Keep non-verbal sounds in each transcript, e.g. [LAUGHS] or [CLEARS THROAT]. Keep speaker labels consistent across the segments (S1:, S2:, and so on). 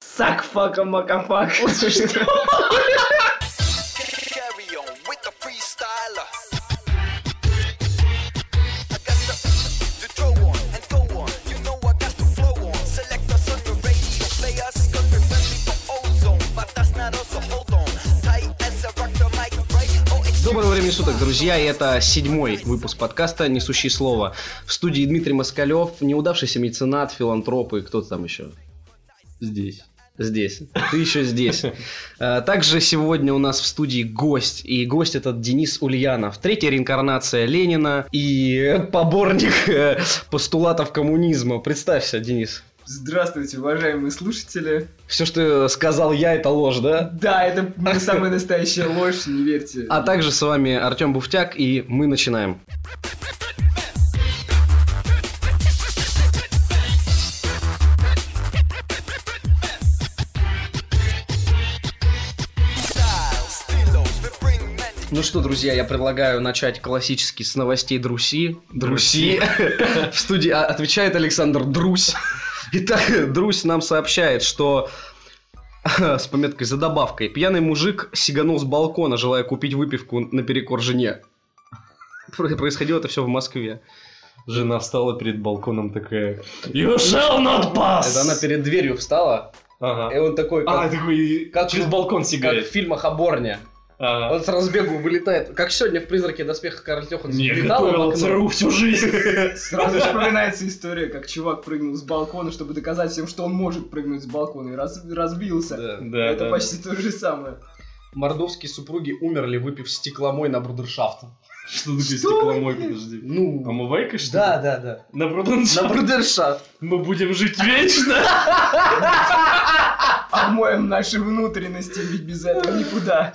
S1: Сак фака макафак.
S2: Carry on with the freestyler. I got the, the throw on and go on. You know I got the flow on. Select us on your radio. Play us, cause we're friendly for ozone. But that's not us, so hold on. Tight as a rock the mic, right? Oh, it's
S1: [LAUGHS] Доброго времени суток, друзья, и это седьмой выпуск подкаста «Несущие слово». В студии Дмитрий Москалев, неудавшийся меценат, филантроп и кто-то там еще.
S3: Здесь.
S1: Здесь. Ты еще здесь. Э, Также сегодня у нас в студии гость. И гость этот Денис Ульянов. Третья реинкарнация Ленина и э, поборник э, постулатов коммунизма. Представься, Денис.
S4: Здравствуйте, уважаемые слушатели.
S1: Все, что сказал я, это ложь, да?
S4: Да, это ну, самая настоящая ложь, не верьте.
S1: А также с вами Артем Буфтяк, и мы начинаем.
S2: styles, stilos, we bring many.
S1: Ну что, друзья, я предлагаю начать классически с новостей Друси. Друси. [LAUGHS] В студии а, отвечает Александр Друсь. Итак, Друсь нам сообщает, что [LAUGHS] с пометкой за добавкой. Пьяный мужик сиганул с балкона, желая купить выпивку наперекор жене. Про- Происходило это все в Москве.
S3: Жена встала перед балконом такая. You shall not pass!
S1: Это она перед дверью встала, и
S3: Ага.
S1: он такой,
S3: А,
S1: как,
S3: такой
S1: Как
S3: через
S1: же-
S3: балкон
S1: как в
S3: сигарет.
S1: фильмах о Борне.
S3: А.
S1: Он с разбегу вылетает. Как сегодня в «Призраке доспеха Карл Тёхан»
S3: Не,
S1: влетал в
S3: готовил
S1: окно.
S3: ЦРУ
S1: [LAUGHS]
S3: всю жизнь.
S4: Сразу же вспоминается история, как чувак прыгнул с балкона, чтобы доказать всем, что он может прыгнуть с балкона, и раз- разбился.
S1: Да.
S3: Да,
S4: Это
S3: да.
S4: почти то же самое.
S1: Мордовские супруги умерли, выпив стекломой на брудершафт.
S3: Что такое
S4: Что?
S3: стекломой, подожди. А
S1: Ну,
S3: мувайка, что
S1: да, да, да.
S3: ли? На Броденшафт.
S1: На брудершафт.
S3: [LAUGHS] Мы
S1: [LAUGHS]
S3: будем жить вечно.
S4: Омоем наши внутренности, ведь без этого никуда.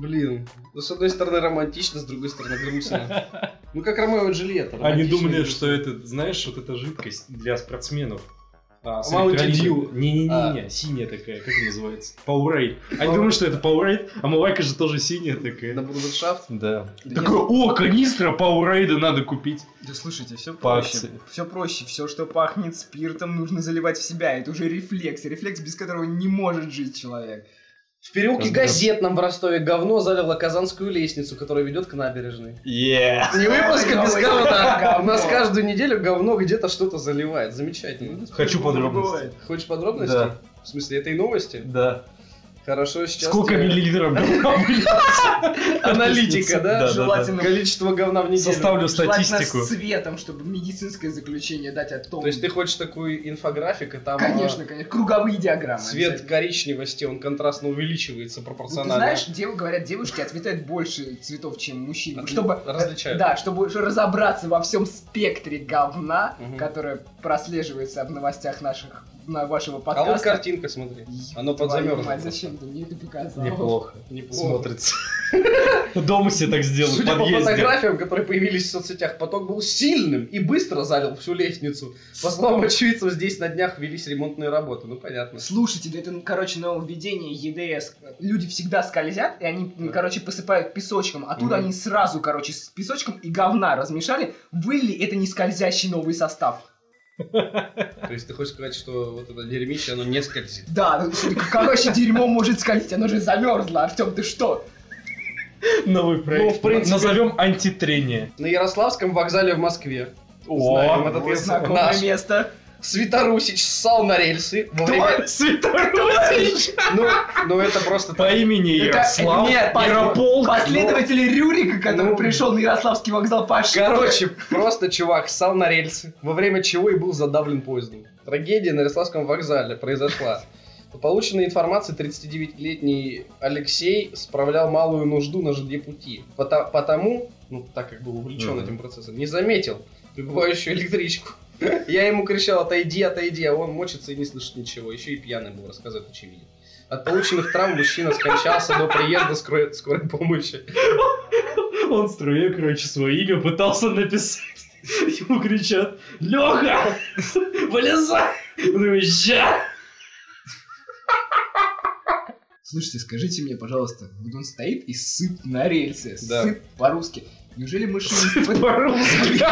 S1: Блин, ну с одной стороны романтично, с другой стороны грустно. [LAUGHS] Ну как Ромео и Джульетта.
S3: Они
S1: романтично и
S3: думали,
S1: грустно.
S3: что это, знаешь, вот эта жидкость для спортсменов. А, с
S1: Mountain
S3: электролитом.
S1: Dew. А.
S3: Не-не-не, синяя такая, как она называется? Powerade. Они думают, что это Powerade, а Мувайка же тоже синяя
S1: На
S3: такая.
S1: брудершафт.
S3: Да.
S1: Да
S3: Такой, о, канистра Powerade надо купить.
S4: Да слушайте, все
S3: По
S4: проще.
S3: акции.
S4: Все проще. Все, что пахнет спиртом, нужно заливать в себя. Это уже рефлекс. Рефлекс, без которого не может жить человек.
S1: В переулке
S3: Разберем.
S1: газет нам в Ростове говно залило Казанскую лестницу, которая ведет к набережной.
S3: Yeah.
S1: Не выпуска без
S4: Ой,
S1: говна. У
S4: говно.
S1: нас каждую неделю говно где-то что-то заливает. Замечательно.
S3: Хочу подробности.
S4: Бывает.
S1: Хочешь подробности?
S3: Да.
S1: В смысле, этой новости?
S3: Да.
S1: Хорошо, сейчас...
S3: Сколько
S1: тебе
S3: миллилитров говна выльется?
S1: [LAUGHS] Аналитика, да?
S3: Да-да-да.
S4: Желательно
S1: Количество говна в неделю.
S3: Составлю статистику.
S4: Желательно с цветом, чтобы медицинское заключение дать о том.
S1: То есть ты хочешь такую инфографик, и там а,
S4: Конечно, конечно. Круговые диаграммы.
S1: цвет
S4: обязательно.
S1: коричневости, он контрастно увеличивается
S4: Ну, ты
S1: пропорционально.
S4: знаешь, дев- говорят, девушки ответают больше цветов, чем мужчины. Чтобы,
S1: различают.
S4: да, чтобы уже разобраться во всем спектре говна,
S1: Мгм.
S4: которое прослеживается в новостях наших, на вашего
S1: а вот
S4: подкаста.
S1: картинка, смотри.
S4: Ё-
S1: Оно
S4: твою
S1: подзамерзло.
S4: мать, Зачем ты мне это показал?
S3: Неплохо.
S1: Неплохо.
S3: Смотрится. Дома себе так сделал, в
S1: Судя по
S3: подъезде.
S1: фотографиям, которые появились в соцсетях, поток был сильным и быстро залил всю лестницу. По словам очевидцев, здесь на днях велись ремонтные работы. Ну, понятно.
S4: Слушатели, это, ну, короче, нововведение ЕДС. Люди всегда скользят, и они, ну, короче, посыпают песочком. Оттуда
S1: Мгм.
S4: они сразу, короче, с песочком и говна размешали, вылили это не скользящий новый состав.
S1: То есть ты хочешь сказать, что вот это дерьмище, оно не скользит.
S4: Да, ну, короче, дерьмо может скользить, оно же замерзло. Артем, ты что?
S3: Новый
S1: Ну, в принципе-
S3: Назовем антитрение.
S1: На Ярославском вокзале в Москве Знаем этот
S4: Ой,
S1: лес.
S4: знакомое
S1: Наш.
S4: место.
S1: Светорусич ссал на рельсы. во время-
S3: Святой
S1: Ну, ну, это просто
S3: По имени
S4: Это-
S3: Ярослав.
S4: нет, по-
S3: Ярополк.
S4: Последователи Рюрика, который
S1: Ну.
S4: пришел на Ярославский вокзал по ошибке.
S1: Короче, просто чувак ссал на рельсы, во время чего и был задавлен поездом. Трагедия на Ярославском вокзале произошла. По полученной информации, 39-летний Алексей справлял малую нужду на жилье пути. Пота- Потому, ну так как был увлечен
S3: Мгм.
S1: этим процессом, не заметил прибывающую электричку. Я ему кричал, отойди, отойди, а он мочится и не слышит ничего. Еще и пьяный был, рассказывает очевидец. От полученных травм мужчина скончался до приезда скорой- скорой помощи.
S3: Он струя, короче, свое имя пытался написать. Ему кричат, Леха, вылезай! Он такой, «Ща!»
S4: Слушайте, скажите мне, пожалуйста, вот он стоит и сыт на рельсы.
S1: Да.
S4: Сыт по-русски. Неужели машинист...
S3: По-русски.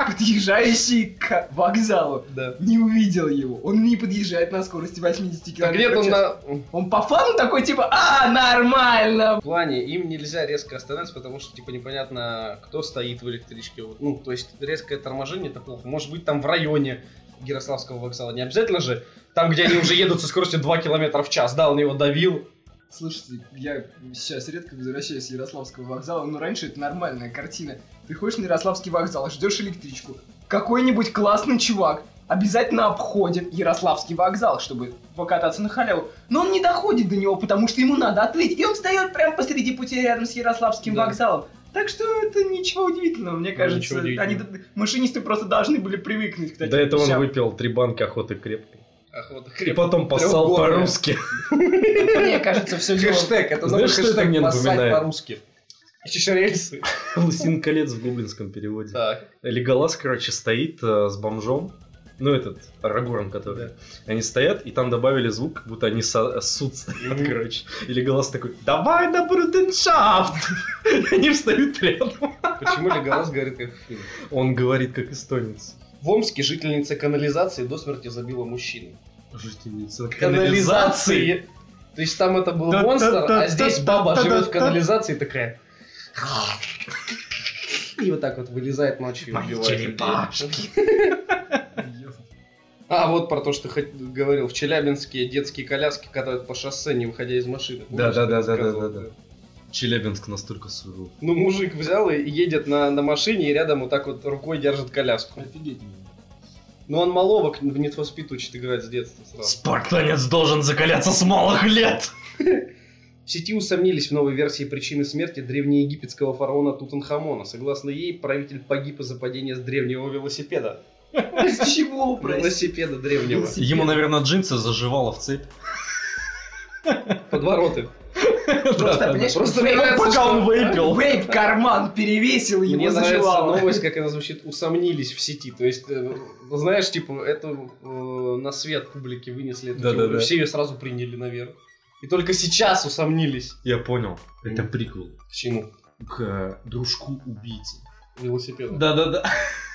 S4: [LAUGHS] подъезжающий к вокзалу.
S1: Да.
S4: Не увидел его. Он не подъезжает на скорости 80
S1: А где-то
S4: километров в час.
S1: на
S4: Он по фану такой, типа, а, нормально.
S1: плане им нельзя резко остановиться, потому что типа непонятно, кто стоит в электричке. Ну, то есть резкое торможение это плохо. Может быть, там в районе Ярославского вокзала. Не обязательно же там, где они уже едут со скоростью 2 километра в час. Да, он его давил.
S4: Слушайте, я сейчас редко возвращаюсь с Ярославского вокзала, но раньше это нормальная картина. Приходишь на Ярославский вокзал, ждешь электричку. Какой-нибудь классный чувак обязательно обходит Ярославский вокзал, чтобы покататься на халяву. Но он не доходит до него, потому что ему надо ответить. И он встает прямо посреди пути рядом с Ярославским
S1: Да.
S4: вокзалом. Так что это ничего удивительного, мне
S1: Ну,
S4: кажется.
S1: ничего
S4: Они,
S1: удивительного.
S4: д- машинисты просто должны были привыкнуть к таким
S5: До этого он
S4: вещам.
S5: выпил три банки охоты крепкой.
S1: Охота
S5: И
S1: крепкая.
S5: потом поссал
S1: Трёхгорная.
S5: по-русски. [LAUGHS]
S4: Мне кажется, все дело...
S1: Хэштег, это
S5: Знаешь, что это
S1: хэштег
S5: мне
S1: «Поссать
S5: напоминает?
S1: по-русски. Чища рельсы.
S5: Лысин колец в гоблинском переводе.
S1: Так.
S5: Леголас, короче, стоит э, с бомжом. Ну, этот, Арагорн, который. Они стоят, и там добавили звук, как будто они со- суд стоят,
S1: Мгм.
S5: короче. Или голос такой, давай на бруденшафт! [LAUGHS] И Они встают рядом.
S1: Почему Леголас говорит как в фильме?
S5: Он говорит, как эстонец.
S1: В Омске жительница канализации до смерти забила мужчину.
S5: Жительница
S1: канализации. То есть там это был
S5: Да, да,
S1: монстр,
S5: да,
S1: а здесь
S5: да,
S1: баба
S5: да,
S1: живет
S5: да,
S1: в канализации такая. И вот так вот вылезает ночью и
S5: Мои
S1: убивает людей.
S5: черепашки.
S1: А вот про то, что ты хоть говорил, в Челябинске детские коляски катают по шоссе, не выходя из машины.
S5: [LAUGHS] Да,
S1: Помнишь,
S5: да,
S1: ты
S5: да, да, да,
S1: рассказывал?
S5: да, да. Челябинск настолько суров.
S1: Ну, мужик взял и едет на, на машине, и рядом вот так вот рукой держит коляску.
S4: Офигеть.
S1: Но он маловок в Need for Speed учит играть с детства сразу.
S5: Спартанец должен закаляться с малых лет!
S1: В сети усомнились в новой версии причины смерти древнеегипетского фараона Тутанхамона. Согласно ей, правитель погиб из-за падения с древнего велосипеда.
S4: [LAUGHS] С чего, прости?
S1: Велосипеда древнего.
S5: Ему, наверное, джинсы заживало в [LAUGHS] цепь.
S1: Подвороты.
S4: Просто,
S5: Да-да-да.
S4: понимаешь,
S1: Просто
S4: вейп,
S1: мне нравится,
S4: пока
S1: что-
S4: он выпил. Вейп карман перевесил, [LAUGHS]
S1: Мне
S4: его
S1: нравится
S4: заживало.
S1: новость, как она звучит, усомнились в сети. То есть, э, ну, знаешь, типа, эту э, на свет публики вынесли эту
S5: Да-да-да.
S1: теорию, все ее сразу приняли наверх. И только сейчас усомнились.
S5: Я понял. Это
S1: Мгм.
S5: приквел
S1: К чему?
S5: к э, дружку убийцы.
S1: Велосипеду.
S5: Да-да-да.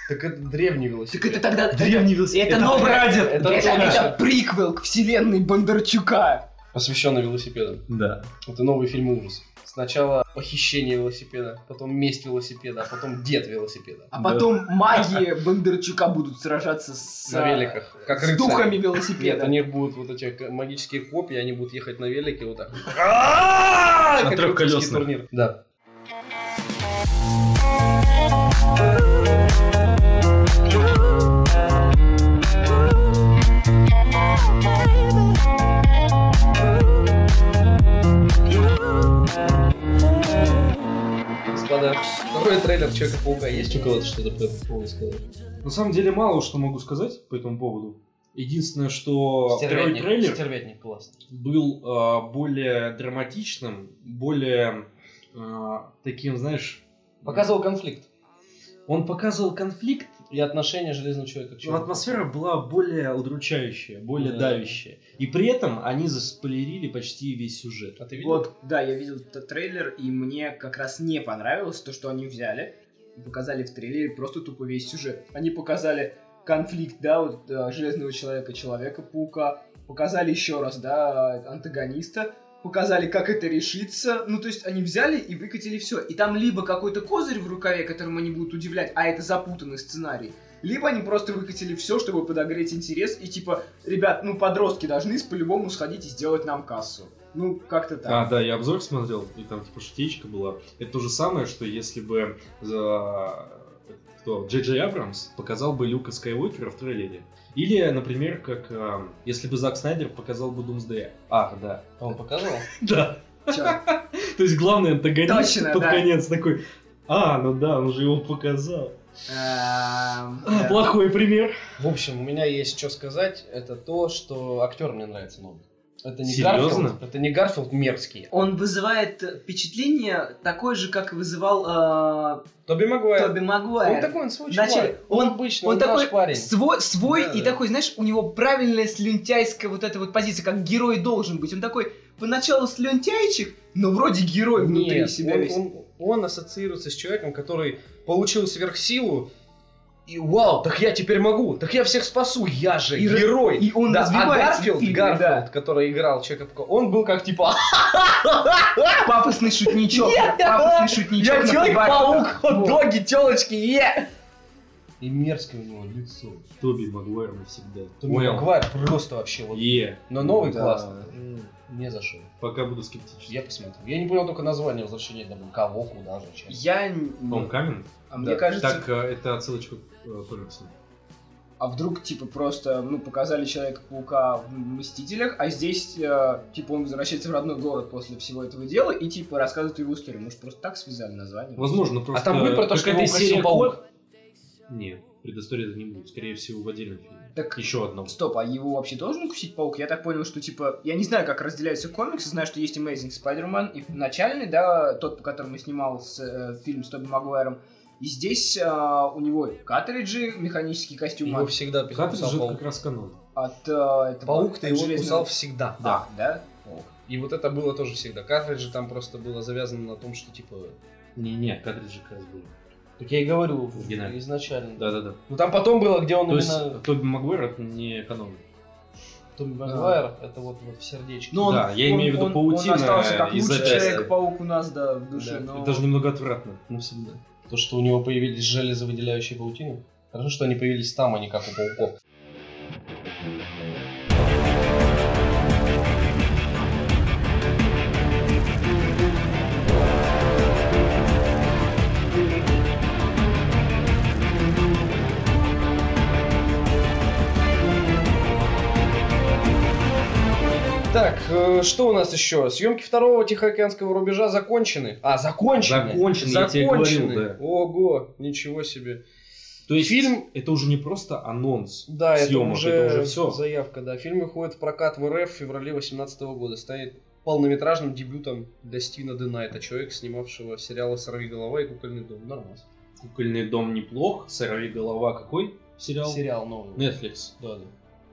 S1: Так это древний
S4: Так
S1: велосипед.
S4: это тогда...
S5: Древний велосипед.
S4: Это новый
S5: прадед.
S4: Это,
S1: это наше.
S4: это приквел к вселенной Бондарчука.
S1: Посвященный велосипедам.
S5: Да.
S1: Это новый фильм ужас. Сначала похищение велосипеда, потом месть велосипеда, а потом дед велосипеда.
S4: А
S5: Да.
S4: потом маги Бондарчука будут сражаться с...
S1: На великах. Как
S4: с
S1: рыцари.
S4: духами
S1: Нет,
S4: велосипеда.
S1: у них будут вот эти к- магические копья, они будут ехать на велике вот так.
S5: На
S1: Как
S5: трехколесных.
S1: рыцарский турнир. Да. Господа, второй трейлер Человека-паука. Есть у кого-то что-то по этому поводу сказать?
S3: На самом деле мало что могу сказать по этому поводу. Единственное, что второй трейлер
S1: Стервятник классный.
S3: был э, более драматичным, более э, таким, знаешь...
S1: Показывал конфликт
S3: Он показывал конфликт,
S1: и отношения Железного Человека к
S3: но
S1: Человеку.
S3: атмосфера была более удручающая, более
S1: Да.
S3: давящая. И при этом они заспойлерили почти весь сюжет.
S1: А ты видел?
S4: Вот, да, я видел этот трейлер, и мне как раз не понравилось то, что они взяли и показали в трейлере просто тупо весь сюжет. Они показали конфликт, да, вот э, Железного Человека, Человека-паука, показали еще раз, да, э, антагониста, показали, как это решится. Ну, то есть они взяли и выкатили все. И там либо какой-то козырь в рукаве, которым они будут удивлять, а это запутанный сценарий, либо они просто выкатили все, чтобы подогреть интерес, и типа, ребят, ну подростки должны с- по-любому сходить и сделать нам кассу. Ну, как-то так.
S3: А, да, я обзор смотрел, и там типа шутечка была. Это то же самое, что если бы за... кто? Джей Джей Абрамс показал бы Люка Скайуокера в трейлере. Или, например, как эм, если бы Зак Снайдер показал бы Думсдея. Ах, да. [LAUGHS]
S1: А Он показывал?
S3: Да.
S4: Чё? Эм,
S3: То есть главный антагонист
S4: Точно,
S3: под
S4: да.
S3: конец такой. А, ну да, он же его показал.
S4: Эм,
S3: А,
S4: да.
S3: Плохой пример.
S1: В общем, у меня есть что сказать. Это то, что актер мне нравится новый. Это не
S3: Серьезно?
S1: Гарфилд. Это не Гарфилд мерзкий.
S4: Он вызывает э, впечатление такое же, как вызывал э,
S1: Тоби Магуайр.
S4: Тоби
S1: Он
S4: Магуайр.
S1: такой, он свой
S4: Вначале
S1: чувак. Он,
S4: он-
S1: обычный,
S4: он
S1: он,
S4: такой
S1: наш парень.
S4: свой, свой
S1: Да,
S4: и
S1: да.
S4: такой, знаешь, у него правильная слюнтяйская вот эта вот позиция, как герой должен быть. Он такой поначалу слюнтяйчик, но вроде герой внутри
S1: Нет,
S4: себя
S1: он,
S4: весь.
S1: он- он ассоциируется с человеком, который получил сверхсилу, И вау, так я теперь могу, так я всех спасу, я же
S4: И ра-
S1: герой.
S4: и он
S1: да, а
S4: развивается
S1: Гарфилд,
S4: в фильме,
S1: Гарфилд,
S4: да.
S1: который играл Человека-паука, он был как типа,
S4: Пафосный шутничок.
S1: А! Я-
S4: Пафосный шутничок.
S1: я
S4: на
S1: Человек-паук,
S4: прибавках. [LAUGHS] Вот.
S1: хот-доги, телочки, е!
S6: И мерзкое у него лицо.
S3: Тоби Магуайр навсегда.
S1: Томми Магуайр просто вообще вот.
S3: Е.
S1: Но новый
S4: Да.
S1: классный. М, Не зашел.
S3: Пока буду скептически.
S1: Я посмотрю. Я не понял только название возвращения домой. Кого, куда, зачем.
S4: Я... н-
S3: Он камен?
S4: А мне кажется,
S3: Ну, Так, э, это отсылочка к э, комиксу.
S4: а вдруг, типа, просто, ну, показали Человека-паука в Мстителях, а здесь, э, типа, он возвращается в родной город после всего этого дела и, типа, рассказывает его историю. Может, просто так связали название?
S3: Возможно, просто...
S1: А там будет про то,
S3: как
S1: что
S3: эта
S1: его укусил
S3: серия
S1: паук?
S3: Кот- Нет, предыстория это не будет. Скорее всего, в отдельном фильме.
S4: Так-
S3: Еще одном.
S4: Стоп, а его вообще должен укусить паук? Я так понял, что типа, я не знаю, как разделяются комиксы, знаю, что есть Amazing Spider-Man, и начальный, да, тот, по которому снимал фильм с Тоби Магуайром, и здесь а, у него картриджи, механический костюм
S1: Его
S4: от,
S1: всегда
S3: Картриджи
S1: писал
S3: это как раз канон.
S4: от, а, этого,
S1: Паук-то
S4: от
S1: его
S4: железного-
S1: кусал всегда.
S4: Да, да?
S1: И вот это было тоже всегда. Картриджи там просто было завязано на том, что типа...
S3: Не-не, картриджи как раз был.
S1: Так я и говорю в-
S3: Оригинально.
S1: изначально.
S3: Да-да-да.
S1: Ну там потом было, где он
S3: То есть,
S1: именно...
S3: Тоби Магуайр это не канон.
S1: Томми Магуайр, это вот, вот в сердечке.
S4: Но он-
S3: Да, я имею в виду
S4: он-
S3: паутина
S4: Он остался как
S3: из-за
S4: лучший
S3: теста.
S4: Человек-паук у нас, да, в душе,
S1: Да,
S4: но...
S3: Это же немного отвратно. Ну, всегда.
S1: То, что у него появились железовыделяющие паутины. Хорошо, что они появились там, а не как у пауков. Так, э, что у нас еще? Съемки второго Тихоокеанского рубежа закончены. А, закончены.
S3: Закончены, я тебе
S1: Закончены.
S3: говорил, да.
S1: Ого, ничего себе.
S3: То есть
S1: Фильм-
S3: фильм это уже не просто анонс
S1: Да,
S3: съемок,
S1: это уже,
S3: это уже все.
S1: заявка, да. Фильм выходит в прокат в РФ в феврале 2018 года. Станет полнометражным дебютом для Стивена Денайта, человек, снимавшего сериалы «Сорви голова» и «Кукольный дом». Нормально.
S3: Кукольный дом неплох, сорви голова какой сериал?
S1: Сериал новый.
S3: Netflix.
S1: Да, да.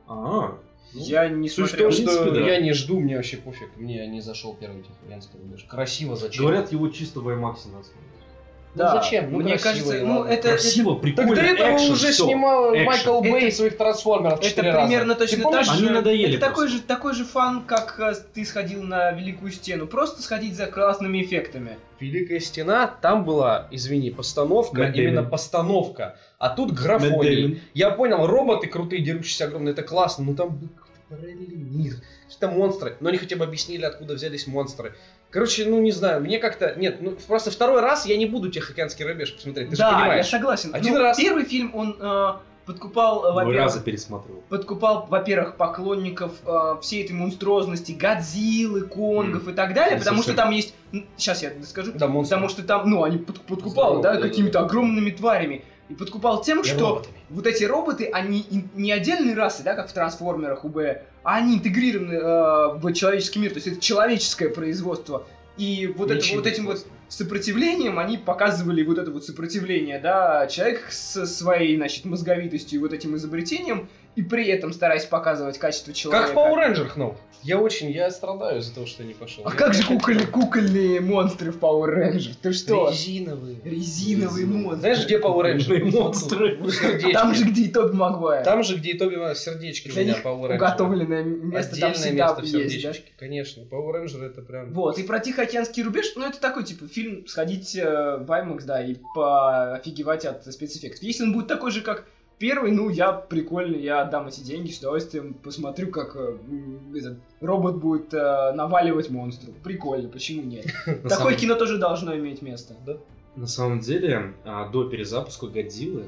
S3: А,
S4: Я не
S1: Суть в
S4: смотрел.
S1: том,
S3: в принципе,
S1: что
S3: да.
S1: я не жду, мне вообще пофиг. Мне не зашел первый Тихоокеанский рубеж. Красиво зачем?
S3: говорят его чисто в IMAX надо смотреть.
S1: ну зачем? Ну,
S4: мне
S1: красиво,
S4: кажется,
S1: и
S4: ну
S1: ладно.
S4: это...
S3: Красиво,
S1: Так
S3: прикольно,
S1: до этого
S3: экшен,
S1: уже
S3: всё.
S1: снимал
S3: Экшен.
S1: Майкл Бэй
S4: Это-
S1: своих трансформеров
S4: Это
S1: четыре раза.
S4: примерно
S1: Ты
S4: точно так
S1: помнишь?
S4: же.
S3: Они надоели
S4: это такой
S3: просто.
S4: же, такой же фан, как э, ты сходил на Великую Стену. Просто сходить за классными эффектами.
S1: Великая стена, там была, извини, постановка,
S3: Мэтт
S1: именно
S3: Дэймон.
S1: постановка. А тут
S3: Мэтт
S1: графония.
S3: Дэймон.
S1: Я понял, роботы крутые, дерущиеся огромные, это классно, но там был какой-то параллельный мир, какие-то монстры, но они хотя бы объяснили, откуда взялись монстры. Короче, ну не знаю, мне как-то... Нет, ну просто второй раз я не буду Тихоокеанский рубеж посмотреть, ты же
S4: да, я
S1: понимаешь.
S4: согласен.
S1: Один
S4: Ну,
S1: раз.
S4: Первый фильм он э, подкупал, э,
S3: Два
S4: во-первых,
S3: раза пересматривал.
S4: подкупал, во-первых, поклонников э, всей этой монструозности, Годзиллы, Конгов и так далее,
S3: Ну,
S4: потому что
S3: совсем.
S4: там есть... Сейчас я доскажу.
S1: Да, монстры.
S4: Потому что там, ну, они под- подкупал,
S1: Здорово,
S4: да,
S1: да-да-да.
S4: какими-то огромными тварями. И подкупал тем,
S1: И
S4: что
S1: роботами.
S4: вот эти роботы, они и- не отдельные расы, да, как в трансформерах УБ, а они интегрированы э, в человеческий мир, то есть это человеческое производство. И вот, это,
S1: Ничего
S4: вот этим вот
S1: классно.
S4: сопротивлением они показывали вот это вот сопротивление, да, человек со своей, значит, мозговитостью и вот этим изобретением, и при этом стараясь показывать качество человека.
S1: Как в Power Ranger, Кноп. Я очень, я страдаю из-за того, что я не пошел.
S4: А
S1: Я
S4: как же
S1: хотел.
S4: куколь- кукольные монстры в Power Rangers? Ты что?
S1: Резиновые.
S4: Резиновые монстры. А
S1: Знаешь, где Power Ranger?
S3: Монстры.
S1: В сердечке.
S4: Там же, где и Тоби Магуайр.
S1: Там же, где и Тоби Магуайр, сердечки у
S4: Для
S1: меня
S4: них
S1: Power Ranger.
S4: уготовленное место там
S1: Отдельное
S4: всегда
S1: место в
S4: есть, да?
S1: сердечке, конечно. Power Ranger это прям...
S4: Вот, и про Тихоокеанский рубеж, ну это такой, типа, фильм сходить э, в IMAX, да, и поофигевать от спецэффектов. Если он будет такой же, как первый, ну я прикольно, я отдам эти деньги, с удовольствием посмотрю, как э, м, этот робот будет э, наваливать монстру. Прикольно, почему нет?
S1: Хм,
S3: На
S4: Такое
S3: самом-
S4: кино тоже должно иметь место. Да?
S3: На самом деле, а, до перезапуска Годзиллы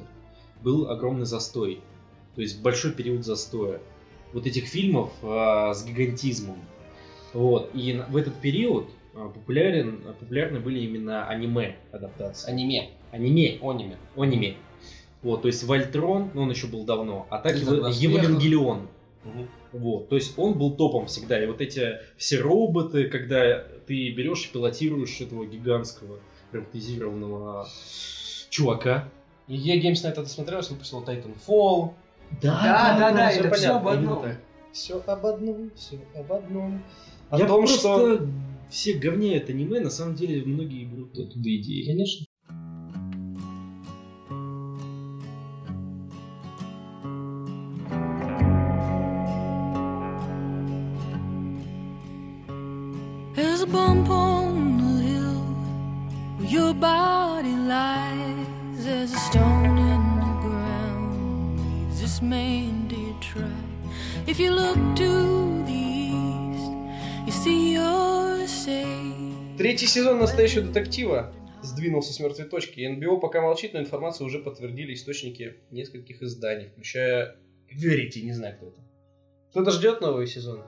S3: был огромный застой. То есть большой период застоя. Вот этих фильмов а, с гигантизмом. Вот. И на- в этот период а, популярен, популярны были именно аниме-адаптации.
S1: Аниме.
S3: Аниме.
S1: Аниме.
S3: Аниме. Вот, то есть Вольтрон, ну он еще был давно, а так
S1: Это
S3: его-
S1: раз
S3: Евангелион.
S1: Мгм.
S3: Вот, то есть он был топом всегда. И вот эти все роботы, когда ты берешь и пилотируешь этого гигантского роботизированного чувака.
S1: И Е Геймс на это досмотрелась, выпустила Titanfall.
S4: Да, да, да,
S1: всё
S4: это все
S1: понятно,
S4: об одном.
S3: именно
S1: Все об одном, все об одном. О
S3: так. Я
S1: том,
S3: просто
S1: что...
S3: все говняют аниме, на самом деле многие берут оттуда идеи.
S1: Конечно.
S7: There's a bump on the hill where your body lies. There's a stone in the ground. Leaves this man did try. If you look to the east, you see your safe.
S1: Третий сезон настоящего детектива сдвинулся с мертвой точки. НБО пока молчит, но информацию уже подтвердили источники нескольких изданий, включая Верите, не знаю кто это. Кто-то ждет нового сезона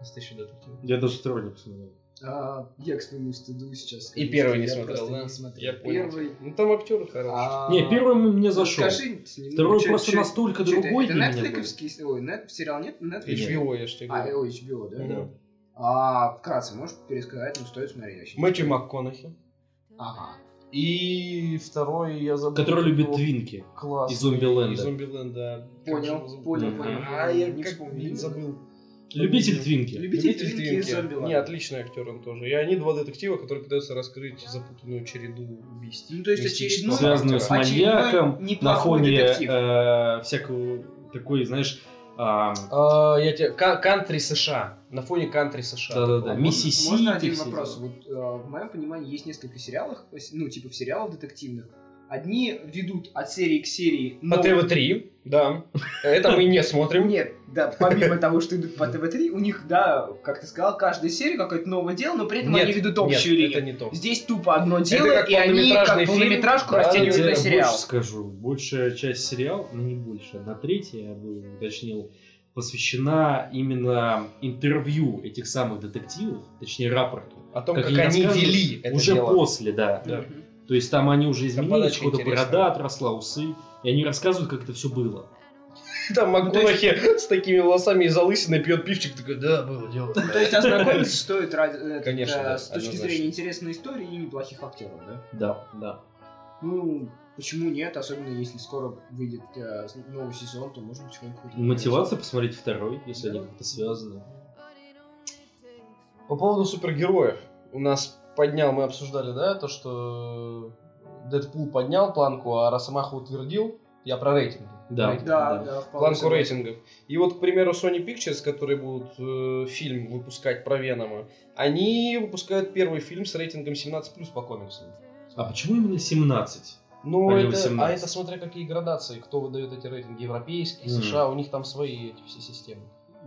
S1: настоящего детектива.
S3: Я даже второй не посмотрел.
S4: А, я к своему стыду сейчас.
S1: И
S4: скажу,
S1: первый
S4: что
S1: не
S4: я
S1: смотрел,
S4: просто
S1: да?
S4: не смотрел.
S1: Я понял.
S4: Первый.
S1: Ну там актеры хорошие.
S4: а,
S3: Не, первый мне зашел.
S4: Скажи, ну,
S3: Второй
S4: чё-
S3: просто
S4: чё-
S3: настолько
S4: чё это?
S3: другой
S4: Это
S3: для меня был.
S4: Netflix-овский, ой, нет, сериал нет, Netflix.
S1: HBO, я ж тебе
S4: А,
S1: говорю.
S4: о, HBO, да?
S1: Мгм.
S4: А, вкратце, можешь пересказать, ну стоит смотреть вообще.
S1: Мэтью МакКонахи.
S4: Ага.
S1: И второй я забыл.
S3: Который любит
S1: его.
S3: твинки.
S1: Класс.
S3: Из «Зомбиленда».
S1: Из «Зомбиленда», да.
S4: Понял,
S1: Как же его
S4: понял,
S1: зовут?
S4: понял.
S1: А, я
S4: Не
S1: как,
S4: вспомнил.
S1: блин, забыл.
S3: Любитель твинки.
S4: Любитель, твинки и
S1: Не,
S4: зомби
S1: отличный актер он тоже. И они два детектива, которые пытаются раскрыть запутанную череду убийств.
S4: Ну, то есть
S1: Мистического
S4: очередной-
S3: Связанную с
S1: характера.
S4: Очередной
S3: маньяком на
S4: неплохой
S3: фоне
S4: детектив.
S3: э, всякого такой, знаешь, а,
S1: А, я тебе... ка- Кантри США. На фоне кантри США.
S3: Да-да-да,
S1: Такого.
S3: мисс- Миссисипи
S4: Можно один
S3: все
S4: вопрос? Вот, э, в моем понимании есть несколько сериалов, э, с- ну, типа сериалов детективных. Одни ведут от серии к серии
S1: По
S4: новые-
S1: ТВ-3, Ну, да. Это мы не смотрим.
S4: Нет, да, помимо того, что идут по ТВ-3, у них, да, как ты сказал, каждая серия какое-то новое дело, но при этом
S1: Нет,
S4: они ведут
S1: нет,
S4: общую линию.
S1: это не то.
S4: Здесь тупо одно дело,
S1: как
S4: и они как
S1: полнометражный фильм,
S4: полнометражку
S1: да,
S3: я
S4: растягивают
S3: тебе
S4: на сериал.
S3: больше скажу. Большая часть сериала, ну не больше, на третья, я бы уточнил, посвящена именно интервью этих самых детективов, точнее рапорту.
S1: О том, как,
S3: Как я
S1: они
S3: рассказывал,
S1: вели это
S3: уже
S1: дело.
S3: после, да.
S1: Да.
S3: То есть там они уже
S1: Там
S3: изменились,
S1: подача
S3: куда
S1: интересная.
S3: борода отросла, усы. И они рассказывают, как это все было.
S1: Там МакКонахи с такими волосами и залысиной пьет пивчик. Такой, да, было дело.
S4: Ну, То есть ознакомиться стоит ради, э,
S1: Конечно,
S4: э,
S1: да,
S4: с точки
S1: однозначно.
S4: зрения интересной истории и неплохих актеров, да?
S3: Да, да.
S4: Ну, почему нет, особенно если скоро выйдет э, с- новый сезон, то можно потихоньку... будет
S3: Мотивация посмотреть второй, если они как-то связаны.
S1: По поводу супергероев. У нас поднял, мы обсуждали, да, то, что Дэдпул поднял планку, а Росомаха утвердил. Я про рейтинги.
S3: Да.
S4: смотреть. Да, да, вполне
S1: Планку
S4: согласен.
S1: рейтингов. И вот, к примеру, Sony Pictures, которые будут э, фильм выпускать про Венома, они выпускают первый фильм с рейтингом 17+, по комиксам.
S3: А почему именно 17?
S1: Ну, это,
S3: Они
S1: а
S3: 18.
S1: это смотря какие градации, кто выдает эти рейтинги, европейские,
S3: Мгм.
S1: США, у них там свои эти все системы.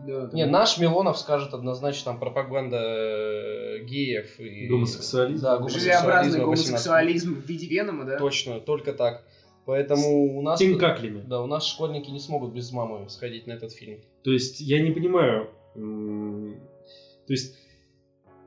S4: Да, да.
S1: Не, наш Милонов скажет однозначно там пропаганда э, геев и...
S3: Гомосексуализм?
S1: Да,
S4: Желеобразный
S1: гомосексуализма 18.
S4: гомосексуализм в виде Венома, да?
S1: Точно, только так. Поэтому у нас...
S3: Тем каклями.
S1: Да, у нас школьники не смогут без мамы сходить на этот фильм.
S3: То есть я не понимаю. м, То есть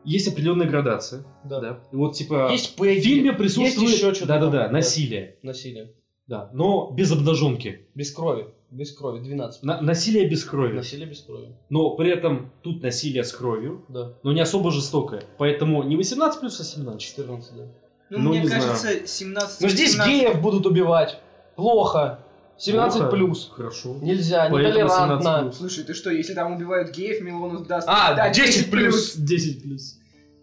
S3: есть определенная градация.
S1: Да.
S3: И вот типа
S1: Есть
S3: в
S1: Пегги,
S3: фильме присутствует
S1: есть еще что-то
S3: да-да-да,
S1: такое, да.
S3: насилие.
S1: насилие.
S3: Да. Но без обнаженки.
S1: Без крови. Без крови, 12.
S3: На- насилие без крови.
S1: Насилие без крови.
S3: Но при этом тут насилие с кровью,
S1: Да.
S3: но не особо жестокое. Поэтому не 18 плюс, а 17.
S1: 14, да.
S4: Ну,
S3: Ну,
S4: мне
S3: не
S4: кажется, 17...
S1: Но Ну, здесь
S4: 17
S1: геев будут убивать. Плохо. 17
S3: Плохо?
S1: плюс.
S3: Хорошо.
S1: Нельзя,
S3: Поэтому 17
S1: нетолерантно.
S3: плюс.
S4: Слушай, ты что, если там убивают геев, Милонов даст...
S1: А,
S4: да,
S1: 10 плюс.
S3: 10 плюс.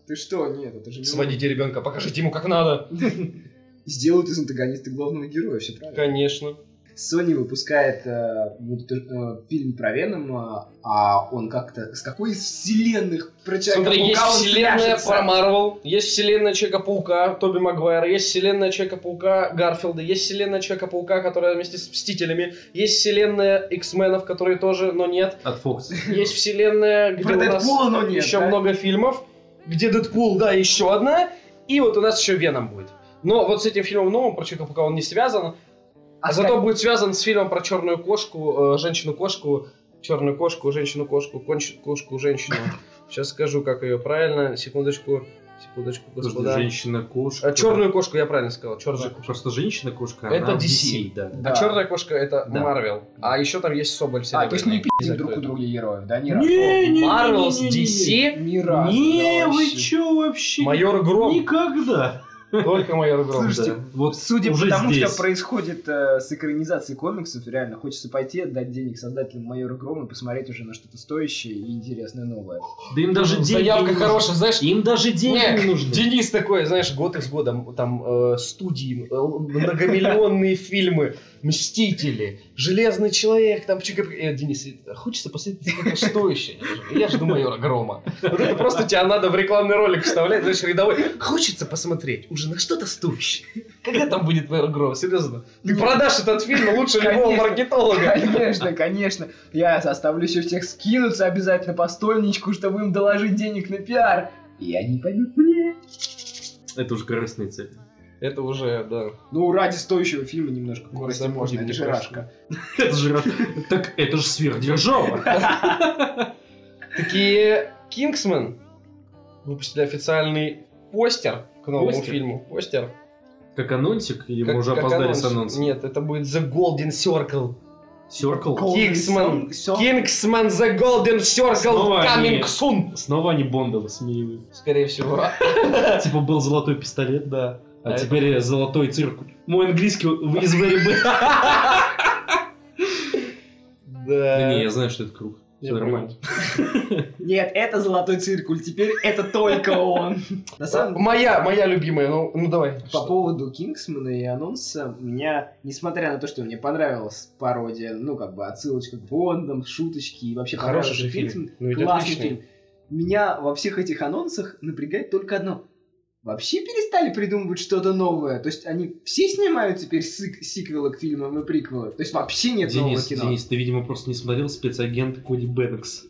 S4: Ты что? Нет, это же Милонов.
S1: Сводите ребенка, покажите ему как надо.
S4: Сделают из антагониста главного героя, все правильно.
S1: Конечно.
S4: Sony выпускает э, вот, э, фильм про Венома, а он как-то... С какой из вселенных про
S1: Смотри, есть
S4: Человека-паука он
S1: вселенная
S4: свяжется?
S1: про Марвел, есть вселенная Человека-паука Тоби Магуайра, есть вселенная Человека-паука Гарфилда, есть вселенная Человека-паука, которая вместе с Мстителями, есть вселенная X-менов, которые тоже, но нет,
S3: От Фокса.
S1: есть вселенная, где
S4: Про
S1: у нас
S4: Дэдпула, но нет,
S1: еще
S4: да?
S1: много фильмов, где Дэдпул, да, еще одна, и вот у нас еще Веном будет. Но вот с этим фильмом новым про Человека-паука он не связан, а
S4: А
S1: зато будет связан с фильмом про черную кошку, э, женщину-кошку, черную кошку, женщину-кошку, конч- кошку, женщину. Сейчас скажу, как ее правильно. Секундочку, секундочку, господа.
S3: Женщина-кошка.
S1: А, черную кошку я правильно сказал. Черная кошка.
S3: Просто женщина-кошка, а
S1: Это
S3: она в
S1: DC.
S3: да.
S4: Да.
S1: А черная кошка это
S3: Да.
S1: Марвел. А еще там есть Соболь.
S4: А, то есть не пиздим
S1: Серебряный.
S4: друг у друга героев, да, ни разу?
S3: Не-не-не-не-не-не.
S1: Марвел с DC.
S4: Ни разу,
S3: Не,
S4: да,
S3: вы
S4: вообще.
S3: чё вообще?
S1: Майор Гром.
S3: Никогда.
S1: Только Майор Гром.
S4: Слушайте,
S3: Да. Вот
S4: Судя
S3: уже
S4: по тому,
S3: здесь.
S4: что происходит э, с экранизацией комиксов, реально хочется пойти, отдать денег создателям Майора Грома и посмотреть уже на что-то стоящее и интересное новое.
S3: Да им даже деньги не
S1: Заявка
S3: нужны.
S1: хорошая, знаешь,
S3: Им даже деньги
S1: Не,
S3: не нужны.
S1: Денис такой, знаешь, год из года, м, там, э, студии, м, э, многомиллионные фильмы. Мстители, Железный Человек, там чика... Э, Денис, э, хочется посмотреть что-то стоящее. Я жду майора Грома. Вот это просто тебя надо в рекламный ролик вставлять, знаешь, рядовой. Хочется посмотреть уже на что-то стоящее. Когда там будет майор Гром? Серьезно. Ты продашь этот фильм лучше любого
S4: Конечно.
S1: маркетолога.
S4: Конечно, конечно. Я заставлю еще всех скинуться обязательно по стольничку, чтобы им доложить денег на пиар. И они пойдут мне.
S3: Это уже корыстные цели.
S1: Это уже, да.
S4: Ну, ради стоящего фильма Ну, немножко горости
S1: забудем,
S4: можно, это
S1: мне
S4: же
S1: кажется.
S4: рашка.
S3: Это же раз- Так это же сверхдержава.
S1: Такие Кингсмен выпустили официальный постер к новому
S3: Постер?
S1: фильму. Постер.
S3: Как анонсик, или
S1: Как-
S3: мы уже
S1: как
S3: опоздали
S1: анонс.
S3: с анонсом?
S1: Нет, это будет The Golden Circle.
S3: Circle?
S1: Кингсман.
S4: Всё.
S1: Кингсман The Golden Circle
S3: Снова
S1: coming
S3: они.
S1: soon.
S3: Снова они Бонда высмеивают.
S1: Скорее всего.
S3: Типа был золотой пистолет, да.
S1: А
S3: А теперь золотой цирк. Мой английский из Да не,
S1: Да.
S3: я знаю, что это круг.
S1: Э, Я
S3: Все нормально.
S4: Нет, это золотой циркуль, теперь это только [LAUGHS] он. На самом
S1: Э, Моя, моя любимая, ну, ну давай.
S4: По поводу Кингсмана и анонса, у меня, несмотря на то, что мне понравилась пародия, ну, как бы отсылочка к Бондам, шуточки и вообще
S1: Хороший же
S4: понравился
S1: фильм.
S4: Кингсман,
S1: Ну, ведь
S4: классный
S1: отличный.
S4: фильм. Меня во всех этих анонсах напрягает только одно. Вообще перестали придумывать что-то новое. То есть они все снимают теперь сик- сиквелы к фильмам и приквелы. То есть вообще нет нового
S3: Денис,
S4: кино.
S3: Денис, ты, видимо, просто не смотрел спецагент Коди Беннекс.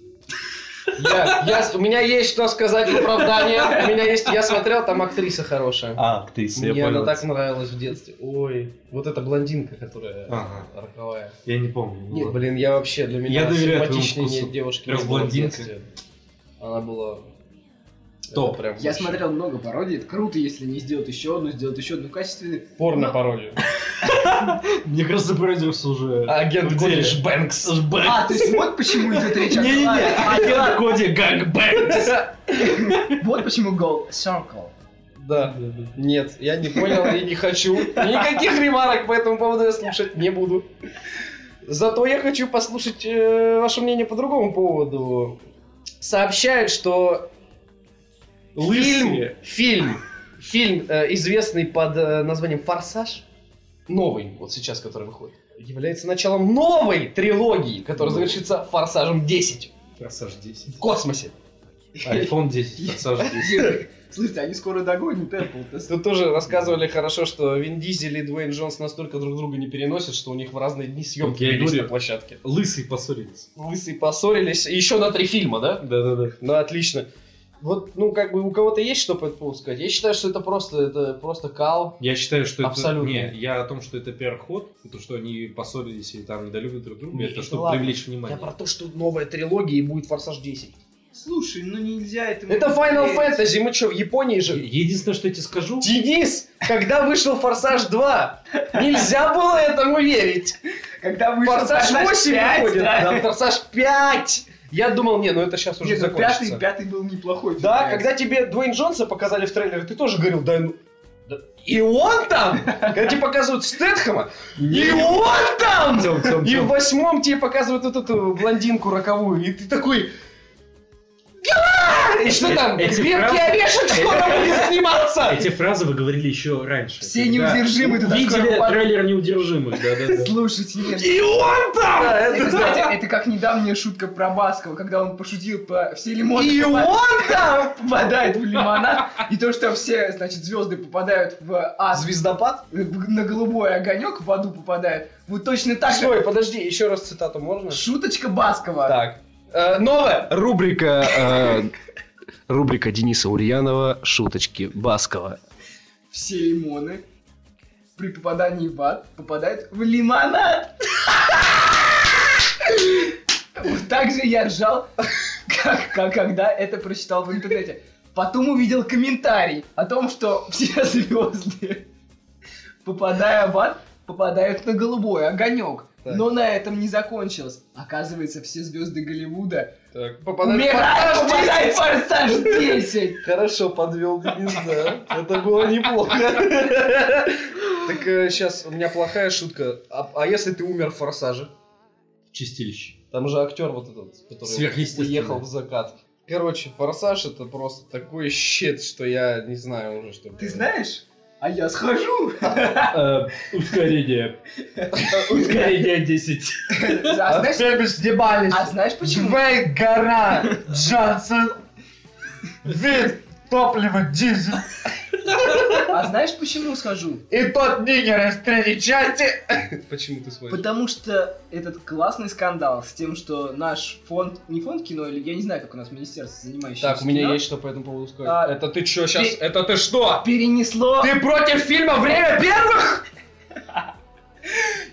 S1: Я, я- у меня есть что сказать в оправдание. У меня есть, я смотрел, там актриса хорошая.
S3: А, ты
S1: Мне она так нравилась в детстве. Ой, вот эта блондинка, которая
S3: Ага.
S1: роковая.
S3: Я не помню.
S1: Нет, блин, я вообще для меня
S3: Я доверяю твоему
S1: симпатичнее
S3: вкусу.
S1: нет девушки.
S3: Раз
S1: не было в
S3: блондинка.
S1: детстве. Она была...
S3: Топ.
S1: Это прям
S4: Я
S1: вообще
S4: смотрел много пародий, это круто, если не сделают еще одну, сделают еще одну качественную.
S1: Порно-пародию.
S3: Мне кажется, продюс уже...
S1: А, Агент
S3: в деле.
S1: Колледж Бэнкс.
S4: А, то есть вот почему идет речь о
S3: Не-не-не,
S4: клаве.
S3: агент Коди Гангбэнкс.
S4: Вот почему Gold Circle.
S1: [LAUGHS] Да. Нет, я не понял и не хочу. Никаких ремарок по этому поводу я слушать не буду. Зато я хочу послушать э, ваше мнение по другому поводу. Сообщают, что
S3: Лысые.
S1: фильм, фильм, фильм э, известный под э, названием «Форсаж», новый, вот сейчас, который выходит, является началом новой трилогии, которая завершится «Форсажем 10»
S3: Форсаж
S1: [LAUGHS]
S3: 10.
S1: в космосе.
S3: Айфон 10, Форсаж 10.
S4: Слушайте, они скоро догонят Apple.
S1: Тут тоже рассказывали хорошо, что Вин Дизель и Дуэйн Джонс настолько друг друга не переносят, что у них в разные дни съемки
S3: Так я и
S1: велись на
S3: говорю.
S1: площадке.
S3: Лысый поссорились.
S1: Лысые поссорились. Еще на три фильма, да?
S3: Да-да-да.
S1: Ну, отлично. Вот, ну, как бы у кого-то есть что по этому поводу сказать? Я считаю, что это просто, это просто кал.
S3: Я считаю, что это...
S1: Абсолютно.
S3: Не, я о том, что это первый ход, то, что они поссорились и там недолюбят друг друга,
S1: Не,
S3: это
S1: это
S3: чтобы
S1: ладно.
S3: привлечь
S1: Я
S3: внимание.
S1: про то, что новая трилогия и будет Форсаж 10.
S4: Слушай, ну нельзя это...
S1: Это Final Fantasy, мы что, в Японии
S3: Е-
S1: же?
S3: Единственное, что я тебе скажу...
S1: Денис, когда вышел Форсаж 2, нельзя было этому верить.
S4: Когда вышел
S1: Форсаж 8
S4: пять,
S1: выходит,
S4: да. [LAUGHS]
S1: да, Форсаж 5! Я думал, не, ну это сейчас уже
S4: Нет, ну
S1: закончится.
S4: пятый, пятый был неплохой. фильм,
S1: Да,
S4: конечно.
S1: когда тебе Дуэйн Джонса показали в трейлере, ты тоже говорил, да ну... да- И он там! Когда тебе показывают Стэтхэма, и он там!
S3: Тём, Тём, [LAUGHS]
S1: И в
S3: Тём.
S1: восьмом тебе показывают вот эту блондинку роковую, и ты такой... «Да!» И что там?
S3: Эти
S1: Крепкий
S3: прям-
S1: орешек скоро будет сниматься!
S3: Эти А фразы вы говорили еще раньше.
S4: Все
S3: Когда
S4: неудержимые туда скоро
S3: Видели
S4: попадут.
S3: трейлер неудержимых, да-да-да.
S4: Слушайте, нет.
S1: И он там!
S4: Это, знаете, это как недавняя шутка про Баскова, когда он пошутил по все лимоны
S1: И
S4: попа-
S1: он там!
S4: попадают в лимонад, и то, что все, значит, звезды попадают в ад,
S1: Звездопад?
S4: в- на голубой огонек в аду попадают. Вот точно так же.
S1: Стой, подожди, еще раз цитату можно?
S4: Шуточка Баскова.
S1: Так. Э, новая!
S8: Рубрика... э, Рубрика Дениса Ульянова «Шуточки Баскова».
S4: все лимоны при попадании в ад попадают в лимонад. Вот так же я ржал, как, как- когда это прочитал в интернете. Потом увидел комментарий о том, что все [LAUGHS] звезды, попадая в ад, попадают на голубой огонек.
S1: Так.
S4: Но на этом не закончилось. Оказывается, все звезды Голливуда
S1: Так,
S4: умирают, попадают в «Форсаж 10».
S1: Хорошо подвел Денис, да. Это было неплохо. Так сейчас у меня плохая шутка. А, а если ты умер в форсаже?
S3: Чистилище.
S1: Там же актер вот этот, который
S3: Сверхъестественное.
S1: уехал в закат. Короче, форсаж это просто такой щит, что я не знаю уже, что.
S4: Ты знаешь, А я [LAUGHS] схожу!
S3: Э, Ускорение. Ускорение 10.
S4: А знаешь,
S9: снимались.
S4: а знаешь почему?
S9: Вэй гора Джонсон. Вид топлива дизель.
S4: А знаешь почему схожу?
S9: И тот нигер из третьей части.
S1: Почему ты свой?
S4: Потому что этот классный скандал с тем, что наш фонд, не фонд кино, или я не знаю, как у нас министерство, занимающееся
S1: Так, у меня
S4: кино,
S1: есть что по этому поводу сказать.
S4: А,
S1: это ты чё сейчас?
S4: ты-
S1: Это ты что?
S4: перенесло...
S1: Ты против фильма «Время первых»?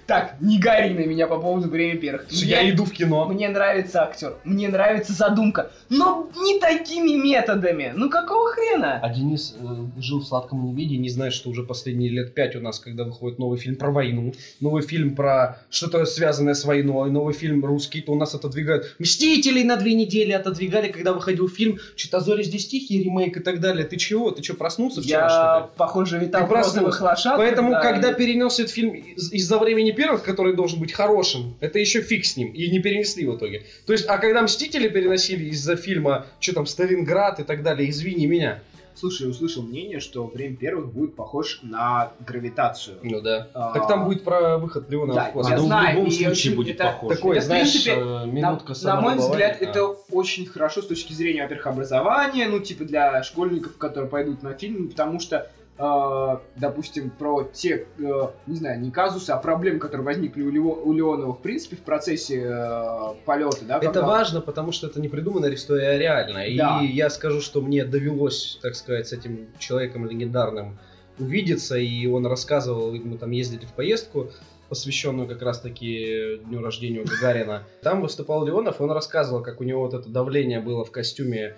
S4: Так, не гори на меня по поводу «Время первых».
S1: Я
S4: Мне-
S1: иду в кино.
S4: Мне нравится актер, мне нравится задумка, но не такими методами. Ну какого хрена?
S1: А Денис э, жил в сладком неведении, не знает, что уже последние лет пять у нас, когда выходит новый фильм про войну, новый фильм про что-то связанное с войной, новый фильм русский, то у нас отодвигают. Мстителей на две недели отодвигали, когда выходил фильм «Читазори здесь тихие», ремейк и так далее. Ты чего? Ты что, проснулся вчера, что ли?
S4: Я, похоже, витал
S1: Ты проснулся.
S4: розовых лошадок.
S1: Поэтому,
S4: да,
S1: когда
S4: и-
S1: перенес этот фильм из- из-за времени первых, который должен быть хорошим, это еще фиг с ним. И не перенесли в итоге. То есть, а когда Мстители переносили из-за фильма, что там, Сталинград и так далее, извини меня.
S4: Слушай, услышал мнение, что «Время первых» будет похож на «Гравитацию».
S1: Ну да.
S4: А,
S1: Так там будет про выход Леона
S4: Да,
S1: в космос.
S4: я
S3: Ну, в
S4: знаю,
S3: любом
S4: и
S3: случае
S4: очень
S3: будет
S4: это
S3: похоже.
S1: Такое,
S4: это, в
S1: знаешь,
S4: принципе,
S1: э,
S4: На-
S1: минутка
S4: на мой
S1: самообладания.
S4: взгляд, это очень хорошо с точки зрения, во-первых, образования, ну, типа для школьников, которые пойдут на фильм, потому что, э, допустим, про те, э, не знаю, не казусы, а проблемы, которые возникли у, Лео- у Леонова, в принципе, в процессе э, полета, да,
S1: Это
S4: когда-
S1: важно, потому что это не придуманная история, а реальная.
S4: Да.
S1: И я скажу, что мне довелось, так сказать, с этим человеком легендарным увидеться, и он рассказывал, и мы там ездили в поездку, посвященную как раз-таки дню рождения у Гагарина. Там выступал Леонов, и он рассказывал, как у него вот это давление было в костюме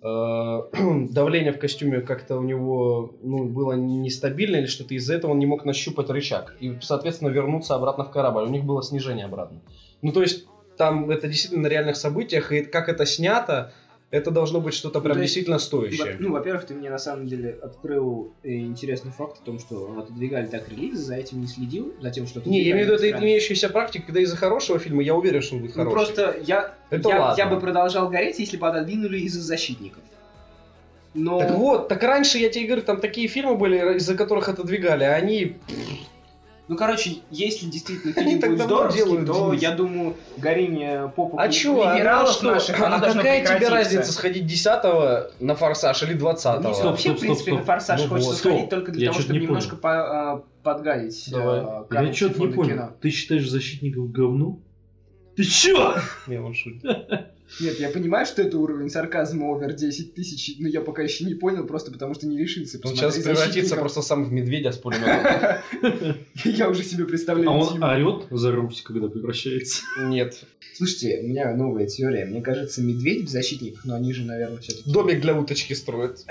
S1: э, давление в костюме как-то у него ну, было нестабильно или что-то, из-за этого он не мог нащупать рычаг и, соответственно, вернуться обратно в корабль. У них было снижение обратно. Ну, то есть, там это действительно на реальных событиях, и как это снято, это должно быть что-то
S4: Ну,
S1: прям
S4: то есть,
S1: действительно
S4: Во-
S1: стоящее.
S4: Ну, во-первых, ты мне на самом деле открыл э, интересный факт о том, что отодвигали так релизы, за этим не следил, за тем, что
S1: Не, я имею в виду, это
S4: отодвигали.
S1: имеющаяся практика, когда из-за хорошего фильма, я уверен, что он будет
S4: Ну,
S1: хороший.
S4: просто я,
S1: Это
S4: я,
S1: ладно.
S4: я бы продолжал гореть, если бы отодвинули из-за защитников. Но...
S1: Так вот, так раньше, я тебе говорю, там такие фильмы были, из-за которых отодвигали, а они...
S4: Ну, короче, если действительно
S1: Они
S4: фильм
S1: так
S4: будет
S1: давно
S4: здоровский,
S1: делают,
S4: то,
S1: Денис.
S4: я думаю, горение попа
S1: А
S4: кли-
S1: чё, а ну
S4: либералов
S1: что?
S4: наших, оно
S1: а
S4: должно
S1: какая тебе
S4: прекратиться.
S1: разница, сходить 10 на «Форсаж» или 20
S4: Ну,
S3: Стоп,
S4: вообще,
S3: стоп,
S4: в принципе,
S3: стоп,
S4: на «Форсаж»
S3: стоп.
S4: хочется
S3: Ну, стоп.
S4: сходить только для
S3: Я
S4: того,
S3: чё-то
S4: чтобы
S3: не
S4: немножко по- а, подгадить э,
S3: Давай. Я
S4: коррупцию
S3: что-то не
S4: фонда
S3: понял.
S4: кино.
S3: Ты считаешь защитников говну? Ты чё? А
S1: Не, он шутит.
S4: Нет, я понимаю, что это уровень сарказма over 10 тысяч, но я пока еще не понял, просто потому что не решился.
S1: Он
S3: Ну,
S4: посмотреть
S1: сейчас превратится
S4: «Защитников».
S1: просто сам в медведя с пулеметом.
S4: [LAUGHS] Я уже себе представляю
S3: А он
S4: Диму.
S3: орет за Русь, когда превращается.
S1: Нет.
S4: Слушайте, у меня новая теория. Мне кажется, медведь в защитниках, но они же, наверное, все-таки...
S1: Домик для уточки строит.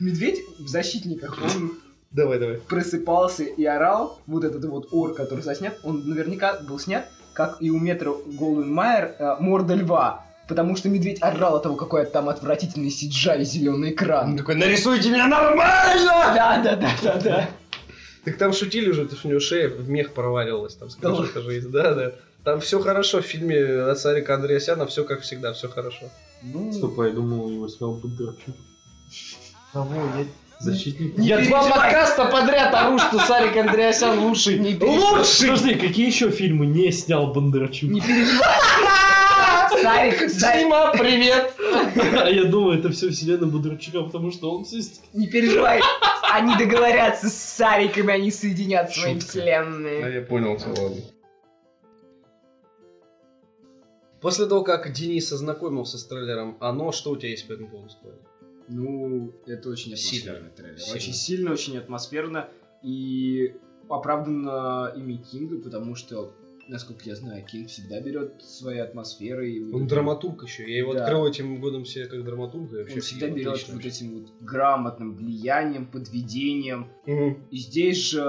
S4: Медведь в защитниках, он
S1: Давай, давай.
S4: просыпался и орал. Вот этот вот ор, который заснят, он наверняка был снят, как и у метро Голденмайер, э, морда льва. Потому что медведь орал от того, какой там отвратительный сиджай зеленый
S1: Он
S4: экран.
S1: такой, нарисуйте меня нормально!
S4: Да, да, да, да, да.
S1: Так там шутили уже, потому что у него шея в мех провалилась, там
S4: Да
S1: скажешь, это же есть. Да, да. Там все хорошо в фильме от Сарика Андреасяна, все как всегда, все хорошо.
S4: Ну,
S3: Стоп, а я думал, его снял Бондарчук. Кого? Я... Защитник?
S1: Я два подкаста подряд ору,
S4: Ну,
S1: что Сарик Андреасян лучший. Не лучший!
S3: Подожди, какие еще фильмы не снял Бондарчук?
S1: [LAUGHS]
S4: Сарик, Сарик,
S1: Дима, привет!
S3: А [LAUGHS] я думаю, это все вселенная Бондарчука, потому что он все снял.
S4: не переживай. Они договорятся с Сариками, они соединят свои
S1: Шутка.
S4: вселенные.
S1: А, я понял, все ладно. После того, как Денис ознакомился с трейлером «Оно», что у тебя есть по этому поводу сказать?
S4: Ну, это очень
S1: Сильно.
S4: атмосферный трейлер.
S1: Сильно.
S4: Очень сильно, очень атмосферно. И оправданно имя Кинга, потому что, насколько я знаю, Кинг всегда берет свои атмосферы. И вот
S1: Он
S4: эти-
S1: драматург еще. Я его
S4: Да.
S1: открыл этим годом себе как драматурга. и вообще
S4: Он всегда
S1: офигел,
S4: берет
S1: отлично
S4: вот
S1: вообще.
S4: этим вот грамотным влиянием, подведением.
S1: Мгм.
S4: И здесь же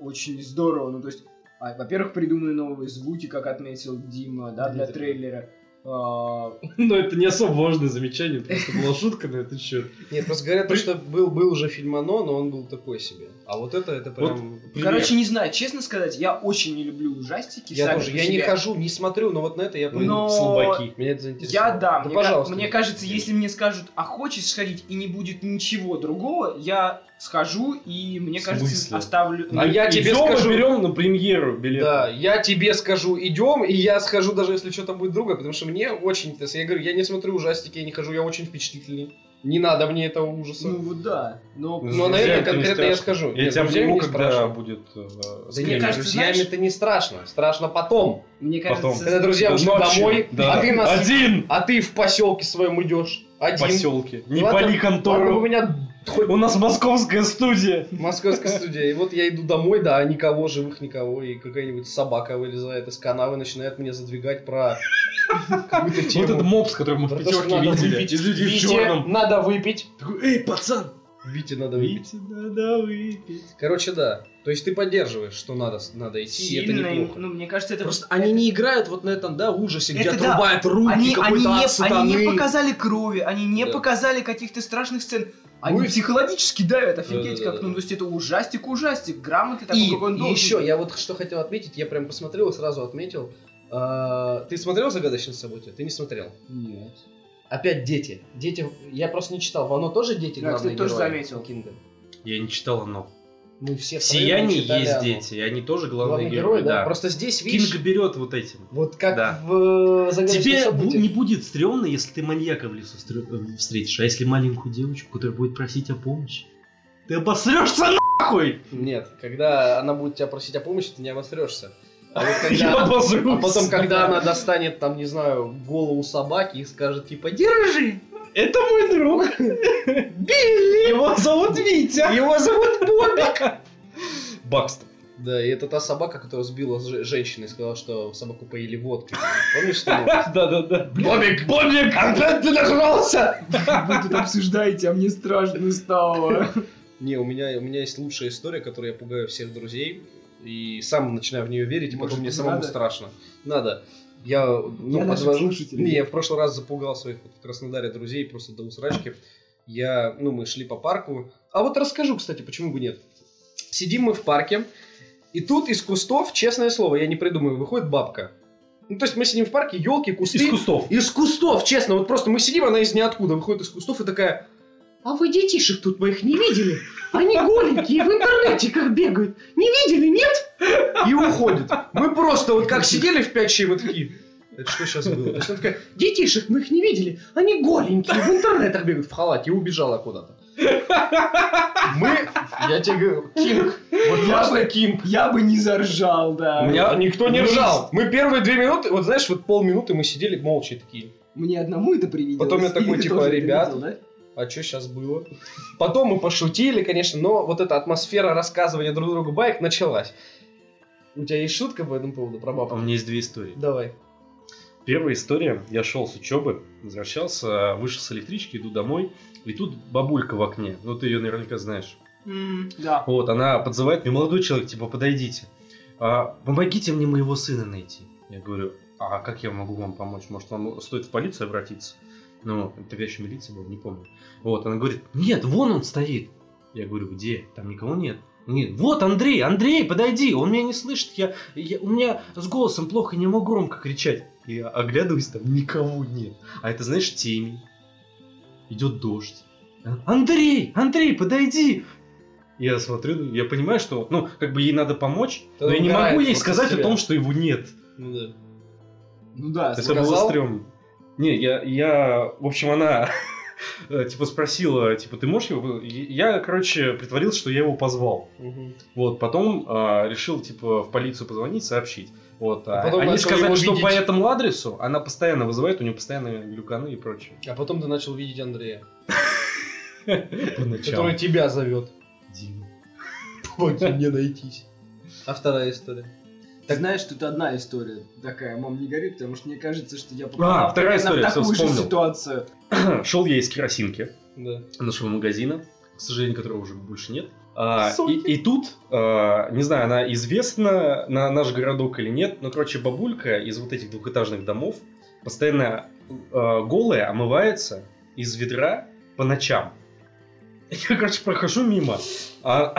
S4: очень здорово, ну то есть, а, во-первых, придуманы новые звуки, как отметил Дима, да, для
S3: Дмитрий.
S4: трейлера. А, а,
S3: Ну, это не особо важное замечание, просто была шутка на этот счет.
S1: Нет, просто говорят, что был, был уже фильм «Оно», но он был такой себе. А вот это, это прям...
S4: Короче, не знаю, честно сказать, я очень не люблю ужастики.
S1: я
S4: сами
S1: тоже,
S4: по
S1: я не
S4: себе.
S1: хожу, не смотрю, но вот на это я пойду.
S4: Но-
S1: Слабаки. Меня это заинтересует.
S4: Я да,
S1: Ну,
S4: мне, ка-
S1: пожалуйста.
S4: мне кажется, если мне скажут, а хочешь сходить и не будет ничего другого, я схожу и мне
S3: В
S4: кажется
S3: смысле?
S4: оставлю.
S1: А я тебе
S3: Идём и
S1: скажу-
S3: берем на премьеру билет.
S1: Да, я тебе скажу, идем, и я схожу, даже если что-то будет другое, потому что мне очень интересно. Я говорю, я не смотрю ужастики, я не хожу, я очень впечатлительный. Не надо мне этого ужаса.
S4: Ну вот да, но
S1: но,
S3: с
S1: наверное,
S3: друзьями это не
S1: конкретно я
S3: страшно.
S1: скажу. Нет,
S3: Я тебя
S1: с друзьями
S3: обниму,
S1: не
S3: когда
S1: страшно.
S3: будет... э,
S1: Да
S3: с
S1: нет,
S3: кем-нибудь.
S1: с
S4: кажется,
S1: друзьями
S4: знаешь-
S1: это не страшно. Страшно потом.
S4: мне
S3: Потом.
S4: кажется,
S1: Когда друзья ушли
S3: Ночью,
S1: домой,
S3: да.
S1: а ты нас...
S3: Один!
S1: А ты в поселке своем идешь. Один. Ну, а
S3: Поселки. Не
S1: Ладно,
S3: пали
S1: Ладно, у
S3: контору.
S1: меня
S3: У нас московская студия.
S1: московская студия. И вот я иду домой, да, а никого, живых никого. И какая-нибудь собака вылезает из канавы, начинает мне задвигать про какую-то
S3: Вот этот
S1: тему.
S3: мопс, который мы в
S1: Про то, что
S3: пятерке
S1: надо
S3: видели.
S1: выпить.
S3: Из людей в
S1: Вите,
S3: черном.
S1: надо выпить.
S3: Такой, эй, пацан!
S1: Вите надо выпить.
S3: Витя, надо выпить.
S1: Короче, да. То есть ты поддерживаешь, что надо, надо идти, и это
S4: сильно, им-
S1: неплохо.
S4: ну мне кажется, это
S1: Просто они не играют вот на этом, да, ужасе, где
S4: Это да.
S1: отрубают руки
S4: Они, они,
S1: какой-то
S4: не,
S1: от
S4: они не
S1: сатаны.
S4: показали крови, они не
S1: Да.
S4: показали каких-то страшных сцен. Они
S1: Ну и-
S4: психологически давят, офигеть,
S1: Да-да-да-да.
S4: как, ну, то есть это ужастик-ужастик, грамотный такой,
S1: И,
S4: как он должен
S1: еще,
S4: быть.
S1: я вот что хотел отметить, я прям посмотрел и сразу отметил. А, ты смотрел «Загадочное событие»? Ты не смотрел.
S4: Нет.
S1: Опять дети. Дети, я просто не читал. В «Оно» тоже дети
S4: Да,
S1: главные
S4: кстати, тоже
S1: герои?
S4: заметил.
S1: Кинга.
S3: Я не читал оно.
S1: Мы все
S3: В
S1: втроем
S3: Сиянии
S1: читали
S3: есть
S1: «Оно».
S3: дети, и они тоже главные
S1: Главные герои,
S3: герои,
S1: да.
S3: да.
S1: Просто здесь, видишь,
S3: Кинг берет вот этим.
S1: вот как
S3: Да.
S1: в э, «Загадочном
S3: Тебе бу-
S1: событии».
S3: не будет стрёмно, если ты маньяка в лесу стр- э, встретишь, а если маленькую девочку, которая будет просить о помощи? Ты обосрешься нахуй!
S1: Нет, когда она будет тебя просить о помощи, ты не обострешься. А
S3: [LAUGHS]
S1: вот
S3: Я
S1: когда...
S3: обосрусь.
S1: А потом, когда она достанет, там, не знаю, голову собаки и скажет, типа, держи,
S3: Это мой друг! Билли! Его зовут Витя!
S1: его зовут Бобик.
S3: Бакстер.
S1: Да, и это та собака, которая сбила же- женщину и сказала, что собаку поили водкой. Помнишь, что
S4: [LAUGHS]
S1: было?
S3: Да-да-да. Бобик! Бобик!
S1: Опять ты нажрался!
S4: Вы тут обсуждаете, а мне страшно стало.
S1: Не, у меня, у меня есть лучшая история, которой я пугаю всех друзей. И сам начинаю в нее верить, и
S4: Может,
S1: потом мне
S4: не
S1: самому
S4: надо?
S1: страшно. Надо. Я, ну,
S4: Я наших
S1: подвожу-
S4: слушателей.
S1: Не, я в прошлый раз запугал своих вот в Краснодаре друзей просто до усрачки. Я, ну, мы шли по парку. А вот расскажу, кстати, почему бы нет. Сидим мы в парке, и тут из кустов, честное слово, я не придумаю, выходит бабка. Ну, то есть мы сидим в парке, елки, кусты.
S3: Из кустов.
S1: Из кустов, честно, вот просто мы сидим, она из ниоткуда выходит из кустов и такая... А вы детишек тут моих не видели? Они голенькие в интернетиках бегают. Не видели, нет? И уходит. Мы просто вот как сидели в 5 вот такие... Это что сейчас было? То есть она такая, детишек мы их не видели, они голенькие в интернетах бегают в халате и убежала куда-то. Мы, я тебе говорю, Кинг, вот важно Кинг.
S4: Я бы не заржал, да.
S1: никто
S4: не
S1: ржал. Мы первые две минуты, вот знаешь, вот полминуты мы сидели молча и такие,
S4: Мне одному это привиделось.
S1: Потом
S4: [LAUGHS]
S1: я
S4: и
S1: такой,
S4: ты
S1: типа,
S4: тоже это
S1: «Ребят,
S4: видел, да?
S1: а что сейчас было? Потом мы пошутили, конечно, но вот эта атмосфера рассказывания друг другу байк началась. У тебя есть шутка по этому поводу про
S3: А У
S1: бабку?
S3: меня есть две истории.
S1: Давай.
S3: Первая история. Я шел с учебы, возвращался, вышел с электрички, иду домой. И тут бабулька в окне. Ну, ты ее наверняка знаешь.
S4: М, Да.
S3: Вот, она подзывает меня, молодой человек, типа, подойдите. А, помогите мне моего сына найти. Я говорю, а как я могу вам помочь? Может, вам стоит в полицию обратиться? Ну, тогда еще милиция была, не помню. Вот, она говорит, нет, вон он стоит. Я говорю, где? Там никого нет. Нет, вот Андрей, Андрей, подойди, он меня не слышит, я, я- у меня с голосом плохо, не могу громко кричать. Я оглядываюсь, там никого нет. А это, знаешь, темень. Идет дождь. Андрей, Андрей, подойди. Я смотрю, я понимаю, что, ну, как бы ей надо помочь,
S1: Да
S3: но я не
S1: умирает
S3: могу ей
S1: просто
S3: сказать о
S1: себя.
S3: том, что его нет.
S1: Ну да.
S4: Ну да,
S3: Это было
S1: Сказал?
S3: стрёмно. Не, я, я, в общем, она [LAUGHS] э, типа спросила, типа, ты можешь его... Я, короче, притворился, что я его позвал. Вот, потом а, решил, типа, в полицию позвонить, сообщить. Вот, а
S1: А потом
S3: они
S1: начал
S3: сказали,
S1: его
S3: что
S1: видеть.
S3: по этому адресу она постоянно вызывает, у нее постоянно глюканы и прочее.
S1: А потом ты начал видеть Андрея,
S3: Поначалу.
S1: который тебя зовет.
S3: Дима.
S1: Помоги мне найтись. А вторая история.
S4: Ты знаешь, тут одна история такая, мам, не гори, потому что мне кажется, что я
S3: А,
S4: примерно
S3: вторая история,
S4: в
S3: всё,
S4: такую же
S3: вспомнил.
S4: ситуацию.
S3: [CLEARS THROAT] Шел я из керосинки
S1: Да.
S3: нашего магазина, к сожалению, которого уже больше нет. А, и, и тут, а, не знаю, она известна на наш городок или нет, но, короче, бабулька из вот этих двухэтажных домов постоянно э, голая омывается из ведра по ночам. Я, короче, прохожу мимо. а-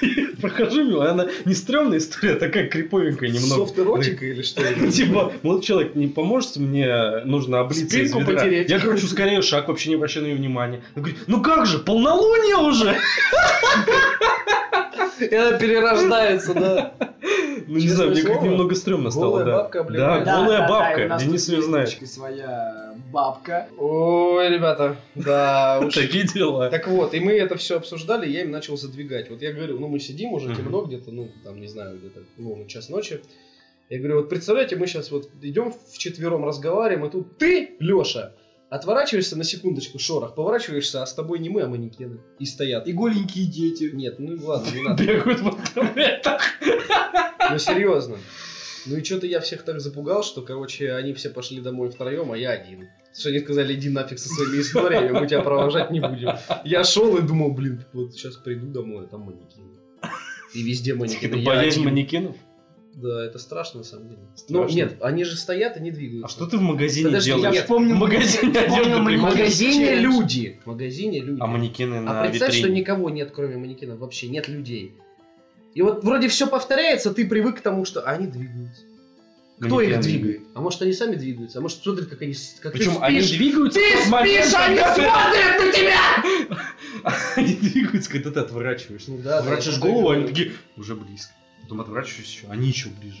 S3: [LAUGHS] прохожу мимо, и она не стрёмная история, а такая криповенькая немного.
S1: Софт-эротика или что? [LAUGHS] [CLEARS THROAT]
S3: Ну, Типа, молодой человек, не поможете мне, нужно облиться из
S4: Спинку
S3: ведра.
S4: потереть.
S3: Я, короче, ускоряю шаг, вообще не обращаю на нее внимания. Она говорит, ну как же, полнолуние уже! [LAUGHS]
S10: И она перерождается,
S1: [LAUGHS]
S10: да.
S3: Ну не знаю, мне
S1: Честное
S3: как
S1: слово,
S3: немного стрёмно стало,
S1: голая
S3: да.
S1: бабка
S3: Да,
S1: обливает.
S3: голая
S4: и у
S3: бабка,
S4: нас
S3: Денис
S4: тут
S3: ее
S4: есть
S3: знает.
S4: девочка своя бабка.
S1: Ой, ребята, да уж.
S3: [LAUGHS] Такие дела.
S1: Так вот, и мы это все обсуждали, и я им начал задвигать. Вот я говорю, ну мы сидим уже
S3: Мгм.
S1: темно где-то, ну там, не знаю, где-то, ну, уже час ночи. Я говорю, вот представляете, мы сейчас вот идем вчетвером разговариваем, и тут ты, Леша, отворачиваешься на секундочку, шорох, поворачиваешься, а с тобой не мы, а манекены. И стоят.
S4: И голенькие дети.
S1: Нет, ну ладно, не надо.
S3: Бегают в интернетах.
S1: Ну серьезно. Ну и что-то я всех так запугал, что, короче, они все пошли домой втроем, а я один. Что они сказали, иди нафиг со своими историями, мы тебя провожать не будем. Я шел и думал, блин, вот сейчас приду домой, а там манекены. И везде манекены.
S3: Это
S1: Я
S3: болезнь
S1: один.
S3: Типа, манекенов.
S1: Да, это страшно, на самом деле. Ну,
S3: Страшно.
S1: нет, они же стоят и не двигаются.
S3: А что ты в магазине
S1: Подожди, я
S3: делаешь?
S4: вспомнил-
S3: В магазине одежды
S4: вспомнил
S1: В
S3: приходишь.
S1: магазине
S4: Челлендж.
S1: люди. В магазине люди.
S3: А манекены
S1: А
S3: на
S1: представь, что
S3: витрине.
S1: никого нет, кроме манекенов, вообще нет людей. И вот вроде все повторяется, ты привык к тому, что а они двигаются. Кто их
S3: Манекены.
S1: двигает? А может они сами двигаются? А может смотрят, как они... с- Как ты
S3: Причем они
S1: спишь?
S3: двигаются...
S11: Ты
S3: в момент,
S11: спишь, а они
S3: [LAUGHS] когда ты-
S11: смотрят на тебя!
S3: Они двигаются, когда ты отворачиваешься.
S1: Ну да, да,
S3: Отворачиваешь
S1: я
S3: голову,
S1: так и
S3: они
S1: говорю.
S3: такие, уже близко. Потом отворачиваешься еще, они еще ближе.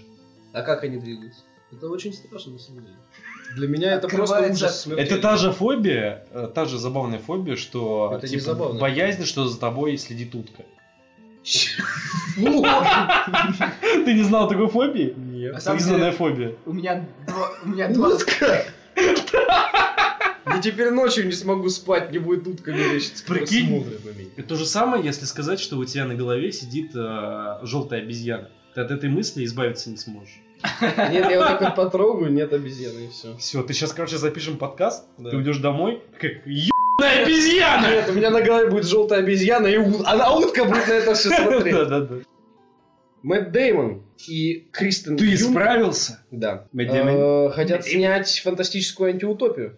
S1: А как они двигаются? Это очень страшно, на самом деле. Для меня это просто
S4: Открывается-
S1: ужас смертельный. [LAUGHS]
S3: Это та же фобия, э, та же забавная фобия, что
S1: Это не
S3: типа,
S1: забавно.
S3: боязнь, что за тобой следит утка. [LAUGHS]
S1: Ну,
S3: Ты не знал такой фобии?
S1: Нет.
S4: На самом
S3: Признанная
S4: деле,
S3: фобия.
S4: у меня два... У меня два...
S1: Утка! ну Я теперь ночью не смогу спать, не будет утка мерещиться.
S3: Прикинь.
S1: Смотрит на меня.
S3: Это то же самое, если сказать, что у тебя на голове сидит желтая обезьяна. Ты от этой мысли избавиться не сможешь.
S1: Нет, я вот такой потрогаю, нет обезьяны, и все.
S3: Все, ты сейчас, короче, запишем подкаст,
S1: Да.
S3: ты уйдешь домой, как ебаная [LAUGHS] обезьяна!
S1: Нет, у меня на голове будет желтая обезьяна, и у- она утка будет на это все
S3: [LAUGHS]
S1: смотреть.
S3: Да-да-да.
S1: Мэтт Деймон и Кристен
S3: Ты
S1: Юнг,
S3: справился?
S1: да,
S3: Мэтт
S1: э,
S3: Деймон?
S1: хотят снять фантастическую антиутопию.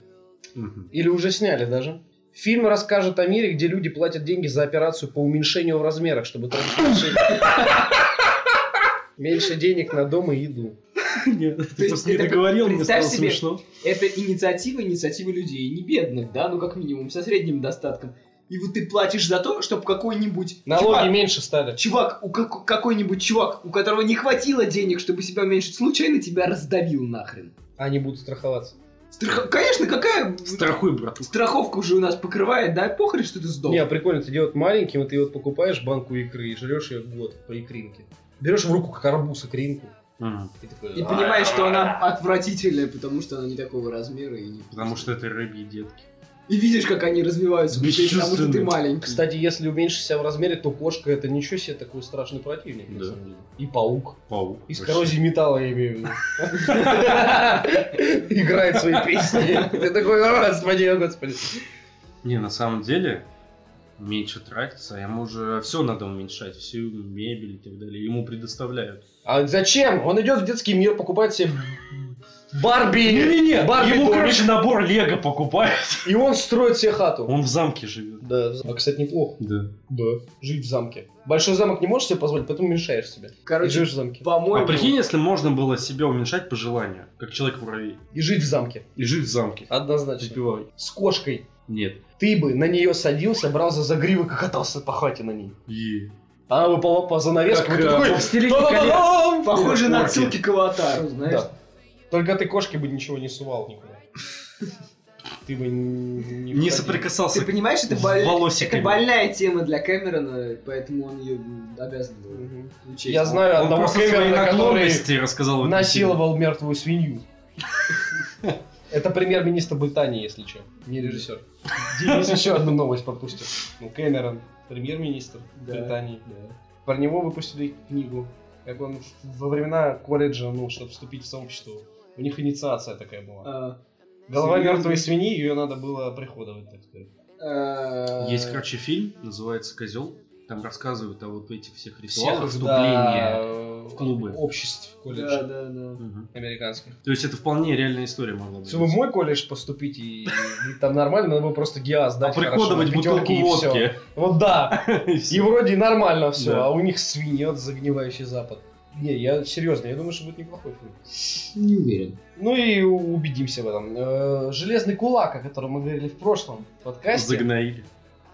S1: Или уже сняли даже. Фильм расскажет о мире, где люди платят деньги за операцию по уменьшению в размерах, чтобы тратить [LAUGHS] меньше- меньше денег на дом и еду.
S3: [LAUGHS] Нет,
S4: То
S3: ты
S4: есть
S3: просто не
S4: это как-
S3: договорил, мне
S4: представь
S3: стало
S4: себе,
S3: смешно.
S4: Это инициатива инициатива людей, не бедных, да, ну как минимум, со средним достатком. И вот ты платишь за то, чтобы какой-нибудь
S1: Налоги
S3: Типа-
S4: чувак,
S1: меньше стали.
S4: чувак, у как- какой-нибудь чувак, у которого не хватило денег, чтобы себя уменьшить, случайно тебя раздавил нахрен.
S1: Они будут страховаться.
S4: Страх- Конечно, какая
S3: Страхуй, брат.
S4: страховка уже у нас покрывает, да, похрен, что ты сдох.
S1: Не, прикольно, ты делаешь маленьким, и ты вот покупаешь банку икры и жрешь ее год по икринке. Берешь в руку как арбуз икринку. И такой,
S4: И
S1: «А,
S4: понимаешь, что она отвратительная, потому что она не такого размера и не
S3: Потому что это рыбьи детки.
S4: И видишь, как они развиваются, внутри, потому что ты
S3: Бесчувственные.
S4: маленький.
S1: Кстати, если уменьшишься в размере, то кошка это ничего себе такой страшный противник, на
S3: Да.
S1: самом деле. И паук.
S3: Паук.
S1: Из коррозии металла, я имею в
S3: [LAUGHS]
S1: виду. Играет свои песни. Ты такой, «О, господи, о, господи.
S3: Не, на самом деле, меньше тратится. Ему уже все надо уменьшать. Всю мебель и так далее. Ему предоставляют.
S1: А зачем? Он идет в детский мир, покупает себе Барби. Барби
S3: Ему,
S1: домик.
S3: короче, набор Лего покупают.
S1: И он строит себе хату.
S3: Он в замке живет.
S1: Да, а, кстати, неплохо.
S3: Да.
S1: Да. Жить в замке. Большой замок не можешь себе позволить, поэтому уменьшаешь себе. И
S4: Короче,
S1: живешь в замке.
S3: А
S4: по-моему,
S3: прикинь, если можно было себя уменьшать по желанию, как человек-муравей,
S1: И жить в замке.
S3: и жить в замке.
S1: Однозначно.
S3: Запивай.
S1: С кошкой.
S3: Нет.
S1: Ты бы на нее садился, брал за загривок и катался по хате на ней.
S3: И...
S1: Она выпала по занавеску.
S3: Как,
S1: и ты
S3: э,
S1: такой,
S4: «Властелин
S1: «Да-да-да-да!»
S4: похоже на
S3: Орки.
S4: отсылки к аватару, знаешь.
S1: Да. Только ты кошке бы ничего не сувал никуда. Ты бы не...
S3: Не
S1: входил.
S3: соприкасался
S4: Ты
S3: к
S4: понимаешь, это, боль-
S3: волосиками.
S4: это больная тема для Кэмерона, поэтому он ее обязан был
S1: Мгм.
S4: учесть.
S1: Я знаю
S3: Он
S1: одного
S3: просто свои
S1: Кэмерона, который
S3: наклонности рассказал. в этом
S1: насиловал мертвую свинью. Это премьер-министр Британии, если что. Не режиссер. Денис еще одну новость пропустил. Ну, Кэмерон, премьер-министр
S4: Да.
S1: Британии. Про него выпустили книгу. Как он в- во времена колледжа, ну, чтобы вступить в сообщество. У них инициация такая была.
S4: А,
S1: Голова
S4: серьезно?
S1: мертвой свиньи, ее надо было приходовать, так сказать.
S3: фильме.
S4: э,
S3: Есть, короче, фильм, называется «Козел». Там рассказывают о вот этих всех
S1: Всех
S3: ритуалах
S1: их,
S3: вступления.
S1: да,
S3: в клубы.
S1: Обществ
S4: Да,
S1: колледжа
S4: да, да.
S3: Мгм.
S1: американских.
S3: То есть это вполне реальная история могла быть.
S1: Чтобы в мой колледж поступить, и, и там нормально, надо было просто ГИАС дать
S3: Прикодывать
S1: хорошо,
S3: А бутылку
S1: пятерки и всё.
S3: водки.
S1: Вот да,
S3: И
S1: и
S3: [LAUGHS] всё.
S1: вроде и нормально все,
S3: Да.
S1: а у них свиньет загнивающий запад. Не, я серьезно, я думаю, что будет неплохой фильм.
S3: Не уверен.
S1: Ну и у- убедимся в этом. Э, Железный кулак, о котором мы говорили в прошлом подкасте.
S3: Загноили.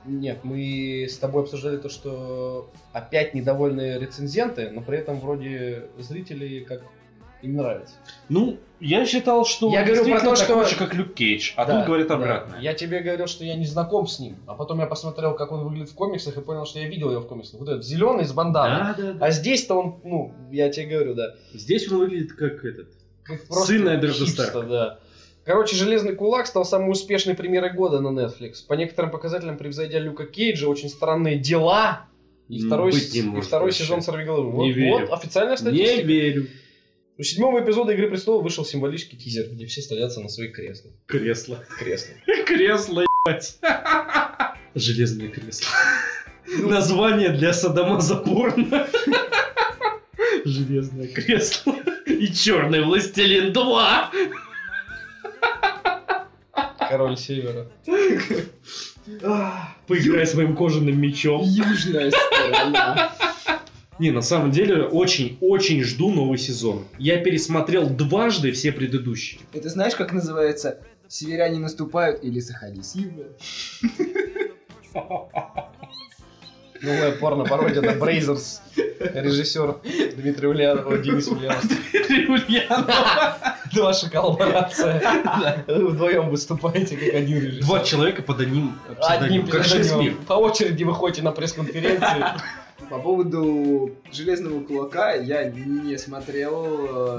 S1: Нет, мы с тобой обсуждали то, что опять недовольные рецензенты, но при этом вроде зрители как им нравится.
S3: Ну, я считал, что
S1: Я говорю
S3: он
S1: про
S3: действительно
S1: то,
S3: такой
S1: что-
S3: же, как Люк Кейдж, а
S1: Да,
S3: тут говорят
S1: да.
S3: обратно.
S1: Я тебе говорил, что я не знаком с ним, а потом я посмотрел, как он выглядит в комиксах и понял, что я видел его в комиксах. Вот этот зеленый с банданой.
S3: Да, да, да.
S1: А здесь-то он, ну, я тебе говорю, да.
S3: Здесь он выглядит как этот.
S1: Как
S3: Сын Эдриана
S1: хипстер,
S3: Старка.
S1: да. Короче, «Железный кулак» стал самой успешной премьерой года на Netflix. По некоторым показателям, превзойдя Люка Кейджа, «Очень странные дела» и
S3: М,
S1: второй,
S3: Ну, быть
S1: с-
S3: не
S1: и
S3: может
S1: второй
S3: вообще.
S1: сезон «Сорвиголовы». Вот,
S3: верю.
S1: вот официальная статистика.
S3: Не верю.
S1: У седьмого эпизода «Игры престолов» вышел символический тизер, где все садятся на свои кресла.
S3: Кресло.
S1: кресла.
S3: Кресло, ебать. [LAUGHS] Железное кресло.
S1: Ну.
S3: Название для садомаза порно. Железное кресло. И черный властелин 2.
S1: Король Севера.
S3: Поиграй с моим кожаным мечом.
S4: Южная сторона.
S3: Не, на самом деле, очень-очень жду новый сезон. Я пересмотрел дважды все предыдущие.
S4: Это знаешь, как называется? Северяне наступают или заходи с юга.
S1: Новая порно-пародия на Брейзерс. Режиссер Дмитрий Ульянов, Денис Ульянов. Ваша коллаборация. Вы вдвоем выступаете как один режиссер.
S3: Два человека под одним
S1: Одним
S3: псевдонимом, как Шекспир.
S1: псевдонимом. По очереди выходите на пресс-конференции.
S4: По поводу Железного Кулака я не смотрел.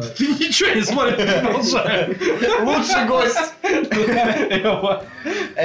S4: э,
S3: Ты ничего не смотришь, продолжай.
S1: Лучший гость.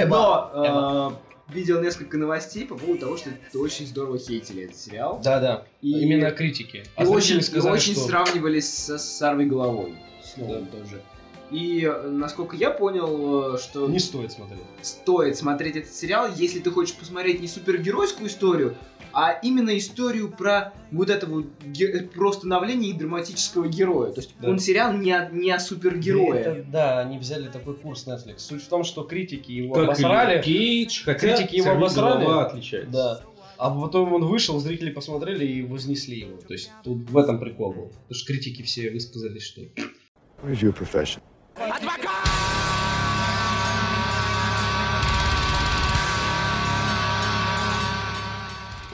S4: Но э, видел несколько новостей по поводу того, что это очень здорово хейтили этот сериал.
S1: Да-да.
S4: И-
S1: Именно критики.
S4: И
S1: А зрители
S4: очень, и
S1: сказали,
S4: очень
S1: что...
S4: сравнивали со Сарвой головой. С новым тоже. И э, насколько я понял, э, что
S1: Не стоит смотреть.
S4: стоит смотреть этот сериал, если ты хочешь посмотреть не супергеройскую историю, а именно историю про вот этого ге- про становление и драматического героя. То есть
S1: Да.
S4: он сериал не о, не о супергерое.
S1: Это Да, они взяли такой курс Netflix. Суть в том, что критики его
S3: Как и
S1: обосрали.
S3: Кейдж, хотя
S1: Критики его
S3: «Сорви
S1: обосрали.
S3: голова» отличается.
S1: Да. А потом он вышел, зрители посмотрели и вознесли его. То есть тут в этом прикол был. Потому что критики все высказались, что...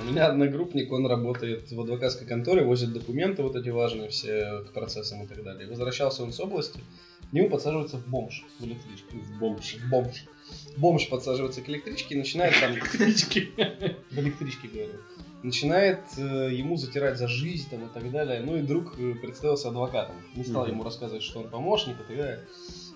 S1: У меня одногруппник, он работает в адвокатской конторе, возит документы вот эти важные все к процессам и так далее. Возвращался он с области, к нему подсаживается в бомж в электричке. В бомж. В бомж. Бомж подсаживается к электричке и начинает там... Электрички. В электричке, говорю. Начинает э, ему затирать за жизнь там, и так далее. Ну и друг э, представился адвокатом. Не стал
S3: Мгм.
S1: ему рассказывать, что он помощник и так далее.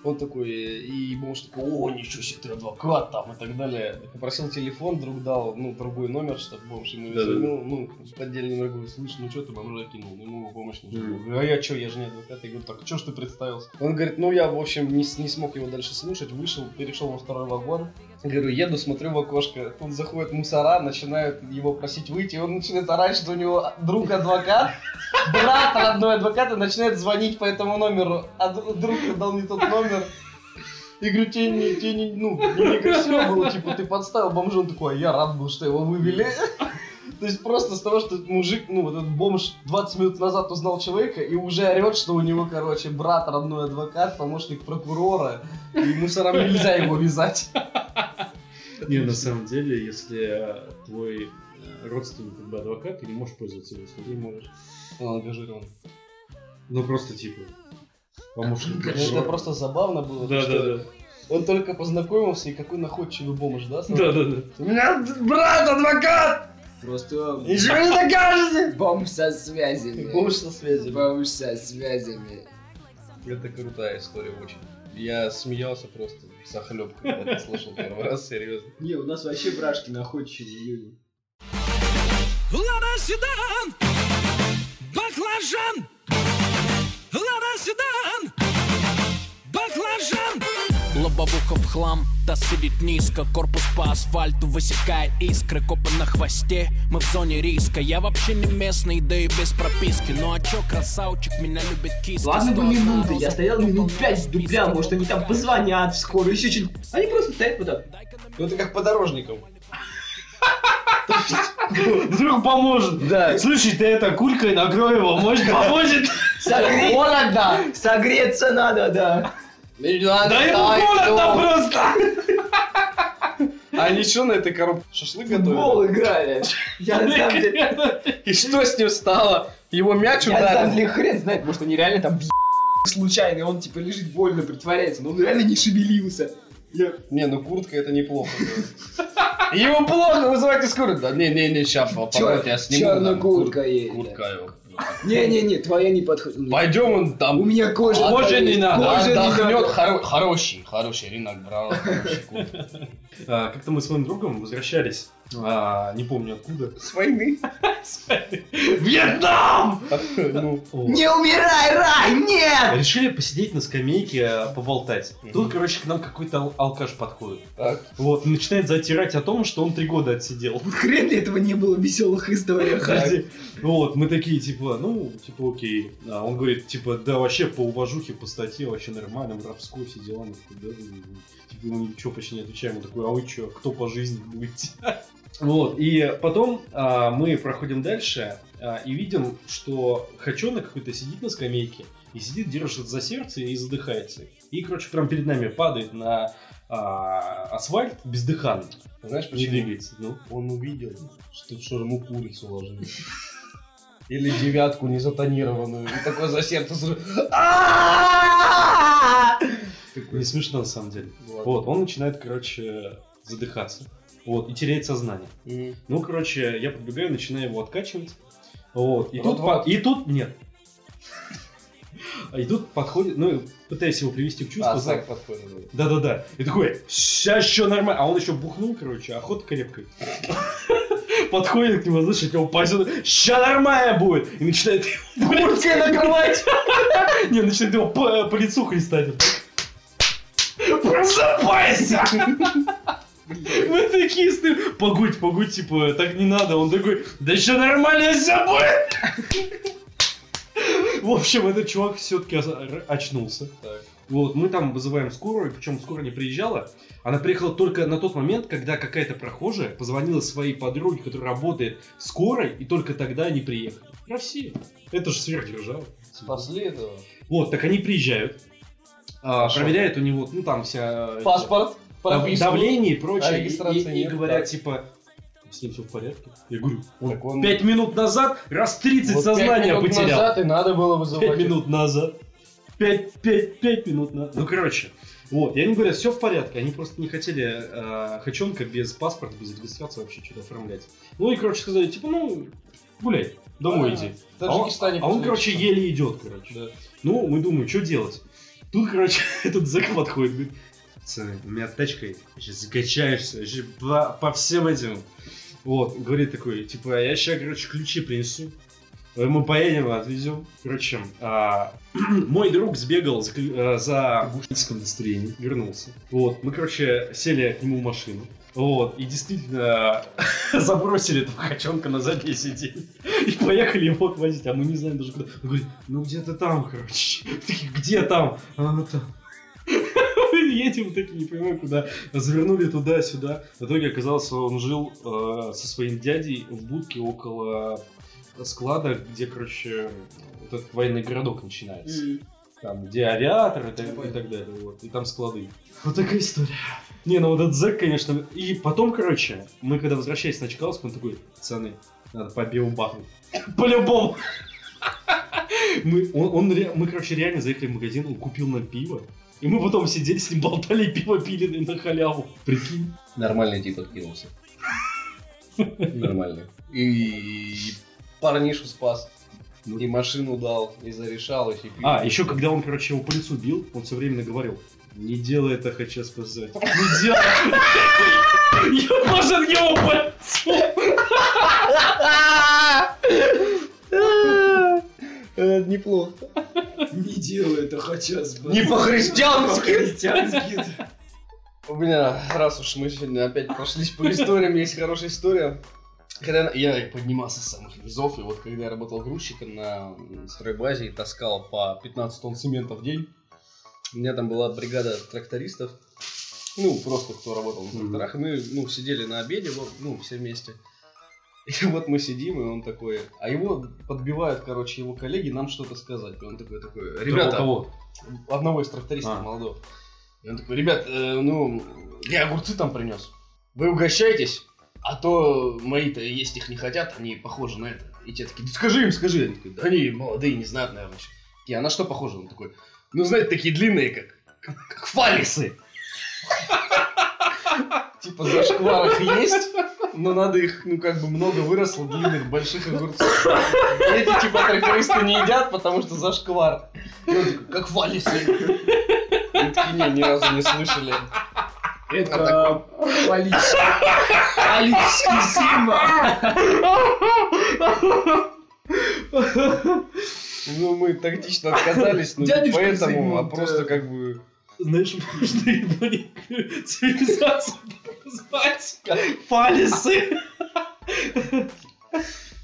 S1: Он такой, э, и бомж такой, о, ничего себе, ты адвокат там и так далее. Попросил телефон, друг дал, ну, другой номер, чтобы бомж ему не
S3: Да-да-да.
S1: звонил. Ну, отдельный номер говорит, слышь, ну что ты бомжа кинул, ну, ему помощь нужна.
S3: Мгм.
S1: Я говорю, А я что, я же не адвокат. Я говорю, так что ж ты представился? Он говорит, ну я, в общем, не, с- не смог его дальше слушать, вышел, перешел во второй вагон. Говорю, еду, смотрю в окошко. Тут заходят мусора, начинают его просить выйти, и он начинает орать, что у него друг адвокат, брат родной адвоката начинает звонить по этому номеру, а дру- друг дал не тот номер. И говорю, тебе не, тебе не, ну, не некрасиво было, типа, ты подставил бомжа, он такой, а я рад был, что его вывели. То есть просто с того, что этот мужик, ну, вот этот бомж 20 минут назад узнал человека и уже орет, что у него, короче, брат, родной адвокат, помощник прокурора, и мусорам нельзя его вязать.
S3: Не, на самом деле, если э, твой э, родственник как бы адвокат, ты не можешь пользоваться его услугами, можешь.
S1: Он ангажирован.
S3: Ну просто типа помощник.
S1: Ну,
S3: прокурора.
S1: Это просто забавно было,
S3: Да,
S1: что
S3: да, да.
S1: он только познакомился, и какой находчивый бомж, да? сразу?
S3: Да, да, да.
S1: У меня брат адвокат!
S4: Просто
S1: Ничего не докажете!
S4: бомж со связями.
S1: Бомж со связи.
S4: Бомж со связями.
S1: Это крутая история очень. Я смеялся просто со когда это слышал первый раз, серьезно.
S4: Не, у нас вообще брашки находчивые люди.
S7: Лада седан, баклажан. Лада седан, баклажан.
S12: лобовуха в хлам, та сидит низко Корпус по асфальту высекает искры Копы на хвосте, мы в зоне риска Я вообще не местный, да и без прописки Ну а чё, красавчик, меня любит киска
S4: Ладно бы
S12: 101
S4: минуты, я
S12: роза,
S4: стоял минут
S12: полная
S4: пять дубля,
S12: списка.
S4: может они там позвонят вскоре, еще что-нибудь. Они просто стоят вот так.
S1: Ну это как подорожником.
S13: Вдруг поможет.
S14: Да.
S13: Слушай, ты это кулькой накрой его, может поможет?
S4: Согре-
S15: Холодно!
S4: Согреться надо, да.
S13: Да ему холодно просто!
S1: А ничего на этой коробке? Шашлык готовили?
S4: Гол играли. Я на самом деле...
S1: И что с ним стало? Его мяч
S4: Я на самом
S1: ударил?
S4: деле хрен знает, может они реально там б***ь случайно, и он типа лежит больно, притворяется, но он реально не шевелился.
S1: Не, ну куртка это неплохо. да. Его плохо, вызывайте скорую. Да не, не, не, сейчас,
S4: Чёр-
S1: поворот, я сниму.
S4: Черная
S1: нам
S4: куртка
S1: кур-
S4: есть.
S1: Куртка его.
S4: Не-не-не, твоя не подходит.
S1: Пойдем он
S4: У
S1: там.
S4: меня кожа...
S1: Кожа не надо.
S4: Кожа не
S1: Отдохнет.
S4: надо.
S1: Хоро- Хороший, хороший рынок брал. хороший куртка.
S3: А, Как-то мы с моим другом возвращались, а, не помню откуда.
S1: С войны.
S13: Вьетнам!
S1: Ну,
S3: Вот.
S4: Не умирай, рай, нет!
S3: Решили посидеть на скамейке, а, поболтать. Тут, короче, к нам какой-то ал- алкаш подходит. Вот, и начинает затирать о том, что он три года отсидел.
S4: Хрен ли этого не было в веселых
S3: [LAUGHS]
S4: историях? а?
S3: Подожди. Ну Вот, мы такие, типа, ну, типа, окей. А он говорит, типа, да вообще по уважухе, по статье, вообще нормально, в рабской, все дела. Мы такие, да, ну, типа, мы ничего почти не отвечаем. Он такой, а вы чё, кто по жизни будете? [LAUGHS] Вот, и потом а, мы проходим дальше а, и видим, что Хачёна какой-то сидит на скамейке и сидит, держит за сердце и задыхается. И, короче, прям перед нами падает на а, асфальт бездыханно.
S1: Знаешь
S3: Не
S1: почему?
S3: двигается. Ну,
S1: Он увидел, что в шаурму курицу ложили. Или девятку незатонированную. И такой за сердце сразу,
S4: А!
S1: «А-а-а!»
S3: не смешно на самом деле.
S1: Вот.
S3: Вот, он начинает, короче, задыхаться. Вот, и теряет сознание.
S1: Мгм.
S3: Ну, короче, я подбегаю, начинаю его откачивать. Вот, и
S1: Вот
S3: тут...
S1: вот.
S3: по- И тут... Нет. [LAUGHS] А, И тут подходит... Ну, пытаюсь его привести в чувство.
S1: А, Зак подходит.
S3: Да-да-да. И такой, сейчас еще нормально. А он еще бухнул, короче, охота крепкая. [LAUGHS] Подходит к нему, знаешь, от него пасет. Ща нормально будет! И начинает его... блядь,
S4: накрывать!
S3: [LAUGHS] Не, начинает его по, по лицу хлестать. Просыпайся! [LAUGHS] Мы такие стоим. Погодь, погодь, типа, так не надо. Он такой, да еще нормально все будет! [LAUGHS] В общем, этот чувак все-таки очнулся.
S1: Так.
S3: Вот, мы там вызываем скорую, причем скорая не приезжала. Она приехала только на тот момент, когда какая-то прохожая позвонила своей подруге, которая работает в скорой, и только тогда они приехали. Россия. Это же сверхдержава.
S1: Спасли этого.
S3: Вот, так они приезжают, а,
S1: Хорошо.
S3: проверяют у него, ну там вся...
S1: Паспорт,
S3: дав-
S1: прописку.
S3: давление и
S1: А
S3: прочее.
S1: регистрации
S3: и, и
S1: нет,
S3: говорят,
S1: так.
S3: типа, с ним все в порядке. Я говорю, он
S1: Так он-
S3: пять минут назад раз 30
S1: Вот
S3: сознания
S1: пять минут
S3: потерял.
S1: назад и надо было вызывать.
S3: Пять минут назад. Пять, пять, пять минут назад. Ну, короче. Вот, и они говорят, все в порядке, они просто не хотели э, Хаченка без паспорта, без регистрации вообще что-то оформлять. Ну и, короче, сказали, типа, ну, гуляй, домой
S1: Да,
S3: иди.
S1: В
S3: А он,
S1: Таджикистане
S3: а он,
S1: после
S3: короче,
S1: этого.
S3: еле идет, короче.
S1: Да.
S3: Ну, мы думаем, что делать? Тут, короче, [LAUGHS] этот зэк подходит, говорит, пацаны, у меня тачка есть, сейчас закачаешься, вообще по, по всем этим. Вот, говорит такой, типа, я сейчас, короче, ключи принесу, мы поедем, отвезем. Короче, а, [CLEARS THROAT] мой друг сбегал за, кли- а, за бушинском настроении, вернулся. Вот, мы, короче, сели к нему в машину. Вот, и действительно [LAUGHS] забросили этого хачонка на заднее сиденье. И поехали его отвозить, а мы не знаем даже куда. Он говорит, ну где-то там, короче. [LAUGHS] Такие, где там? А, ну там. [LAUGHS] Мы едем, такие, не понимаю куда. Завернули туда-сюда. В итоге оказалось, он жил э, со своим дядей в будке около склада, где, короче, вот этот военный городок начинается. Там, где авиатор и так, и так далее. Вот. И там склады. Вот такая история. Не, ну вот этот зэк, конечно. И потом, короче, мы когда возвращались на Чкаловск, он такой, пацаны, надо по белому бахнуть. По-любому. Мы, он, он ре- мы, короче, реально заехали в магазин, он купил нам пиво. И мы потом сидели с ним, болтали, и пиво пили на халяву. Прикинь.
S1: Нормальный тип откинулся. Нормальный. И парнишу спас. И машину дал, и зарешал, и фиг.
S3: А, еще когда он, короче, его по лицу бил, он все время говорил, не делай это, хочу спасать. Не делай. Я должен его по лицу.
S4: А!
S1: Это неплохо.
S4: Не делай это, хотя бы.
S1: Не по-христиански!
S4: по-христиански.
S1: Бля, Ну, а раз уж мы сегодня опять прошлись по историям, есть хорошая история. Когда я поднимался с самых низов, и вот когда я работал грузчиком на стройбазе и таскал по 15 тонн цемента в день, у меня там была бригада трактористов, ну, просто кто работал на тракторах, и мы, ну, сидели на обеде, вот, ну, все вместе. И [LAUGHS] вот мы сидим, и он такой, а его подбивают, короче, его коллеги нам что-то сказать. И он такой, такой, ребята,
S3: кого?
S1: одного из трактористов
S3: А.
S1: молодого. И он такой, ребят, э, ну, я огурцы там принес. Вы угощайтесь, а то мои-то есть их не хотят, они похожи на это. И те такие, да скажи им, скажи. Они такие, да они молодые, не знают, наверное, еще. Такие, а на что похоже? Он такой, ну, знаете, такие длинные, как, как, как фалисы. Типа зашквар их есть, но надо их, ну, как бы много выросло длинных, больших огурцов. И Эти, типа, трактористы не едят, потому что зашквар. И он такой, как фалисы. Мы такие, не, ни разу не слышали.
S4: Это полиция. Полицейский зима.
S1: Ну, мы тактично отказались, ну, не
S4: Дядюшка
S1: поэтому, а
S4: Зигмунд,
S1: просто
S4: э,
S1: как бы...
S3: Знаешь, можно и маленькую цивилизацию назвать. Фалисы!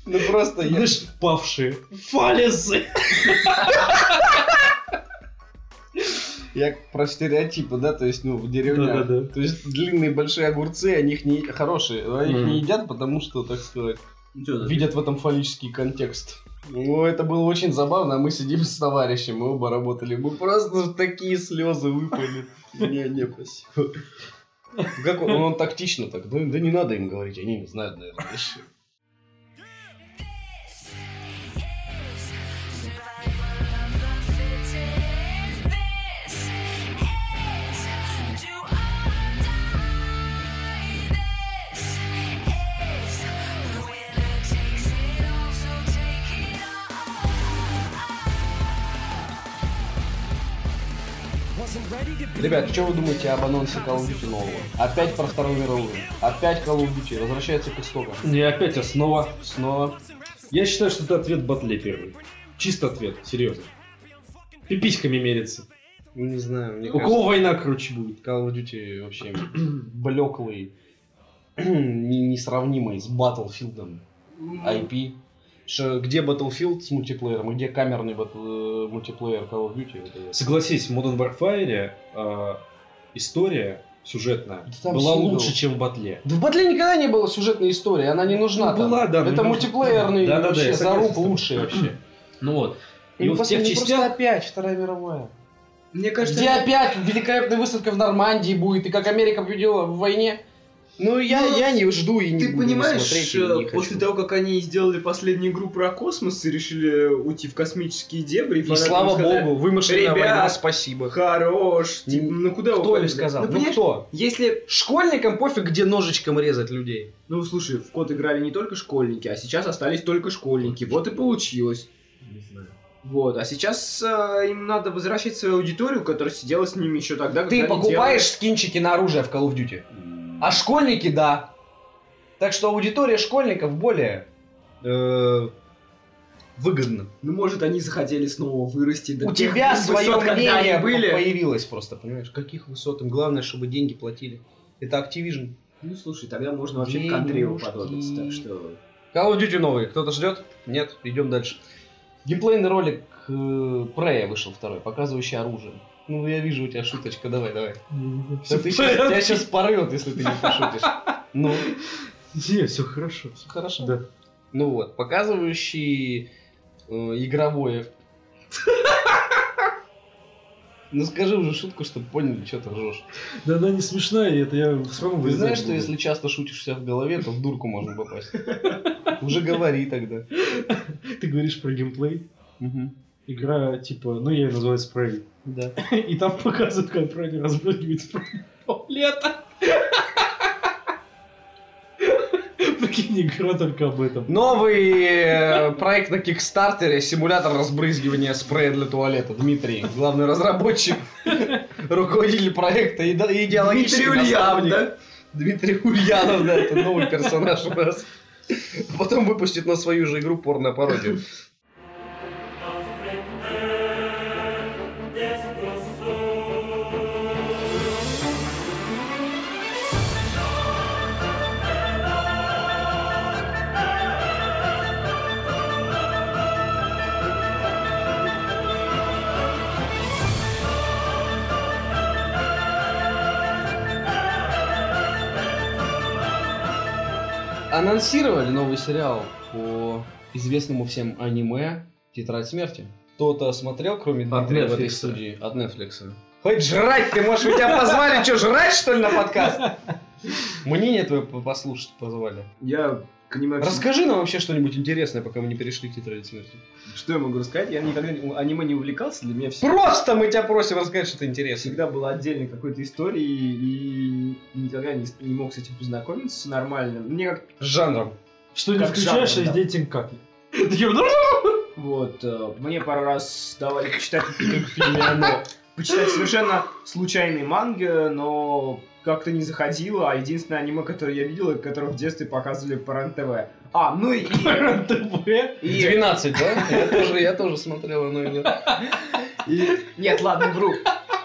S1: Ну, просто я...
S3: Знаешь, павшие. Фалисы!
S1: Я про стереотипы, да, то есть, ну, в деревне.
S3: Да-да-да.
S1: То есть, длинные большие огурцы, они их не... хорошие, но они их не едят, потому что, так сказать, видят в этом фаллический контекст. Ну, это было очень забавно, а мы сидим с товарищем, мы оба работали. Мы просто такие слезы выпали. Не, не, спасибо. Как он, он тактично так, да, да не надо им говорить, они не знают, наверное. еще». Ребят, что вы думаете об анонсе Call of Duty нового? Опять про Вторую мировую. Опять Call of Duty. Возвращается к истокам.
S3: Не опять, а снова. Снова. Я считаю, что это ответ батле первый. Чисто ответ, серьезно. И письками мерится.
S1: Не знаю, мне
S3: У кого война круче будет?
S1: Call of Duty вообще [CLEARS THROAT] блеклый, [CLEARS THROAT] не- несравнимый с Battlefield IP. Ш- где Battlefield с мультиплеером, и где камерный бат- э, мультиплеер Call of Duty? Это-
S3: Согласись, в Modern Warfare э, история сюжетная
S1: Да там
S3: была
S1: сингл.
S3: лучше, чем в батле.
S1: Да в Батле никогда не было сюжетной истории, она не нужна
S3: Ну,
S1: там.
S3: была, да,
S1: Это
S3: ну,
S1: мультиплеерный
S3: да-да-да,
S1: вообще
S3: я согласен с
S1: заруб
S3: тобой.
S1: лучший [LAUGHS] вообще.
S3: Ну вот. И,
S1: И
S3: вот в
S1: после
S3: тех
S1: не просто
S3: частях...
S1: опять Вторая мировая.
S4: Мне кажется,
S1: Где
S4: это-
S1: опять великолепная выставка в Нормандии будет, и как Америка победила в войне. Ну, я,
S4: Ну,
S1: я не жду и не
S4: Ты
S1: буду
S4: понимаешь,
S1: смотреть, и не
S4: э, после
S1: хочу.
S4: того, как они сделали последнюю игру про космос и решили уйти в космические дебри,
S1: И слава богу, вымышленная
S4: «Ребят,
S1: война, спасибо.
S4: Хорош,
S1: Ну,
S4: типа, ну куда
S1: Кто
S4: уходить?
S1: им сказал?
S4: Ну,
S1: Ну,
S4: понимаешь,
S1: кто?
S4: если...
S1: Школьникам пофиг, где ножичком резать людей.
S4: Ну, слушай, в код играли не только школьники, а сейчас остались только школьники. Вот и получилось. Вот, а сейчас э, им надо возвращать свою аудиторию, которая сидела с ними еще тогда,
S1: Ты
S4: когда они
S1: покупаешь скинчики на оружие в Call of Duty. А школьники, да. Так что аудитория школьников более э, выгодна.
S4: делали- Ну, может, они захотели снова вырасти до
S1: У
S4: тех
S1: тебя
S4: высот,
S1: свое
S4: когда они
S1: мнение
S4: были.
S1: по- появилось просто, понимаешь? Каких высот им главное, чтобы деньги платили. Это Activision.
S4: Ну, слушай, тогда можно вообще к Андрею
S1: Денежки.
S4: подобиться, так что...
S1: Call of Duty новые. Кто-то ждет? Нет, идем дальше. Геймплейный ролик э, Prey вышел второй, показывающий оружие. Ну, я вижу у тебя шуточка, давай, давай. Да ты
S3: [LAUGHS]
S1: щас- тебя сейчас порвет, если ты не пошутишь. Ну,
S3: Не, все хорошо. всё
S1: хорошо.
S3: Да.
S1: Ну вот, показывающий э, игровое. Ну скажи уже шутку, чтобы поняли, что ты ржешь.
S3: Да она не смешная, и это я все равно
S1: Ты
S3: вырезать
S1: знаешь, что
S3: буду.
S1: если часто шутишь себя в голове, то в дурку можно [LAUGHS] попасть. Уже говори тогда.
S3: Ты говоришь про геймплей,
S1: Мгм.
S3: игра типа, ну я ее называю спрей. [LAUGHS]
S1: Да.
S3: И там показывают, как правильно разбрызгивать спрей. [LAUGHS] Лето! Прикинь, игра только об этом.
S1: Новый э, проект на Кикстартере, симулятор разбрызгивания спрея для туалета. Дмитрий, главный разработчик, [LAUGHS] руководитель проекта и да- и идеологический
S4: Дмитрий Ульянов,
S1: наставник.
S4: да?
S1: Дмитрий Ульянов, да, это новый персонаж у нас. Потом выпустит на свою же игру порно-пародию. Анонсировали новый сериал по известному всем аниме «Тетрадь смерти». Кто-то смотрел, кроме
S14: От
S1: Дмитрия в этой
S14: Netflix'а.
S1: студии? От Netflix. Хоть жрать ты можешь, мы тебя позвали, что, жрать, что ли, на подкаст? Мнение твое по- послушать позвали.
S4: Я к аниме...
S1: Расскажи нам вообще что-нибудь интересное, пока мы не перешли к «Тетради смерти».
S4: Что я могу рассказать? Я никогда не- аниме не увлекался, для меня все...
S1: Просто мы тебя просим рассказать что-то интересное.
S4: всегда было отдельной какой-то историей и никогда не, не мог с этим познакомиться нормально. Мне как
S1: С жанром.
S13: Что не
S4: Как
S13: включаешь, а
S4: жанр,
S13: из
S4: да.
S13: дейтинг как?
S4: вот э, мне пару раз давали почитать как в фильме «Оно». почитать совершенно случайные манги, но как-то не заходило, а единственное аниме, которое я видел, и которое в детстве показывали по РЕН-ТВ. А, ну и... и-
S1: 12, да? Я тоже, я тоже смотрел, но [LAUGHS] нет.
S4: и- Нет, ладно, вру.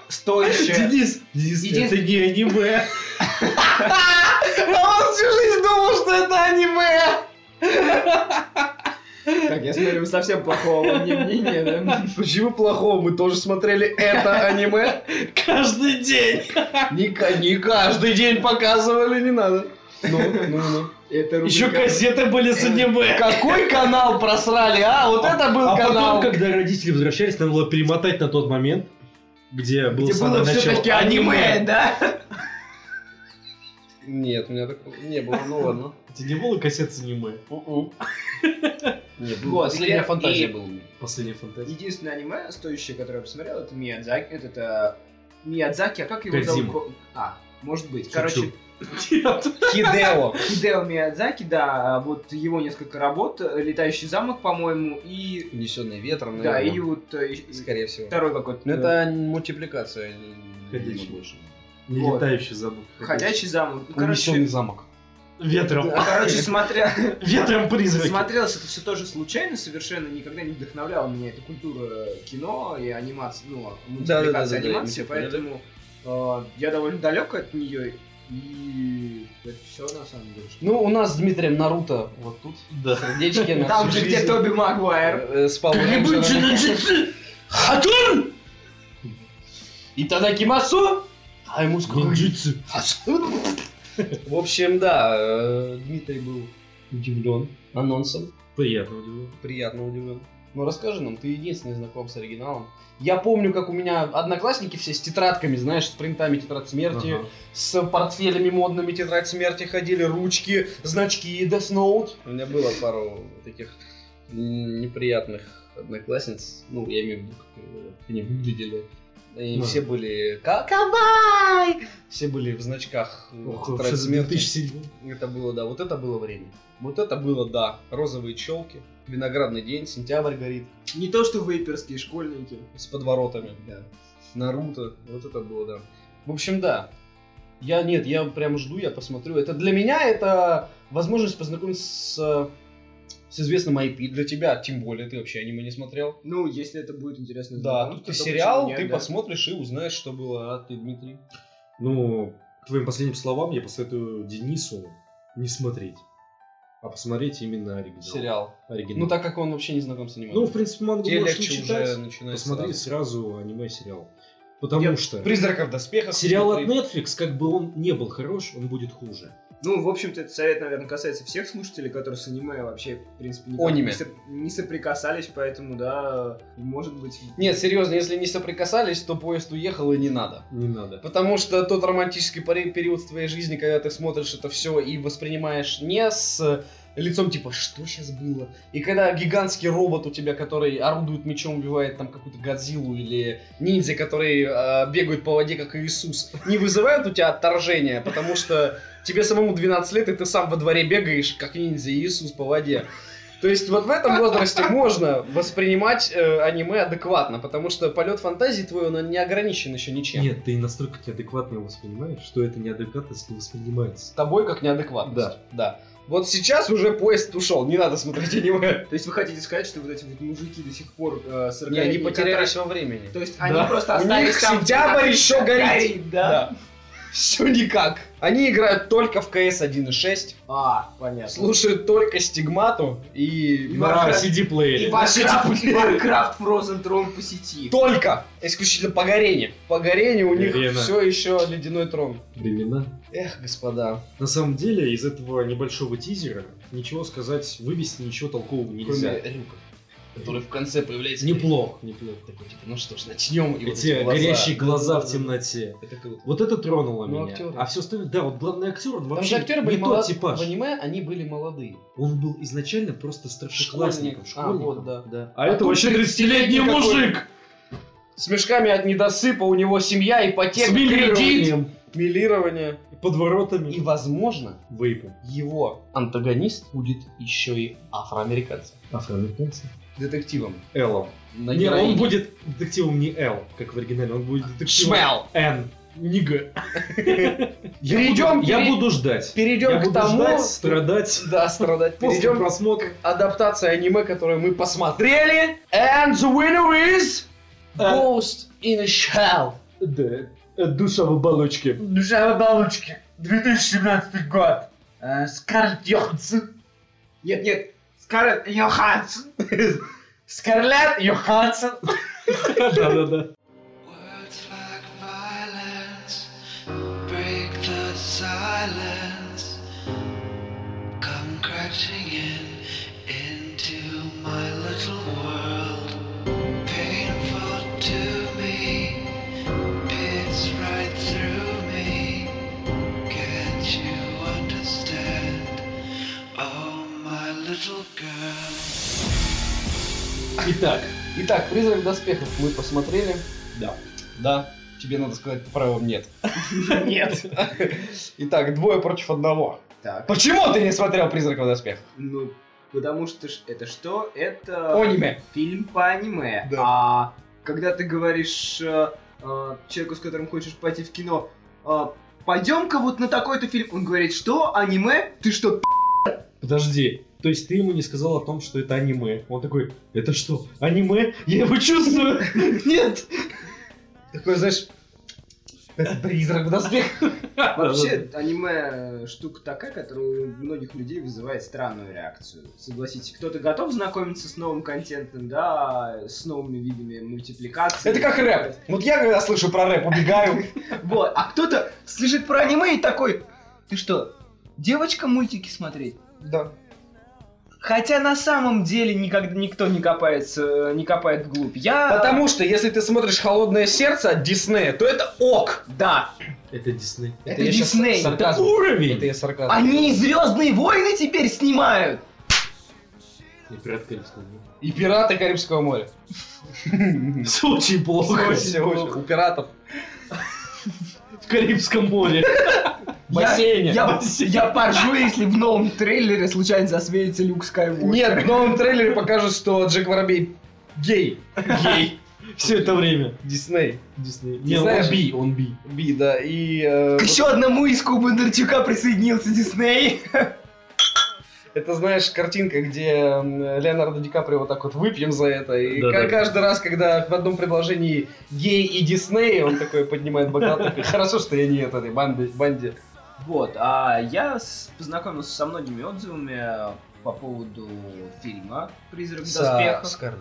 S4: Стоящее...
S13: Денис, Денис,
S4: Един-
S13: это не аниме.
S1: А он всю жизнь думал, что это аниме!
S4: Так, я смотрю, вы совсем плохого обо
S13: [LAUGHS]
S4: мне мнения, да?
S1: [LAUGHS] Почему плохого? Мы тоже смотрели это аниме.
S13: Каждый день.
S1: Не, ка- не каждый день показывали, не надо. Ну, ну, ну.
S4: Это
S13: Еще
S4: рубрика-
S13: кассеты были с аниме.
S1: Какой канал просрали, а? Вот это был
S13: А
S1: канал.
S13: потом, когда родители возвращались, надо было перемотать на тот момент, где было
S4: Где
S13: самое
S4: было а-
S13: начало.
S4: все-таки аниме, да?
S1: Нет, у меня такого не было, ну ладно.
S13: У тебя не было кассет с аниме?
S1: Не
S4: Вот, и- и-
S1: была.
S13: Последняя
S1: [LAUGHS]
S13: фантазия.
S4: Единственное аниме, стоящее, которое я посмотрел, это Миядзаки. Это, это Миядзаки, а как его
S13: Кодзима.
S4: зовут? А, может быть.
S13: Шучу.
S4: Короче,
S1: Хидео.
S4: Хидео Миядзаки, да, а вот его несколько работ, э, «Летающий замок», по-моему, и...
S1: Унесенный ветром,
S4: Да, и
S1: наверное.
S4: вот э, и-
S1: Скорее всего.
S4: второй какой-то.
S1: Ну,
S4: э,
S1: это мультипликация. не-
S13: Ходячий.
S1: не больше. Ну,
S13: Не
S4: Вот.
S13: летающий замок.
S4: э, «Ходячий замок». Ну,
S1: Унесенный
S4: Короче,
S1: замок.
S13: Ветром.
S4: короче, смотря...
S13: [LAUGHS] Ветром призраки.
S4: Смотрелось это все тоже случайно, совершенно никогда не вдохновляла меня эта культура кино и анимации, ну, мультипликация
S1: Да-да-да-да-да, я
S4: анимации,
S1: тебя понял.
S4: поэтому э, я довольно далек от нее и это все на самом деле. что-
S1: Ну, у нас с Дмитрием Наруто вот тут.
S13: Да.
S1: [LAUGHS] Сердечки на
S4: Там
S1: всю
S4: же, где
S1: жизнь.
S4: Тоби Магуайр.
S1: Э, с Паулом Рейнджером. И тогда Кимасу! А ему сколько?
S13: Ниндзюцу.
S1: В общем, да, э, Дмитрий был удивлен анонсом.
S13: Приятно удивлен.
S1: Приятно удивлен. Ну расскажи нам, ты единственный знаком с оригиналом. Я помню, как у меня одноклассники все с тетрадками, знаешь, с принтами тетрадь смерти,
S13: Ага.
S1: с портфелями модными тетрадь смерти ходили, ручки, значки, Death Note. У меня было пару таких м, неприятных одноклассниц, ну, я имею в виду, как э, они выглядели. И
S13: Да.
S1: все были «Ка- кабай! Все были в значках э,
S13: Ох,
S1: тетрадь
S13: вообще за
S1: смерти.
S13: 2007.
S1: Это было, да, вот это было время. Вот это было, да. Розовые челки, виноградный день, сентябрь горит,
S4: Не то, что вейперские школьники.
S1: с подворотами, да. Наруто, вот это было, да. В общем, да. Я, нет, я прям жду, я посмотрю. Это для меня это возможность познакомиться с, э, с известным IP для тебя, тем более ты вообще аниме не смотрел.
S4: Ну, если это будет интересно.
S1: Да,
S4: знакомство,
S1: тут ты
S4: то
S1: сериал,
S4: почему нет,
S1: ты
S4: да.
S1: посмотришь и узнаешь, что было, а ты, Дмитрий.
S13: Ну, к твоим последним словам я посоветую Денису не смотреть, а посмотреть именно оригинал.
S1: Сериал.
S13: Оригинал.
S1: Ну, так как он вообще не знаком с аниме.
S13: Ну, в принципе, мангу
S1: тебе
S13: можешь не
S1: легче уже
S13: читать.
S1: начинать
S13: Посмотри
S1: сразу.
S13: сразу аниме-сериал. Потому
S1: Я-
S13: что
S1: Призраков доспехов.
S13: сериал от
S1: посмотри.
S13: Netflix, как бы он не был хорош, он будет хуже.
S4: Ну, в общем-то, этот совет, наверное, касается всех слушателей, которые с аниме вообще, в принципе, никак
S1: Аниме.
S4: не, соп- не соприкасались, поэтому, да, может быть...
S1: Нет, серьезно, если не соприкасались, то поезд уехал и не надо.
S13: Не надо.
S1: Потому что тот романтический пари- период в твоей жизни, когда ты смотришь это все и воспринимаешь не с э, лицом типа «что сейчас было?», и когда гигантский робот у тебя, который орудует мечом, убивает там какую-то Годзиллу или ниндзя, который э, бегает по воде, как Иисус, не вызывает у тебя отторжения, потому что тебе самому 12 лет, и ты сам во дворе бегаешь, как ниндзя Иисус по воде. То есть вот в этом возрасте можно воспринимать э, аниме адекватно, потому что полет фантазии твой, он не ограничен еще ничем.
S13: Нет, ты настолько неадекватно его воспринимаешь, что эта неадекватность не воспринимается.
S1: тобой как неадекватность.
S13: Да.
S1: Да. Вот сейчас уже поезд ушел, не надо смотреть аниме.
S4: То есть вы хотите сказать, что вот эти вот мужики до сих пор э, 40
S1: Не, они потерялись во времени.
S4: То есть они
S13: Да.
S4: просто
S1: У
S4: остались
S1: них
S4: там...
S1: сентябрь еще горит.
S4: да.
S1: Все никак. Они играют только в CS 1.6,
S4: А, понятно.
S1: слушают только стигмату и
S13: А,
S3: На
S1: Warcraft.
S4: И
S3: CD-плеере.
S4: Warcraft,
S1: [LAUGHS]
S4: Warcraft Frozen Throne по сети.
S1: Только! Исключительно по горению. По горению у них
S3: Ирина.
S1: все еще ледяной трон.
S3: Времена.
S1: Эх, господа.
S3: На самом деле, из этого небольшого тизера ничего сказать, вывести ничего толкового нельзя.
S1: Кроме Рюка, который в конце появляется.
S3: Неплох.
S1: неплохо. Такой, типа, ну что ж, начнем. И вот
S3: Эти
S1: эти типа глаза.
S3: горящие глаза в темноте.
S1: Это круто.
S3: Вот это тронуло
S1: Ну,
S3: меня.
S1: актеры.
S3: А все остальное, да, вот главный актер он
S1: Там
S3: вообще
S1: же актеры
S3: не
S1: были
S3: тот
S1: молодые.
S3: типаж.
S1: В аниме они были молодые.
S3: Он был изначально просто старшеклассником,
S1: А,
S3: школьником.
S1: вот, да. да.
S3: А это вообще 30-летний мужик!
S1: С мешками от недосыпа, у него семья, ипотека,
S3: С
S1: кредит,
S3: миллированием,
S1: милирование.
S3: под воротами
S1: И, возможно,
S3: вейпом.
S1: его антагонист будет еще и афроамериканцем.
S3: Афроамериканцы?
S1: Детективом.
S3: Эллом.
S1: На
S3: Не,
S1: героине.
S3: он будет детективом не Эл, как в оригинале, он будет детективом
S1: Шмел!
S3: Н. Нига.
S1: Перейдем,
S3: Я
S1: пере-
S3: буду ждать.
S1: Перейдем
S3: Я
S1: к
S3: буду
S1: тому...
S3: ждать, страдать.
S1: Да, страдать.
S3: После
S1: Перейдем
S3: просмотра.
S1: к адаптации аниме, которую мы посмотрели. And the winner is... Э. Ghost in a Shell.
S3: Да. Душа в оболочке. [LAUGHS]
S15: Душа в оболочке. 2017 год. Э, Скарлетт Йоханссон.
S4: Нет, нет,
S15: Скарлетт Йоханссон. [LAUGHS] Скарлетт Йоханссон.
S3: Да-да-да.
S7: Words like violence break the silence. Come crashing in into my little world. Painful to me, pits right through me. Can't you understand? Oh, my little girl.
S3: Итак,
S1: Итак, «Призрак доспехов» мы посмотрели.
S3: Да.
S1: Да. Тебе надо сказать по правилам [LAUGHS] «нет».
S4: нет.
S1: Итак, двое против одного.
S4: Так,
S1: Почему ты не смотрел «Призрак в доспехах»?
S4: ну, потому что ж- это что?
S1: А.
S4: Это...
S1: Аниме.
S4: фильм по аниме.
S1: Да.
S4: А когда ты говоришь э, э, человеку, с которым хочешь пойти в кино, пойдем-ка вот на такой-то фильм, он говорит, что аниме? Ты что, пи***?
S3: подожди. То есть ты ему не сказал о том, что это аниме. Он такой, это что, аниме? Я его чувствую. Нет.
S1: Такой, знаешь, это «Призрак в доспехах».
S4: А Вообще, аниме э, штука такая, которая у многих людей вызывает странную реакцию. Согласитесь, кто-то готов знакомиться с новым контентом, да, с новыми видами мультипликации.
S1: Это как рэп. Вот я, когда слышу про рэп, убегаю.
S4: Вот, а кто-то слышит про аниме и такой, ты что, девочка мультики смотреть?
S1: Да.
S4: Хотя на самом деле никогда никто не копается, э, не копает вглубь. Я...
S1: Потому что, если ты смотришь «Холодное сердце» от Диснея, то это ок.
S4: Да,
S3: Это Дисней.
S4: это,
S1: я щас
S4: Дисней.
S1: сарказм. Это
S3: Уровень!
S1: я сарказм.
S4: Они Звездные войны теперь снимают.
S3: И «Пираты Карибского [LAUGHS] моря».
S1: И «Пираты Карибского моря».
S3: Все очень плохо.
S1: Всё очень- У пиратов.
S3: В Карибском море. В бассейне.
S4: Я, я поржу, если в новом трейлере случайно засветится Люк Скайуокер.
S1: Нет, в новом трейлере покажут, что Джек Воробей гей.
S3: Гей. Все это время.
S1: Дисней.
S3: Дисней.
S1: Не
S3: Не, он
S1: знаешь?
S3: би, он би.
S1: Би, да, и... э,
S4: К
S1: вот
S4: еще одному иску Бондарчука присоединился Дисней.
S1: это, знаешь, картинка, где м, Леонардо Ди Каприо вот так вот выпьем за это. И
S3: Да,
S1: ка-
S3: да.
S1: каждый раз, когда в одном предложении гей и Дисней, он такой поднимает бокал. такой, Хорошо, что я не от этой банды, банде.
S4: Вот, а я с- познакомился со многими отзывами э, по поводу фильма «Призрак в доспехах».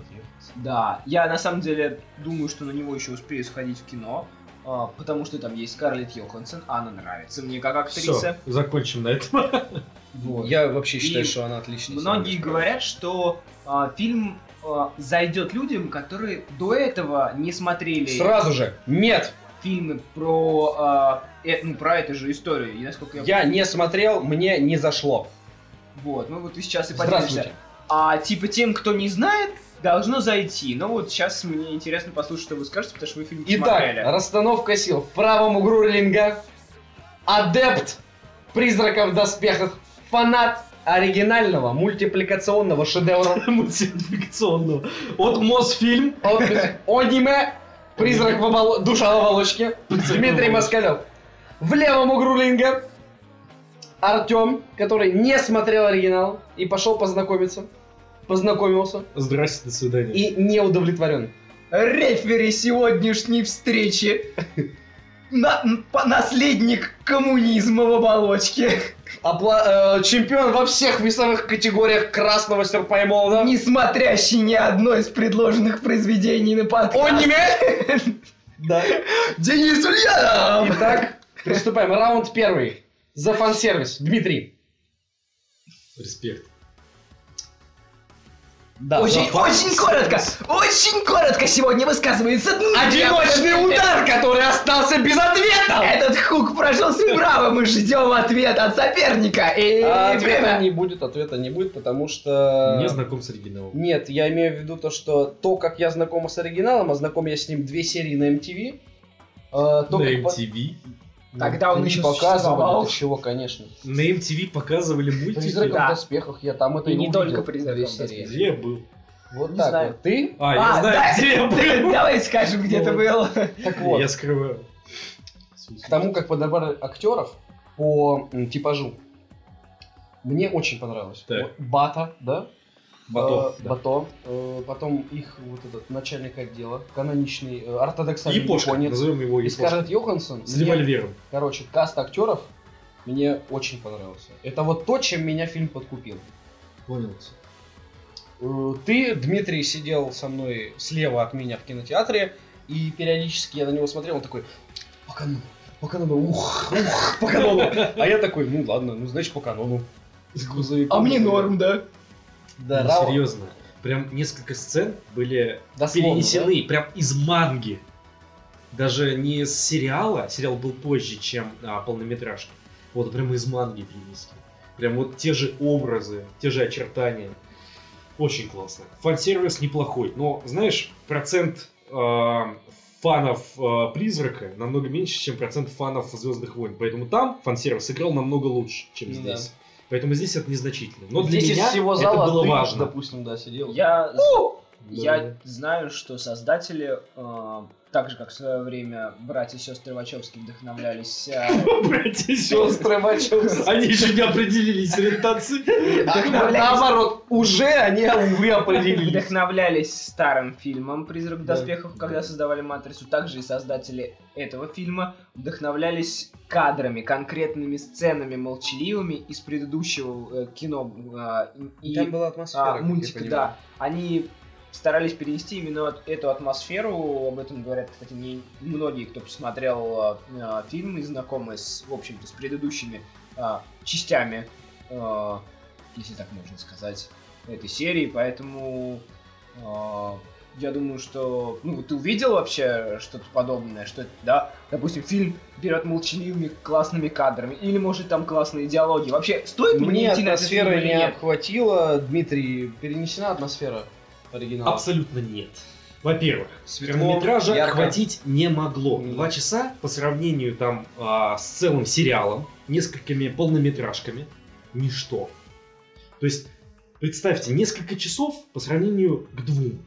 S4: Да, я на самом деле думаю, что на него еще успею сходить в кино, а, потому что там есть Скарлетт Йоханссон, а она нравится мне как
S3: Все,
S4: актриса.
S3: закончим на этом. [LAUGHS]
S4: Вот.
S1: Я вообще считаю,
S4: И
S1: что она отличная.
S4: Многие
S1: сценаристка.
S4: говорят, что а, фильм а, зайдет людям, которые до этого не смотрели
S1: Сразу же. Нет,
S4: фильмы про, а, э- ну, про эту же историю. И насколько я...
S1: я не смотрел, мне не зашло.
S4: Вот, мы вот и сейчас и поделимся.
S1: Здравствуйте.
S4: А типа тем, кто не знает, должно зайти. Но вот сейчас мне интересно послушать, что вы скажете, потому что вы фильм
S1: Итак,
S4: посмотрели.
S1: расстановка сил. В правом углу ринга адепт призрака в доспехах, фанат оригинального
S4: [LAUGHS]
S1: мультипликационного шедевра
S3: Мультипликационного. Вот Мосфильм.
S1: от аниме «Призрак в оболо- душа в оболочке» Дмитрий Москалев. В левом углу ринга Артем, который не смотрел оригинал и пошел познакомиться, познакомился
S3: Здрасте, до свидания.
S1: и не удовлетворен.
S4: Рефери сегодняшней встречи на- н- по- наследник коммунизма в оболочке.
S1: Опла- э, чемпион во всех весовых категориях красного серпа и молота.
S4: Не смотрящий ни одно из предложенных произведений на подкаст.
S1: Он не Да.
S4: Денис Ульянов!
S1: Итак, приступаем. Раунд первый. За фан-сервис. Дмитрий.
S3: Респект.
S1: Да.
S4: Очень,
S1: за фан-
S4: очень коротко, очень коротко сегодня высказывается
S1: Одиночный удар, который остался без ответа.
S4: Этот хук прошел с правым и ждем ответ от соперника. И
S1: А, Ответа
S4: время.
S1: не будет, ответа не будет, потому что...
S3: Не знаком с оригиналом.
S1: Нет, я имею в виду то, что то, как я знакома с оригиналом, а знаком я с ним две серии на MTV. э, то,
S3: На
S1: как по-
S3: MTV.
S4: Тогда он
S1: не
S4: еще
S1: показывал.
S4: существовал.
S1: Ты чего, конечно.
S3: На MTV показывали
S1: Призрак в
S3: мультики.
S1: доспехах, я там это
S4: И
S1: и,
S4: не
S1: увидел,
S4: только «Призрак
S1: две
S4: в доспехах».
S1: серии.
S3: Где я был?
S1: Вот
S4: Не
S1: так
S4: знаю.
S1: вот. Ты?
S3: А, я
S4: А, да,
S3: знаю, где я
S4: [LAUGHS]
S3: был.
S4: Давай скажем, где ты
S3: Ну,
S4: был.
S1: Так вот,
S3: Я скрываю.
S1: к тому, как подобрали актеров по м, типажу, мне очень понравилось.
S3: Так.
S1: Вот Бата, да?
S3: Батон.
S1: Э,
S3: да.
S1: Бато. Э, потом их вот этот начальник отдела, каноничный, э, ортодоксальный
S3: Япошка.
S1: японец.
S3: Назовем его
S1: И
S3: Япошка.
S1: Скарлетт Йоханссон.
S3: С
S1: мне-
S3: револьвером.
S1: Короче, каст актеров мне очень понравился. Это вот то, чем меня фильм подкупил.
S3: Понял.
S1: Э, Ты, Дмитрий, сидел со мной слева от меня в кинотеатре, и периодически я на него смотрел, он такой, по канону, по канону, ух, ух, по канону.
S3: [LAUGHS]
S1: А я такой, ну ладно, ну значит по канону. С грузовиком.
S4: А мне норм, да?
S1: Да,
S3: Ну,
S1: раунд.
S3: Серьезно. Прям несколько сцен были
S1: Дословно,
S3: перенесены прям из манги. Даже не с сериала, сериал был позже, чем а, полнометражка. Вот прям из манги перенесли. Прям вот те же образы, те же очертания. Очень классно. Фан-сервис неплохой, но, знаешь, процент а, фанов а, Призрака намного меньше, чем процент фанов Звездных войн. Поэтому там фан-сервис сыграл намного лучше, чем
S1: Ну да.
S3: здесь. Поэтому здесь это незначительно.
S1: да.
S3: Но для
S1: Здесь из
S3: меня
S1: Ну, всего
S3: это
S1: зала
S3: было
S1: ты,
S3: важно.
S1: допустим, да, сидел.
S4: Я,
S3: Да. [LAUGHS]
S4: я знаю, что создатели, э, так же как в свое время братья и сестры Вачовски вдохновлялись
S1: [LAUGHS]
S4: э,
S3: Братья и сестры. Они еще не определились с ориентацией.
S1: Наоборот, уже они, увы, определились.
S4: вдохновлялись старым фильмом «Призрак в
S1: Да.
S4: доспехах», когда создавали «Матрицу». Также и создатели этого фильма вдохновлялись кадрами, конкретными сценами, молчаливыми из предыдущего э, кино. э, и
S1: Там была атмосфера,
S4: а,
S1: как я
S4: мультика,
S1: понимаю.
S4: да. Они старались перенести именно вот эту атмосферу, об этом говорят, кстати, не многие, кто посмотрел э, э, фильм и знакомы с, в общем-то, с предыдущими э, частями, э, если так можно сказать, этой серии, поэтому э, я думаю, что ну ты увидел вообще что-то подобное, что это, да, допустим, фильм берет молчаливыми классными кадрами, или может там классные диалоги. Вообще стоит
S1: Мне
S4: идти на этот фильм
S1: атмосфера
S4: или
S1: не
S4: нет?
S1: обхватила, Дмитрий, перенесена атмосфера оригинала.
S3: Абсолютно нет. Во-первых,
S1: Светло,
S3: хронометража
S1: ярко.
S3: хватить не могло.
S1: Мгм.
S3: Два часа по сравнению там а, с целым сериалом, несколькими полнометражками, ничто. То есть, представьте, несколько часов по сравнению к двум.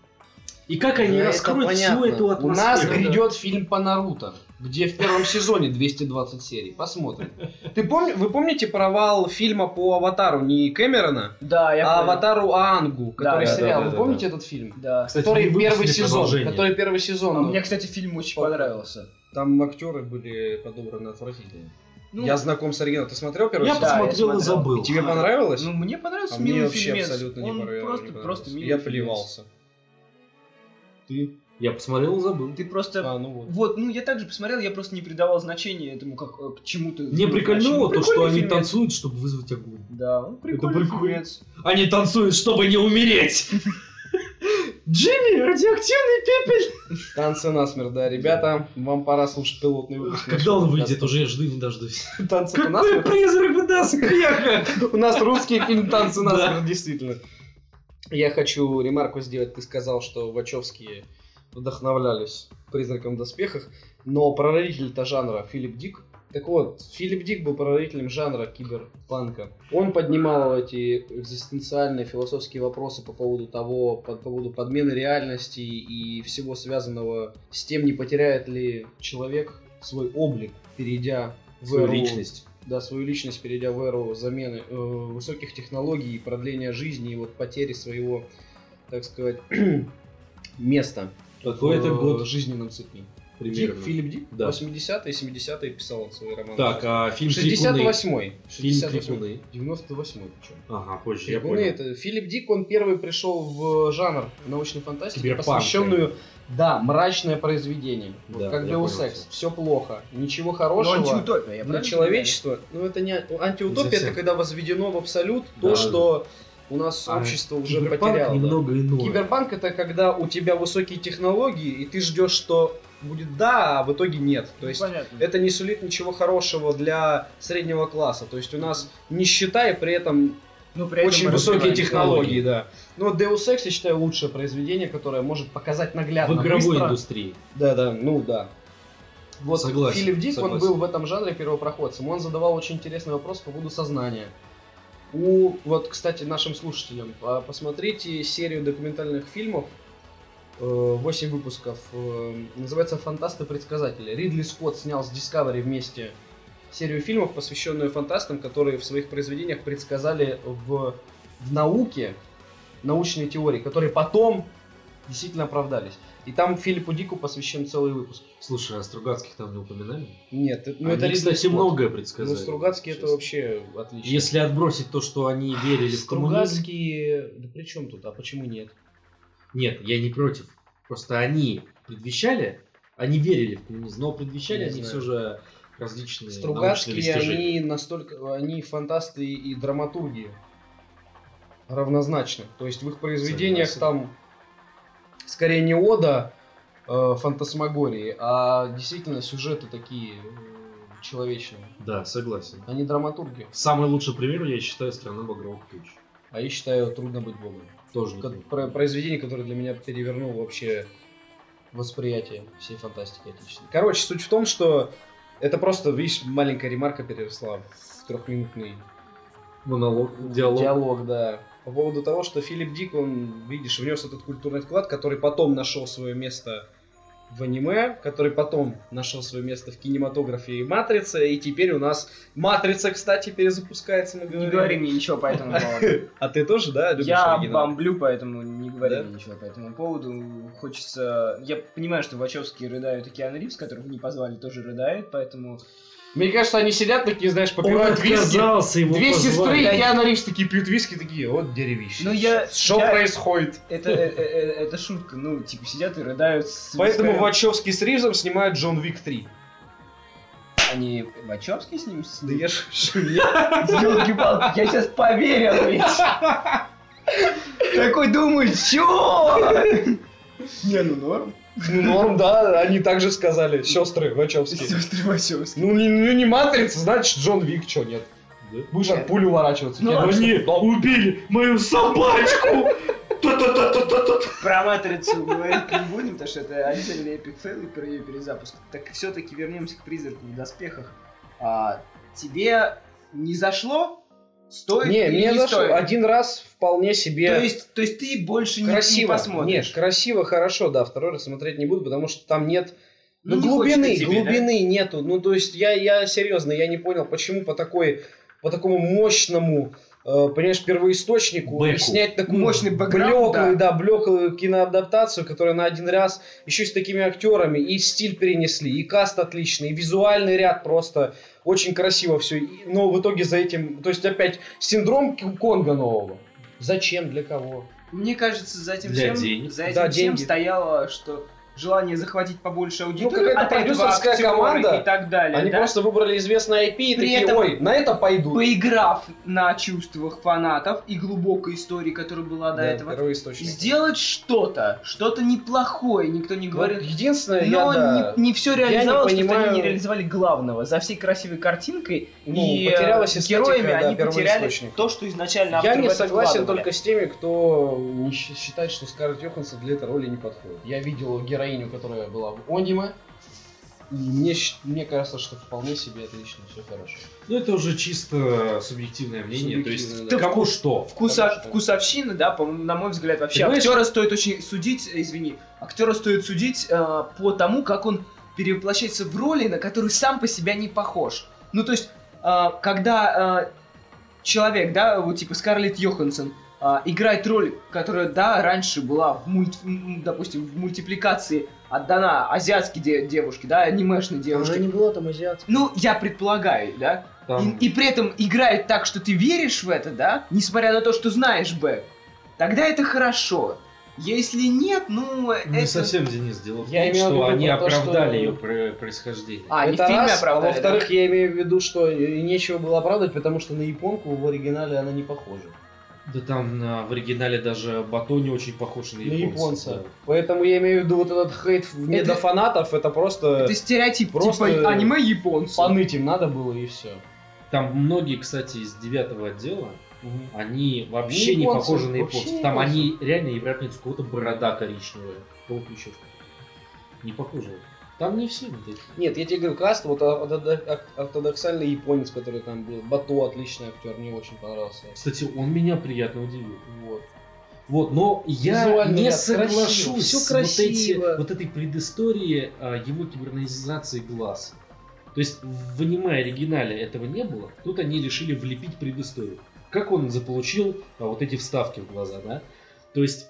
S3: И как они
S1: Да, это
S3: раскроют всю
S1: понятно.
S3: эту
S1: У нас
S3: атмосферу?
S1: грядет фильм по Наруто, где в первом сезоне 220 серий. Посмотрим. Ты помни- Вы помните провал фильма по Аватару не Кэмерона,
S4: Да, я
S1: а
S4: понял.
S1: Аватару Аангу, который
S4: да,
S1: сериал?
S3: да,
S1: Вы
S3: да,
S1: помните этот фильм?
S4: Да.
S3: Кстати,
S1: который,
S3: они
S1: первый
S3: выпустили
S1: сезон,
S3: продолжение.
S1: который первый
S4: А
S1: сезон.
S4: мне, кстати, фильм очень
S1: Папа.
S4: понравился.
S1: Там актеры были подобраны отвратительно.
S4: Ну,
S1: Я знаком с оригиналом. Ты смотрел первый
S3: Я
S1: сезон?
S4: Да, я
S3: посмотрел и
S4: смотрел.
S3: забыл.
S1: И тебе понравилось?
S4: Ну, мне понравился
S1: А
S4: милый
S1: мне вообще
S4: фильмец.
S1: абсолютно не
S4: Он
S1: понравилось.
S4: просто,
S1: не
S4: просто
S1: понравилось.
S4: милый
S1: Я
S4: фильмец.
S1: плевался.
S3: Ты? Я посмотрел и забыл.
S4: Ты просто...
S1: А, ну вот.
S4: Вот, ну, я также посмотрел, я просто не придавал значения этому, как э, к чему-то...
S3: Мне
S4: Ну,
S3: прикольнуло
S4: прикольный
S3: то, что они
S4: фильмец.
S3: танцуют, чтобы вызвать огонь.
S4: Да, он прикольный
S3: прикольно.
S4: фильмец.
S3: Они танцуют, чтобы не умереть. Джимми, радиоактивный пепель.
S1: Танцы насмерть, да, ребята, вам пора слушать пилотный выпуск.
S3: Когда
S1: нашего
S3: он выйдет,
S1: подкаста.
S3: Ну, уже я жду не дождусь.
S1: Танцы
S3: Какой
S1: насмерть?
S3: призрак в доспехах?
S1: У нас русский
S3: [LAUGHS]
S1: фильм «Танцы
S3: Да.
S1: насмерть», действительно. Я хочу ремарку сделать. Ты сказал, что Вачовские вдохновлялись «Призраком в доспехах», но прародитель-то жанра Филипп Дик. Так вот, Филипп Дик был прародителем жанра киберпанка. Он поднимал эти экзистенциальные философские вопросы по поводу того, по поводу подмены реальности и всего связанного с тем, не потеряет ли человек свой облик, перейдя в
S3: Свою
S1: эру-
S3: личность.
S1: да, свою личность, перейдя в эру замены э, высоких технологий и продления жизни и вот потери своего, так сказать, [CLEARS THROAT] места
S3: Какой это
S1: в
S3: год?
S1: жизненном цикле. Дик,
S3: примерно.
S1: Э, Филипп Дик,
S3: Да.
S1: 80-е, 70-е писал он свои романы.
S3: Так, а фильм Крикуны.
S1: 68-й.
S3: Фильм
S1: 68-й.
S3: Крикуны.
S1: 98-й причем.
S3: Ага, позже, я
S1: Крикуны
S3: понял.
S1: это э, Филипп Дик, он первый пришел в э, жанр научной фантастики,
S3: Киберпанк,
S1: посвященную, да, мрачное произведение. Вот
S3: Да,
S1: как
S3: я
S1: Deus
S3: понял
S1: Ex.
S3: всё.
S1: Все плохо, ничего
S4: Ну,
S1: хорошего.
S4: антиутопия, я
S1: для
S4: правильно
S1: человечества, ну это не
S3: Не
S1: антиутопия, это
S3: совсем.
S1: когда возведено в абсолют
S3: Да.
S1: то, что у нас
S3: А
S1: общество уже
S3: Киберпанк
S1: потеряло. да.
S3: немного иное.
S1: Кибербанк это когда у тебя высокие технологии, и ты ждешь, что будет да, а в итоге нет. То есть
S4: Понятно.
S1: это не сулит ничего хорошего для среднего класса. То есть у нас нищета и при этом
S4: Ну, при этом
S1: очень
S4: мы
S1: высокие
S4: развиваем
S1: технологии, да. Но вот Deus Ex, я считаю, лучшее произведение, которое может показать наглядно,
S3: В игровой
S1: ну, быстро.
S3: индустрии.
S1: Да, да, ну да. Вот
S3: Согласен,
S1: Филипп Дик, он
S3: согласен.
S1: был в этом жанре первопроходцем. Он задавал очень интересный вопрос по поводу сознания. У, вот, кстати, нашим слушателям, а, посмотрите серию документальных фильмов, 8 выпусков, э, называется «Фантасты-предсказатели». Ридли Скотт снял с Discovery вместе серию фильмов, посвященную фантастам, которые в своих произведениях предсказали в, в науке научные теории, которые потом действительно оправдались. И там Филиппу Дику посвящен целый выпуск.
S3: Слушай, а Стругацких там не упоминали?
S1: Нет, это- ну
S3: Они,
S1: это Ридли
S3: кстати,
S1: Скотт.
S3: многое
S1: Ну,
S3: предсказали.
S1: Стругацкий это
S3: честно.
S1: вообще отлично.
S3: Если отбросить то, что они верили в коммунизм...
S1: Стругацкие... Да при чем тут? А почему нет?
S3: Нет, я не против. Просто они предвещали, они верили в коммунизм, но предвещали
S1: Не
S3: они
S1: знаю.
S3: все же различные научные
S1: Стругацкие, они
S3: достижения.
S1: настолько... Они фантасты и драматурги. Равнозначно. То есть в их произведениях там скорее не ода э, фантасмагории, а действительно сюжеты такие э, человечные.
S3: Да, согласен.
S1: Они драматурги.
S3: Самый лучший пример, я считаю, «Страна багровых туч».
S1: А я считаю, трудно быть богом.
S3: Тоже
S1: Ко-
S3: неплохо.
S1: про- произведение, которое для меня перевернуло вообще восприятие всей фантастики отечественной. Короче, суть в том, что это просто, видишь, маленькая ремарка переросла в трехминутный
S3: Монолог, диалог.
S1: диалог, да. По поводу того, что Филипп Дик, он, видишь, внес этот культурный вклад, который потом нашел свое место в аниме, который потом нашел свое место в кинематографе и Матрице, и теперь у нас Матрица, кстати, перезапускается, мы
S4: Не
S1: говорим.
S4: говори мне ничего по этому поводу.
S1: А ты тоже, да, [LAUGHS] любишь
S4: Я
S1: оригинал?
S4: бомблю, поэтому не говори
S1: Да?
S4: мне ничего по этому поводу. Хочется... Я понимаю, что Вачовские рыдают, и Киану Ривз, которых не позвали, тоже рыдает, поэтому...
S1: Мне кажется, они сидят такие, знаешь,
S3: Он
S1: попивают виски,
S3: отказался, его
S1: Две
S3: позвали.
S1: сестры и
S4: Да.
S1: Киану Ривз такие пьют виски, такие, вот деревище.
S4: Ну, я-
S1: Что
S4: я-
S1: происходит?
S4: Это, э, э, э, это шутка, ну, типа, сидят и рыдают. с-
S1: Поэтому
S4: с-
S1: Вачовский с Ривзом снимают Джон Вик 3.
S4: Они Вачовские с ним? с- [LAUGHS]
S1: Да я шучу,
S4: Ёлки-палки, я сейчас поверил, ведь. Такой думаю, чё? Не, ну норм.
S1: [LAUGHS] Ну, норм, да, они также сказали, сестры Вачовские.
S4: Сестры Вачовские.
S1: Ну не, ну, не Матрица, значит Джон Вик, чё нет?
S3: Да.
S1: Будешь от пули уворачиваться.
S4: Ну,
S1: Киану Ривз
S3: Они
S1: сказал,
S3: убили мою собачку! Та-та-та-та-та-та.
S4: Про матрицу говорить не будем, потому что это отдельный эпик фейл и про ее перезапуск. Так все-таки вернемся к призраку в доспехах. А, тебе не зашло? Стоит
S1: Не,
S4: или
S1: мне
S4: ну, не
S1: зашло. А
S4: стоит?
S1: Один раз вполне себе...
S4: То есть, то есть ты больше не- не,
S1: Красиво,
S4: посмотришь?
S1: нет, красиво, хорошо, да, второй раз смотреть не буду, потому что там нет
S4: Ну,
S1: ну,
S4: не
S1: глубины,
S4: хочется тебе,
S1: глубины нету. Ну, то есть, я, я серьезно, я не понял, почему по такой, по такому мощному, э, понимаешь, первоисточнику
S3: Бэку.
S1: объяснять такую
S4: Мощный бэкграунд,
S1: блеклую, да, блеклую киноадаптацию, которая на один раз еще и с такими актерами и стиль перенесли, и каст отличный, и визуальный ряд просто очень красиво все. Но в итоге за этим, то есть, опять синдром Конга нового. Зачем, для кого?
S4: Мне кажется, за этим всем,
S3: Для денег.
S4: за этим
S1: Да,
S4: всем
S1: деньги.
S4: стояло, что желание захватить побольше аудитории,
S1: какая-то
S4: от этого
S1: Ну, продюсерская
S4: актеры
S1: команда.
S4: и так далее.
S1: Они
S4: да?
S1: просто выбрали известное IP
S4: При
S1: и такие,
S4: этом-
S1: ой, на это пойду.
S4: поиграв на чувствах фанатов и глубокой истории, которая была до
S1: Да,
S4: этого,
S1: первоисточник.
S4: сделать что-то, что-то неплохое, никто не
S1: Вот
S4: говорит.
S1: единственное,
S4: Но
S1: я, да,
S4: не, все
S1: не
S4: реализовалось, потому что
S1: понимаю-
S4: они не реализовали главного. За всей красивой картинкой
S1: Ну,
S4: и э,
S1: потерялась эстетика,
S4: героями
S1: да,
S4: они потеряли
S1: первоисточника.
S4: то, что изначально
S1: я
S4: авторы в
S1: не
S4: это
S1: согласен
S4: вкладывали.
S1: только с теми, кто не щ- считает, что Скарлетт Йоханссон для этой роли не подходит. Я видел героиню, которая была в аниме, и мне, щ- мне кажется, что вполне себе отлично, все хорошо.
S3: Ну это уже чисто субъективное мнение. То есть
S1: Субъективное, да.
S3: кому что?
S4: Вкуса-
S1: Потому что-
S4: вкусовщина, да, по- на мой взгляд, вообще
S3: Понимаешь?
S4: актера стоит очень судить, э, извини, актера стоит судить э, по тому, как он перевоплощается в роли, на которую сам по себя не похож. Ну, то есть, э, когда э, человек, да, вот типа Скарлетт Йоханссон, э, играет роль, которая, да, раньше была в мульт- м, допустим, в мультипликации отдана азиатской де- девушке, да, анимешной девушке.
S1: Уже не было там азиатского.
S4: Ну, я предполагаю, да? И, и при этом играет так, что ты веришь в это, да? Несмотря на то, что знаешь Б. Тогда это хорошо. Если нет, ну
S3: Не
S4: это...
S3: совсем, Денис, дело в
S1: Я
S3: том,
S1: имел в
S3: что
S1: виду
S3: они
S1: про то, что-
S3: оправдали ее про- происхождение.
S4: А, не в
S1: это
S4: фильме
S1: раз, а
S4: оправдали, да?
S1: во-вторых, я имею в виду, что и нечего было оправдывать, потому что на японку в оригинале она не похожа.
S3: Да там на- в оригинале даже Бато не очень похож на
S1: На
S3: японца.
S1: японца. Поэтому я имею в виду вот этот хейт не
S4: Это-
S1: до фанатов, это просто
S4: Это стереотип,
S1: Просто-
S4: типа аниме японцев.
S1: поныть им надо было и все.
S3: Там многие, кстати, из девятого отдела, они вообще
S1: Не
S3: не
S1: Ну, японцы,
S3: похожи на
S1: вообще
S3: японцев.
S1: не
S3: Там
S1: японцы.
S3: они реально европейцы, у кого-то борода коричневая, у кого-то еще что-то. Не похожи. Там не все вот эти.
S1: Нет, я тебе говорю, каст вот а- ортодо- ор- ортодоксальный японец, который там был. Бато отличный актер, мне очень понравился.
S3: Кстати, он меня приятно удивил.
S1: Вот.
S3: Вот, но я
S1: Визуально
S3: не
S1: ряд
S3: соглашусь
S1: красиво, всё
S3: с Вот,
S1: красиво.
S3: эти- вот этой предыстории а, его кибернетизации глаз. То есть в аниме оригинале этого не было, тут они решили влепить предысторию. Как он заполучил а, вот эти вставки в глаза, да? То есть,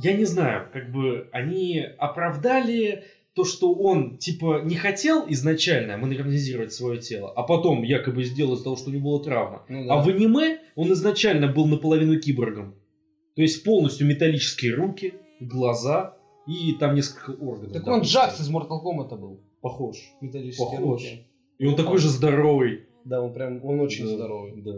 S3: я не знаю, как бы они оправдали то, что он, типа, не хотел изначально модернизировать свое тело, а потом якобы сделал из того, что у него была травма.
S1: Ну да.
S3: А в аниме он изначально был наполовину киборгом. То есть полностью металлические руки, глаза и там несколько органов.
S1: Так он
S3: допустим.
S1: Джакс из Mortal Kombat был.
S3: Похож.
S1: Металлические
S3: Похож.
S1: руки.
S3: И он такой же здоровый.
S1: Да, он прям, он очень
S3: Да,
S1: здоровый.
S3: да.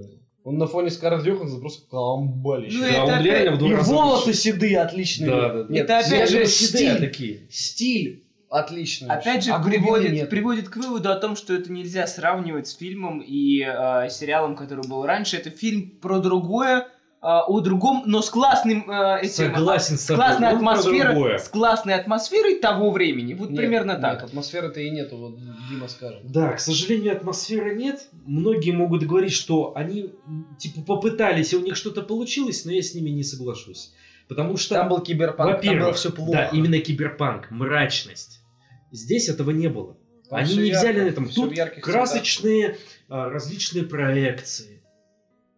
S1: Он на фоне Скарлетт Йоханссон просто камбалище.
S4: Ну,
S3: Да,
S4: это
S3: он
S4: опять-
S3: реально в два
S1: И
S3: раза
S1: волосы
S3: выше.
S1: седые отличные.
S3: Да, да, да.
S1: Нет,
S4: Это
S1: я
S4: опять же
S1: говорю,
S3: Седые
S1: стиль.
S3: такие.
S1: Стиль отличный.
S4: Опять же,
S1: А глубины
S4: приводит,
S1: нет.
S4: приводит к выводу о том, что это нельзя сравнивать с фильмом и э, сериалом, который был раньше. Это фильм про другое, э, о другом, но с классным э, этим,
S3: Согласен с
S4: с
S3: тобой.
S4: классной
S3: он про
S4: атмосферой,
S3: другое.
S4: с классной атмосферой того времени. Вот
S1: Ну, Нет,
S4: примерно
S1: нет,
S4: так.
S1: атмосферы-то и нету, вот Дима скажет.
S3: Да, к сожалению, атмосферы нет. Многие могут говорить, что они м, типа попытались, и у них что-то получилось, но я с ними не соглашусь. Потому что
S1: Там был киберпанк, там было
S3: Во-первых,
S1: все плохо.
S3: Да, именно киберпанк, мрачность. Здесь этого не было.
S1: Там
S3: Они
S1: всё
S3: не взяли
S1: ярко,
S3: на этом.
S1: всё в
S3: Тут
S1: ярких цветах.
S3: красочные а, различные проекции.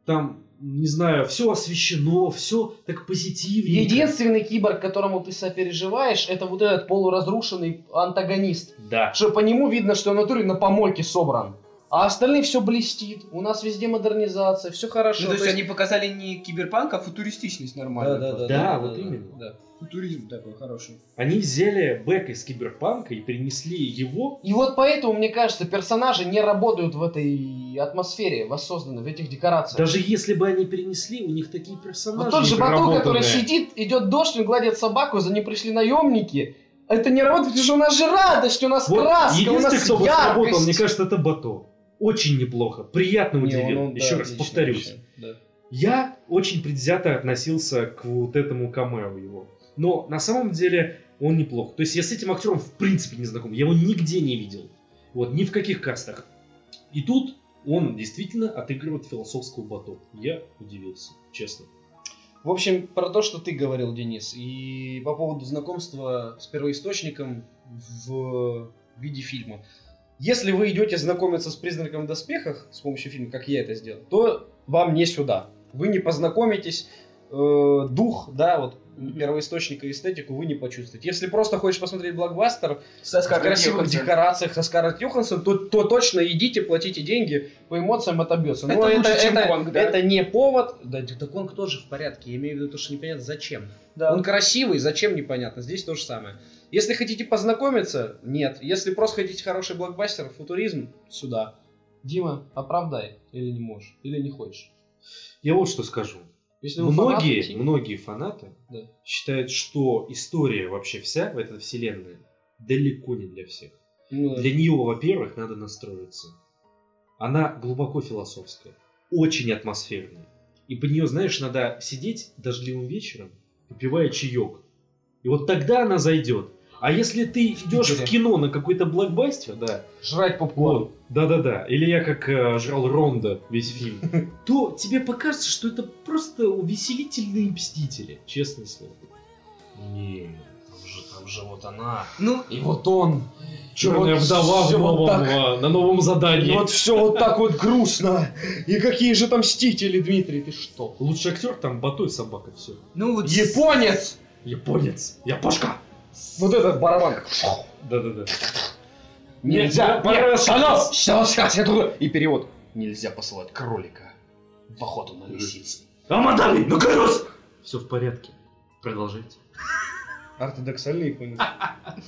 S3: Там, не знаю, все освещено, все так позитивненько.
S1: Единственный киборг, которому ты сопереживаешь, это вот этот полуразрушенный антагонист.
S3: Да.
S1: Что по нему видно, что он в натуре на помойке собран. А остальные все блестит. У нас везде модернизация, все хорошо.
S4: Ну, то есть они показали не киберпанк, а футуристичность
S1: Да,
S4: нормально.
S1: да, да,
S3: Да, вот именно.
S1: да.
S4: Футуризм такой хороший.
S3: Они взяли бэк из киберпанка и перенесли его.
S1: И вот поэтому, мне кажется, персонажи не работают в этой атмосфере, воссозданной, в этих декорациях.
S3: Даже если бы они перенесли, у них такие персонажи.
S1: Вот тот же Бату,
S3: проработанные.
S1: который сидит, идет дождь, он гладит собаку, за ним пришли наемники. Это не работает, потому что у нас же радость, у нас
S3: Вот
S1: краска, у
S3: единственный,
S1: нас
S3: кто бы сработал, мне
S1: яркость.
S3: кажется, это Бато. Очень неплохо. Приятно
S1: Не, он-
S3: удивил.
S1: он, да,
S3: Еще раз
S1: отлично
S3: повторюсь.
S1: вообще, да.
S3: Я очень предвзято относился к вот этому камео его. Но на самом деле он неплох. То есть я с этим актером в принципе не знаком. Я его нигде не видел. Вот, ни в каких кастах. И тут он действительно отыгрывает философскую бату. Я удивился, честно.
S1: В общем, про то, что ты говорил, Денис, и по поводу знакомства с первоисточником в виде фильма. Если вы идете знакомиться с призраком в доспехах с помощью фильма, как я это сделал, то вам не сюда. Вы не познакомитесь, э, дух, да, вот первоисточника и эстетику вы не почувствуете. Если просто хочешь посмотреть блокбастер
S4: Со
S1: в красивых декорациях со Скарлетт Йоханссон, то, то точно идите, платите деньги, по эмоциям отобьется.
S4: Это лучше, чем Конг, да?
S1: это не повод. Да, так Конг тоже в порядке. Я имею в виду то, что непонятно зачем. Он красивый, зачем непонятно. Здесь то же самое. Если хотите познакомиться, нет. Если просто хотите хороший блокбастер, футуризм, сюда. Дима, оправдай. Или не можешь, или не хочешь.
S3: Я вот что скажу.
S1: Если вы
S3: Многие,
S1: фанат, идти.
S3: многие фанаты
S1: Да.
S3: считают, что история вообще вся в этой вселенной далеко не для всех.
S1: Ну,
S3: Для нее, во-первых, надо настроиться. Она глубоко философская, очень атмосферная. И под нее, знаешь, надо сидеть дождливым вечером, попивая чаек. И вот тогда она зайдет. А если ты идешь в
S1: Питере.
S3: кино на какой-то блокбастер, да,
S1: жрать попкорн.
S3: вот, да-да-да, или я как э, жрал Ронда весь
S1: [LAUGHS]
S3: фильм, то тебе покажется, что это просто увеселительные мстители, честное слово. Не,
S1: Там же, там же вот она.
S4: Ну,
S1: И вот он.
S3: Черная
S1: вот
S3: вдова в
S1: всё вот
S3: новом,
S1: так.
S3: э, на новом
S1: И
S3: задании.
S1: вот все вот так вот грустно. И какие же там мстители, Дмитрий, ты что?
S3: Лучший актер там Батой собака, все.
S4: ну вот...
S1: Японец!
S3: Японец. Япошка.
S1: Вот этот барабан.
S3: Да-да-да.
S1: Нельзя.
S3: Нельзя
S1: Нет,
S3: посылать-
S1: Санас, сейчас, сейчас, я другой. И перевод. Нельзя посылать кролика в охоту на лисиц.
S3: Амадами, ну колес! Все в порядке. Продолжайте.
S1: Ортодоксальные понял.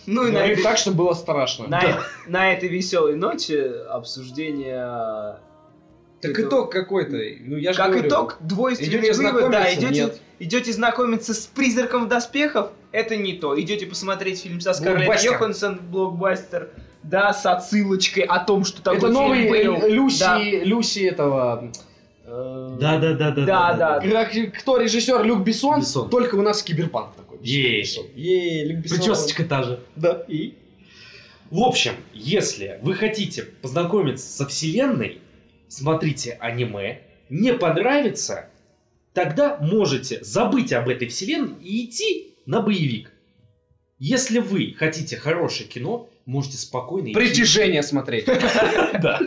S4: Ну и на
S1: Говорит
S4: этой,
S1: А, так, что было страшно.
S4: на, э- на этой веселой ночи обсуждение...
S1: Так
S4: этого-
S1: итог какой-то. Ну я же
S4: Как
S1: говорю.
S4: итог, двойственный
S1: Идете
S4: вывод, да,
S1: знакомиться?
S4: идете,
S1: Нет.
S4: идете знакомиться с призраком в доспехах, это не то. Идете посмотреть фильм со Скарлетт
S1: Блокбастер.
S4: Йоханссон, блокбастер, да, с отсылочкой о том, что такой
S1: Это
S4: фильм
S1: новый
S4: был.
S1: э, Люси,
S4: Да.
S1: Люси этого. э,
S3: Да-да-да-да.
S4: Да-да.
S1: как- Кто режиссер Люк Бессон?
S3: Бессон.
S1: Только у нас киберпанк такой.
S3: Е.
S1: Е, Люк Бессон.
S3: Причесочка та же.
S1: Да. И
S3: В общем, если вы хотите познакомиться со вселенной, смотрите аниме, не понравится, тогда можете забыть об этой вселенной и идти на боевик. Если вы хотите хорошее кино, можете спокойно идти.
S1: притяжение смотреть.
S3: Да.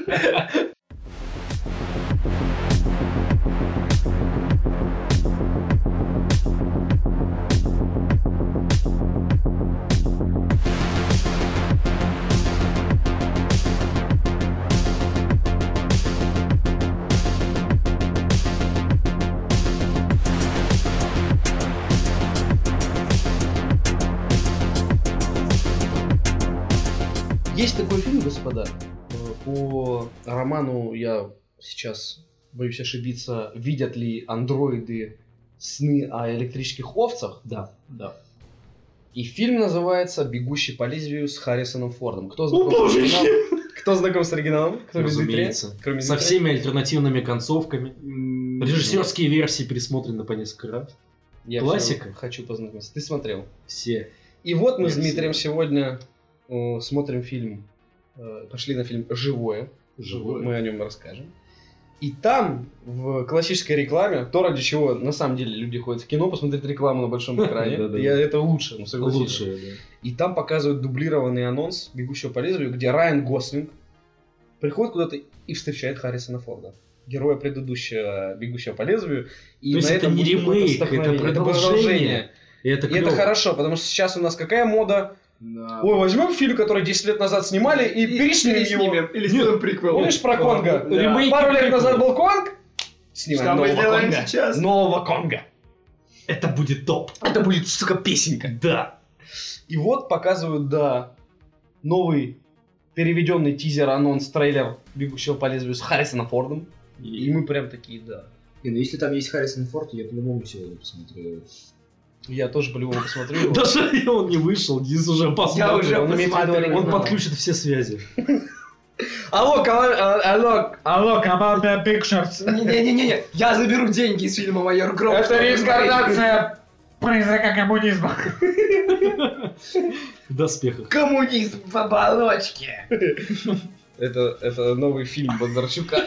S1: Есть такой фильм, господа, э, по роману, я сейчас боюсь ошибиться, видят ли андроиды сны о электрических овцах? Да. Да. И фильм называется «Бегущий по лезвию» с Харрисоном Фордом. Кто знаком с
S3: божечки!
S1: оригиналом? Кто знаком с оригиналом? Кто без
S3: Разумеется.
S1: Дмитрия? Кроме
S3: Со
S1: Дмитрия?
S3: всеми альтернативными концовками. Режиссерские версии пересмотрены по несколько раз.
S1: Я
S3: классика.
S1: всё Хочу познакомиться. Ты смотрел?
S3: Все.
S1: И вот мы
S3: Я
S1: с Дмитрием сегодня э, смотрим фильм. э, Пошли на фильм «Живое».
S3: Живое.
S1: Мы о нем расскажем. И там, в классической рекламе, то, ради чего на самом деле люди ходят в кино, посмотреть рекламу на
S3: [LAUGHS]
S1: большом экране.
S3: Да-да-да.
S1: Я- Это лучше, ну согласись.
S3: Лучшее, да.
S1: И там показывают дублированный анонс «Бегущего по лезвию», где Райан Гослинг приходит куда-то и встречает Харрисона Форда. Героя предыдущего «Бегущего по лезвию». И
S3: То есть
S1: на
S3: это
S1: этом
S3: не
S1: будет какое-то
S3: ремейк, это
S1: столкновение.
S3: продолжение. ну. И это
S1: И это
S3: клёво.
S1: хорошо, потому что сейчас у нас какая мода?
S4: Да.
S1: Ой, возьмем фильм, который 10 лет назад снимали, и, переснимем его.
S4: Или сделаем приквел.
S1: Помнишь про Конга?
S4: Да.
S3: Ремейк
S1: Пару лет
S3: приквел.
S1: назад был Конг,
S4: Что
S1: снимаем
S4: мы
S1: нового
S4: делаем
S1: Конга.
S4: сейчас?
S1: Нового Конга.
S3: Это будет топ.
S1: Это будет, сука, песенка.
S3: Да.
S1: И вот показывают, да, новый переведенный тизер, анонс, трейлер «Бегущего по лезвию» с Харрисоном Фордом. И мы прям такие, да.
S4: ну если там есть Харрисон Форд, я по-любому сегодня посмотрю.
S1: Я тоже по-любому посмотрю
S4: [LAUGHS]
S1: его.
S3: Даже [LAUGHS] и он не вышел, Денис уже
S4: Я
S3: посмотрел.
S4: уже
S1: он имеет в виду
S4: посмотрел.
S1: оригинал.
S3: Он подключит все связи.
S1: Алло, кого- а- алло,
S15: Алло, about the pictures.
S4: Не-не-не, я заберу деньги из фильма «Майор Гром».
S15: Это реинкарнация призрака коммунизма.
S3: В доспехах.
S4: Коммунизм в оболочке.
S1: Это, это новый фильм Бондарчука.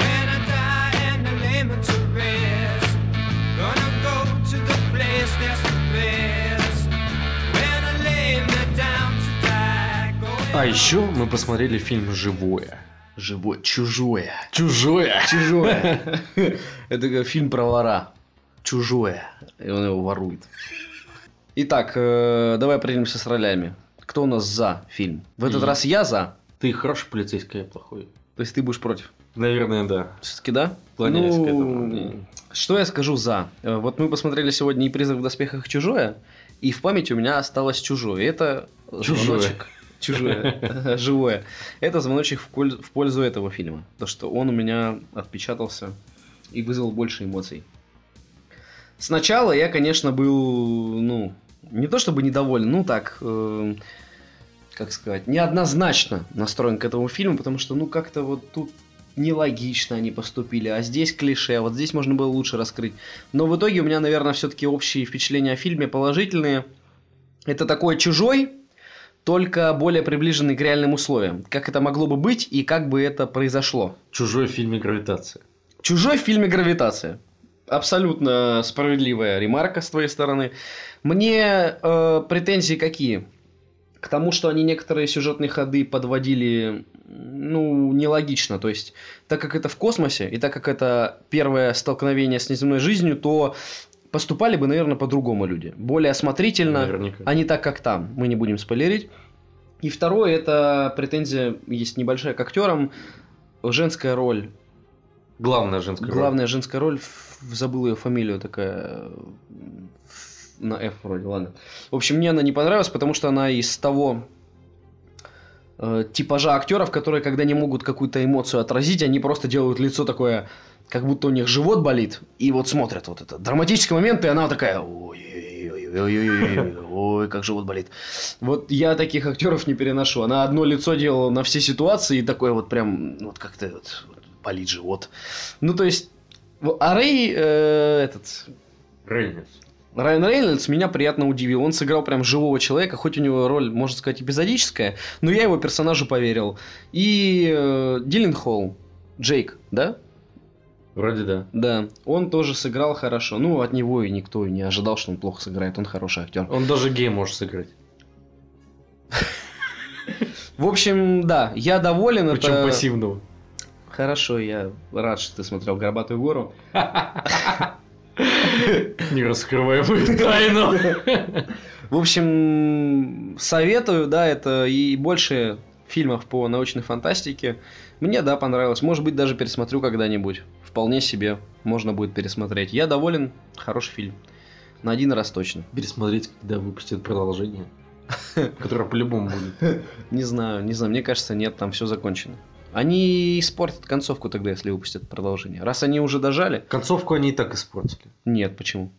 S2: When I die and I lay me to rest, gonna go to the place that's the best. When I lay me down to die, going
S16: А еще мы посмотрели фильм «Живое». Живое. Чужое. Чужое.
S1: Чужое.
S16: [LAUGHS]
S1: Это как фильм про вора.
S16: Чужое. И он его ворует.
S1: Итак, э, давай определимся с ролями. Кто у нас за фильм? В этот
S16: И-
S1: раз я за.
S16: Ты хороший полицейский, я плохой.
S1: То есть ты будешь против?
S16: Наверное, да.
S1: Все-таки да?
S16: Склоняюсь
S1: Ну,
S16: к этому мнению.
S1: Что я скажу за? Э, Вот мы посмотрели сегодня и «Призрак в доспехах» и «Чужое», и в памяти у меня осталось «Чужое». Это
S16: Чужое.
S1: звоночек.
S16: [LAUGHS]
S1: Чужое. Живое. Это звоночек в, коль- в пользу этого фильма. То, что он у меня отпечатался и вызвал больше эмоций. Сначала я, конечно, был, ну, не то чтобы недоволен, ну так, эм, как сказать, неоднозначно настроен к этому фильму, потому что, ну, как-то вот тут нелогично они поступили, а здесь клише, а вот здесь можно было лучше раскрыть. Но в итоге у меня, наверное, все-таки общие впечатления о фильме положительные. Это такой чужой, только более приближенный к реальным условиям. Как это могло бы быть и как бы это произошло.
S16: Чужой в фильме «Гравитация».
S1: Чужой в фильме «Гравитация». абсолютно справедливая ремарка с твоей стороны. Мне э, претензии какие? К тому, что они некоторые сюжетные ходы подводили, ну, нелогично. То есть, так как это в космосе, и так как это первое столкновение с неземной жизнью, то поступали бы, наверное, по-другому люди. Более осмотрительно,
S3: Наверняка.
S1: а не так, как там. Мы не будем спойлерить. И второе, это претензия есть небольшая к актерам. Женская роль
S3: Главная женская роль.
S1: Главная женская роль, ф- забыл ее фамилию такая, м, ф- на F вроде, ладно. В общем, мне она не понравилась, потому что она из того э, типажа актеров, которые, когда не могут какую-то эмоцию отразить, они просто делают лицо такое, как будто у них живот болит, и вот смотрят вот это. Драматический момент, и она такая, «Ой-ой-ой-ой-ой-ой-ой, ой, как живот болит. Вот я таких актеров не переношу. Она одно лицо делала на все ситуации, и такое вот прям, вот как-то вот, вот болит живот. Ну, то есть, в- а Рэй, э, этот,
S3: Рейнольдс.
S1: Райан Рейнольдс меня приятно удивил. Он сыграл прям живого человека, хоть у него роль, можно сказать, эпизодическая, но я его персонажу поверил. И э, Холл, Джейк, да?
S3: Вроде да.
S1: Да, он тоже сыграл хорошо. Ну, от него и никто и не ожидал, что он плохо сыграет, он хороший актер.
S3: Он даже гей может сыграть.
S1: В общем, да, я доволен.
S3: Причем
S1: это-
S3: пассивного.
S1: Хорошо, я рад, что ты смотрел «Горбатую гору». [LAUGHS]
S3: Не раскрывая мою [LAUGHS] тайну.
S1: В общем, советую, да, это и больше фильмов по научной фантастике. Мне, да, понравилось. Может быть, даже пересмотрю когда-нибудь. Вполне себе можно будет пересмотреть. Я доволен. Хороший фильм. На один раз точно.
S3: Пересмотреть, когда выпустят продолжение. [LAUGHS] Которое по-любому будет.
S1: Не знаю, не знаю. Мне кажется, нет, там все закончено. Они испортят концовку тогда, если выпустят продолжение. Раз они уже дожали...
S3: Концовку они и так испортили.
S1: Нет, почему?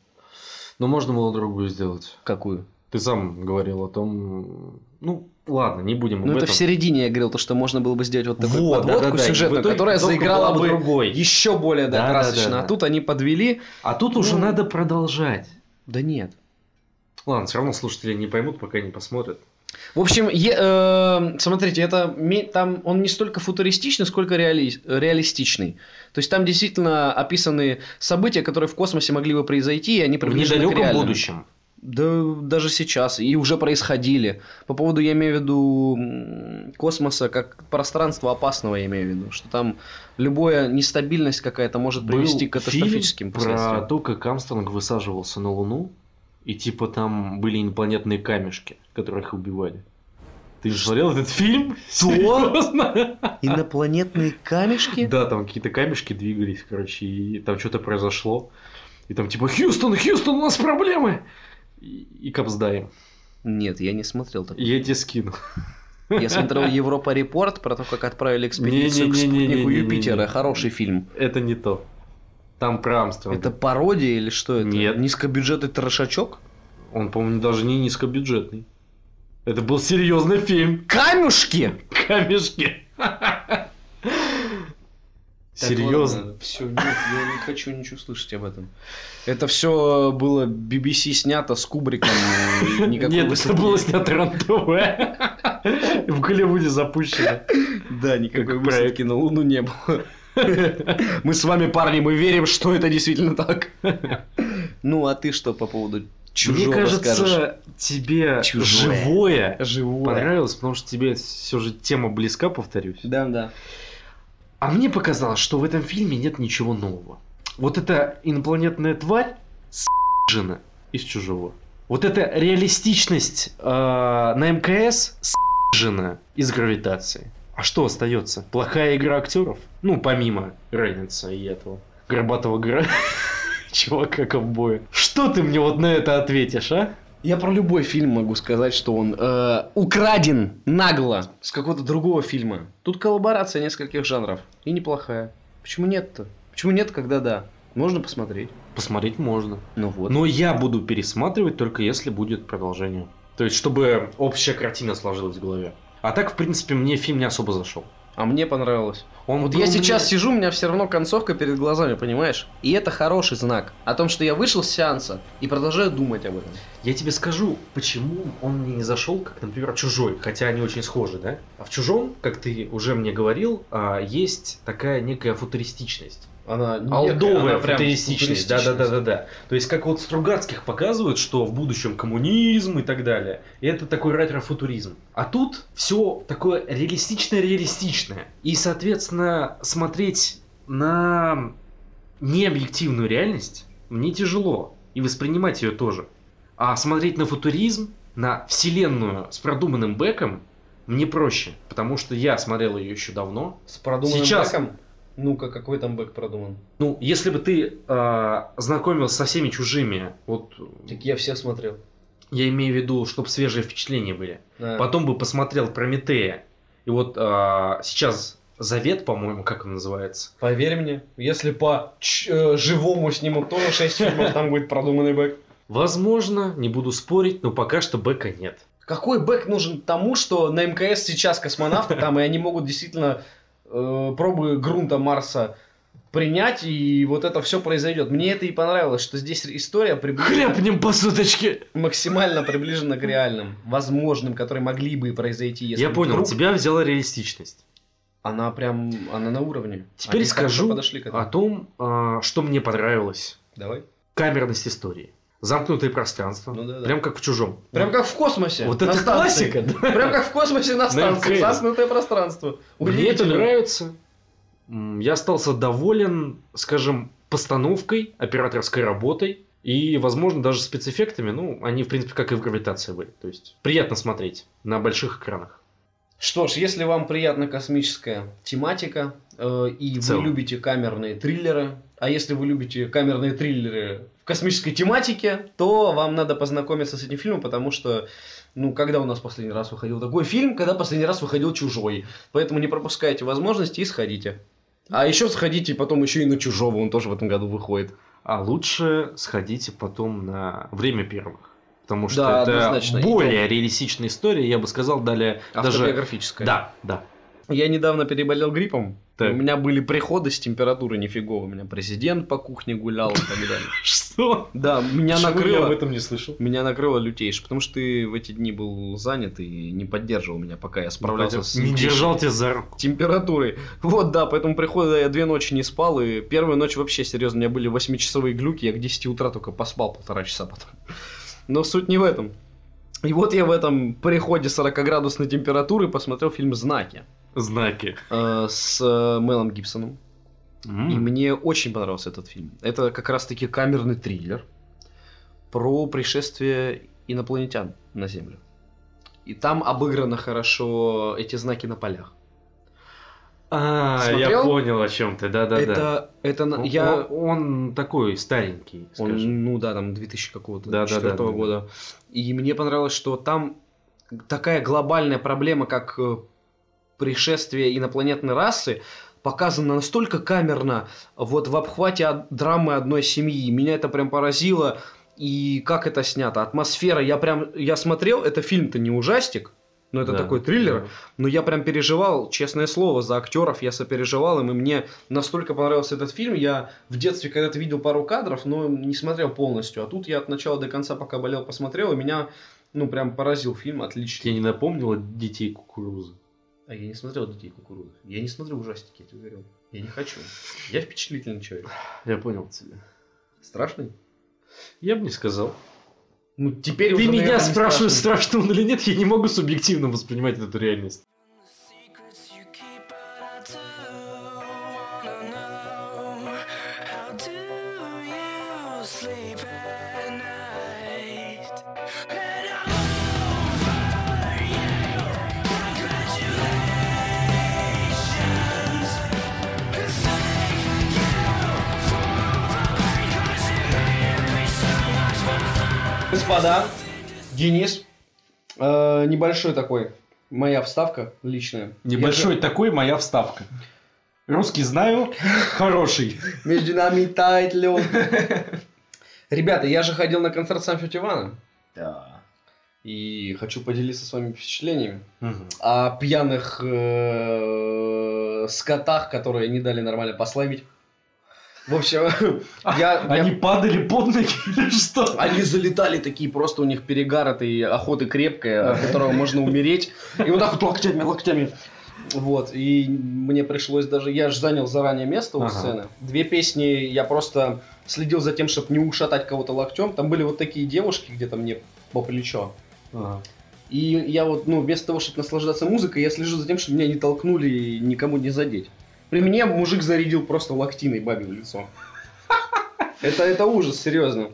S3: Но можно было другую сделать.
S1: Какую?
S3: Ты сам говорил о том... Ну, ладно, не будем об
S1: Ну, это
S3: этом.
S1: в середине я говорил, то, что можно было бы сделать вот такую
S3: Вот,
S1: подводку
S3: да-да-да, и в
S1: сюжетную,
S3: итоге
S1: которая
S3: концовка
S1: заиграла
S3: была бы
S1: бы
S3: другой.
S1: еще более да,
S3: Да-да-да-да.
S1: красочно. А тут они подвели.
S3: А тут уже
S1: Ну.
S3: надо продолжать.
S1: Да нет.
S3: Ладно, все равно слушатели не поймут, пока не посмотрят.
S1: В общем, е- э, смотрите, это ме- там он не столько футуристичный, сколько реали- реалистичный. То есть там действительно описаны события, которые в космосе могли бы произойти, и они
S3: В
S1: приближены к
S3: недалеком
S1: реальным.
S3: будущем.
S1: Да даже сейчас, и уже происходили. По поводу, я имею в виду, м, космоса как пространства опасного, я имею в виду, что там любая нестабильность какая-то может привести
S3: Был
S1: к катастрофическим
S3: фильм про
S1: последствиям.
S3: то, как Амстронг высаживался на Луну, и типа там были инопланетные камешки, которых убивали. Ты же смотрел этот фильм? Серьезно?
S1: Инопланетные камешки?
S3: Да, там какие-то камешки двигались, короче, и там что-то произошло. И там типа «Хьюстон, Хьюстон, у нас проблемы!» И, и капсдаем.
S1: Нет, я не смотрел такое.
S3: Я тебе скину.
S1: Я смотрел Европа Репорт про то, как отправили экспедицию к
S3: Не-не-не-не-не-не-не.
S1: спутнику Юпитера. Хороший фильм.
S3: Это не то. Там про Амстронга.
S1: Это пародия или что это?
S3: Нет.
S1: Низкобюджетный трошачок?
S3: Он, по-моему, даже не низкобюджетный. Это был серьезный фильм.
S1: Камешки!
S3: Камешки. Серьезно.
S1: Все, нет, я не хочу ничего слышать об этом. Это все было BBC снято с Кубриком. и Никакой
S3: Нет,
S1: высоты.
S3: это было снято РЕН-ТВ. В Голливуде запущено.
S1: Да, никакой
S3: как
S1: высадки на Луну не было. Мы с вами, парни, мы верим, что это действительно так. Ну, а ты что по поводу
S3: Мне
S1: чужого скажешь?
S3: кажется, тебе
S1: Чужое.
S3: живое
S1: Живое.
S3: понравилось, потому что тебе все же тема близка, повторюсь.
S1: Да, да.
S3: А мне показалось, что в этом фильме нет ничего нового. Вот эта инопланетная тварь с**жена из чужого. Вот эта реалистичность э, на МКС с**жена из гравитации. А что остается? Плохая игра актеров? Ну, помимо Рейнольдса и этого горбатого гра... [LAUGHS] чувака ковбоя. Что ты мне вот на это ответишь, а?
S1: Я про любой фильм могу сказать, что он э, украден нагло с какого-то другого фильма. Тут коллаборация нескольких жанров. И неплохая. Почему нет-то? Почему нет, когда да? Можно посмотреть.
S3: Посмотреть можно.
S1: Ну вот.
S3: Но я буду пересматривать только если будет продолжение. То есть, чтобы общая картина сложилась в голове. А так, в принципе, мне фильм не особо зашел.
S1: А мне понравилось.
S3: Он
S1: Вот
S17: Ну,
S3: был
S1: я
S3: мне-
S1: сейчас сижу, у меня все равно концовка перед глазами, понимаешь? И это хороший знак о том, что я вышел с сеанса и продолжаю думать об этом.
S3: Я тебе скажу, почему он мне не зашел, как, например, «Чужой», хотя они очень схожи, да? А в «Чужом», как ты уже мне говорил, а, есть такая некая футуристичность. Она не
S17: Алдовая
S3: яркая, она прям
S17: футуристичность.
S3: Да-да-да-да-да. То есть, как вот Стругацких показывают, что в будущем коммунизм и так далее. И это такой ретро-футуризм. А тут все такое реалистичное-реалистичное. И, соответственно, смотреть на необъективную реальность мне тяжело. И воспринимать ее тоже. А смотреть на футуризм, на вселенную с продуманным бэком, мне проще. Потому что я смотрел ее еще давно.
S17: С продуманным
S3: Сейчас.
S17: бэком? Ну-ка, какой там бэк продуман?
S3: Ну, если бы ты э, знакомился со всеми чужими, вот
S17: Так я все смотрел.
S3: я имею в виду, чтобы свежие впечатления были.
S17: Да.
S3: Потом бы посмотрел Прометея. И вот э, сейчас Завет, по-моему, как он называется.
S17: Поверь мне, если по ч- э, живому снимут тоже 6 фильмов, там будет продуманный бэк.
S3: Возможно, не буду спорить, но пока что бэка нет.
S17: Какой бэк нужен тому, что на МКС сейчас космонавты там, и они могут действительно э, пробы грунта Марса принять, и вот это все произойдет. Мне это и понравилось, что здесь история приближена,
S3: по суточке!
S17: максимально приближена к реальным, возможным, которые могли бы и произойти, если
S3: Я
S17: бы
S3: понял,
S17: вдруг-
S3: тебя взяла реалистичность.
S17: Она прям, она на уровне.
S3: Теперь
S17: Они хорошо
S3: скажу
S17: подошли к этому.
S3: о том, а, что мне понравилось.
S17: Давай.
S3: Камерность истории. Замкнутые пространства.
S17: Ну да, да.
S3: Прям как в чужом.
S17: Прям как в космосе.
S3: Вот
S17: на
S3: это
S17: станции.
S3: классика. да.
S17: [LAUGHS] Прям как в космосе на станции.
S3: МКС.
S17: Замкнутое пространство.
S3: Мне это
S17: Удивительно.
S3: нравится. М, Я остался доволен, скажем, постановкой, операторской работой и, возможно, даже спецэффектами. Ну, они, в принципе, как и в гравитации были. То есть приятно смотреть на больших экранах.
S17: Что ж, если вам приятна космическая тематика, э, и
S3: В целом.
S17: вы любите камерные триллеры, а если вы любите камерные триллеры в космической тематике, то вам надо познакомиться с этим фильмом, потому что, ну, когда у нас последний раз выходил такой фильм, когда последний раз выходил «Чужой». Поэтому не пропускайте возможности и сходите. А еще сходите потом еще и на «Чужого», он тоже в этом году выходит.
S3: А лучше сходите потом на время первых. Потому что
S17: Да,
S3: это
S17: однозначно.
S3: более реалистичная история, я бы сказал, далее даже...
S17: Автобиографическое.
S3: Да, да.
S17: Я недавно переболел гриппом.
S3: Так.
S17: У меня были приходы с температурой нифигово. У меня президент по кухне гулял и так далее.
S3: Что?
S17: Да,
S3: Почему
S17: меня
S3: я об
S17: накрыло.
S3: этом не слышал.
S17: Меня накрыло лютейше, потому что ты в эти дни был занят и не поддерживал меня, пока я справлялся с
S3: Не держал тебя за руку.
S17: температурой. Вот, да, поэтому прихода я две ночи не спал, и первую ночь вообще серьезно, у меня были 8-часовые глюки, я к 10 утра только поспал полтора часа потом. [LAUGHS] Но суть не в этом. И вот я в этом приходе 40-градусной температуры посмотрел фильм «Знаки»
S3: Знаки.
S17: э, с э, Мелом Гибсоном. И
S3: М.
S17: мне очень понравился этот фильм. Это как раз-таки камерный триллер про пришествие инопланетян на Землю. И там обыграно хорошо эти знаки на полях.
S3: А, я
S17: Смотрел?
S3: понял о чем ты, да, да,
S17: это,
S3: да.
S17: это на-
S3: Он,
S17: я,
S3: он такой старенький,
S17: он,
S3: скажем.
S17: ну да, там 2000 какого-то
S3: Да, да, да,
S17: четвёртого
S3: да, да.
S17: года. И мне понравилось, что там такая глобальная проблема, как э, пришествие инопланетной расы, показана настолько камерно, вот в обхвате од- драмы одной семьи. Меня это прям поразило. И как это снято? Атмосфера. Я прям, я смотрел, это фильм-то не ужастик, но ну, это
S3: Да,
S17: такой триллер.
S3: да.
S17: Но я прям переживал, честное слово, за актеров я сопереживал им, и мне настолько понравился этот фильм. Я в детстве когда-то видел пару кадров, но не смотрел полностью. А тут я от начала до конца, пока болел, посмотрел, и меня, ну, прям поразил фильм, отлично.
S3: Тебе не напомнило детей кукурузы?
S17: А я не смотрел «Детей кукурузы». Я не смотрю ужастики, я тебе говорю. Я не хочу. Я впечатлительный человек.
S3: Я понял тебя.
S17: Страшный?
S3: Я бы не сказал.
S17: Ну, теперь
S3: Ты
S17: уже, наверное,
S3: меня
S17: не
S3: спрашиваешь,
S17: страшный.
S3: страшно он или нет, я не могу субъективно воспринимать эту реальность.
S7: secrets you keep, but I do wanna know how do you sleep at night? And I'm over you. Congratulations. Thank you for all because it made me so much more fun.
S17: Господа, Денис, э, небольшой такой моя вставка личная.
S3: Небольшой такой моя вставка. Русский знаю, хороший.
S17: Между нами тает лед. [LAUGHS] Ребята, я же ходил на концерт сам Ивана.
S18: Да.
S17: И хочу поделиться с вами впечатлениями о а пьяных э, скотах, которые не дали нормально пославить. В общем, я, я-
S3: Они падали под ноги [LAUGHS] или что?
S17: [LAUGHS]
S1: А-
S17: они залетали такие, просто у них [LAUGHS] перегар этой охоты крепкая, от которого можно умереть. И вот так вот локтями, локтями. Вот, и мне пришлось даже... Я же занял заранее место у
S19: Ага.
S17: сцены. Две песни я просто следил за тем, чтобы не ушатать кого-то локтем. Там были вот такие девушки где-то мне по плечо. И я вот, ну, вместо того, чтобы наслаждаться музыкой, я слежу за тем, чтобы меня не толкнули и никому не задеть. При мне мужик зарядил просто локтиной бабе в лицо. Это, это ужас, серьезно.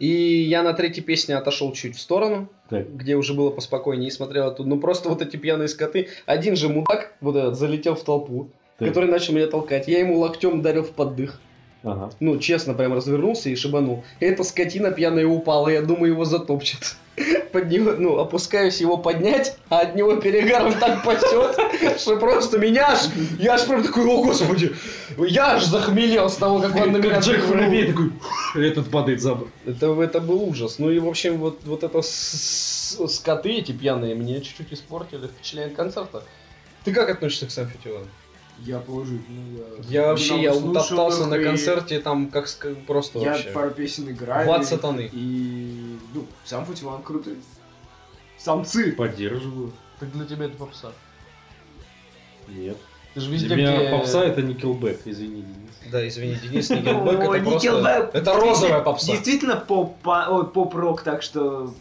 S17: И я на третьей песне отошел чуть в сторону,
S19: Так.
S17: где уже было поспокойнее, и смотрел оттуда. Ну просто вот эти пьяные скоты. Один же мудак вот этот залетел в толпу,
S19: Так.
S17: который начал меня толкать. Я ему локтем дарил в поддых.
S19: Ага.
S17: Ну, честно, прям развернулся и шибанул. Эта скотина пьяная упала, я думаю, его затопчет. [LAUGHS] Под него, ну, опускаюсь его поднять, а от него перегаром так пасет, [LAUGHS] что просто меня аж, я аж прям такой, о господи, я аж захмелел с того, как он на меня
S3: Как Джек
S17: прыгнул.
S3: Воробей такой, этот падает за борт.
S17: Это, это был ужас. Ну и, в общем, вот, вот это с- с- скоты эти пьяные мне чуть-чуть испортили впечатление от концерта. Ты как относишься к Санфетиону?
S4: Я положительно.
S17: Я вообще, я
S4: слушал
S17: утоптался
S4: их,
S17: на
S4: и
S17: концерте там как ск- просто
S4: Я
S17: вообще.
S4: пару песен играю.
S17: В ад сатаны.
S4: И, ну, сам Футиван крутой. Самцы.
S3: Поддерживаю.
S1: Так для тебя это попса.
S3: Нет.
S1: Ты же
S3: Для
S1: везде,
S3: меня
S1: где...
S3: попса это Никелбэк, извини, Денис.
S17: Да, извини, Денис,
S4: Никельбэк
S17: Никельбэк
S4: это О, просто- Никельбэк.
S17: ну, это Это розовая попса.
S4: Действительно поп, поп-рок, так что...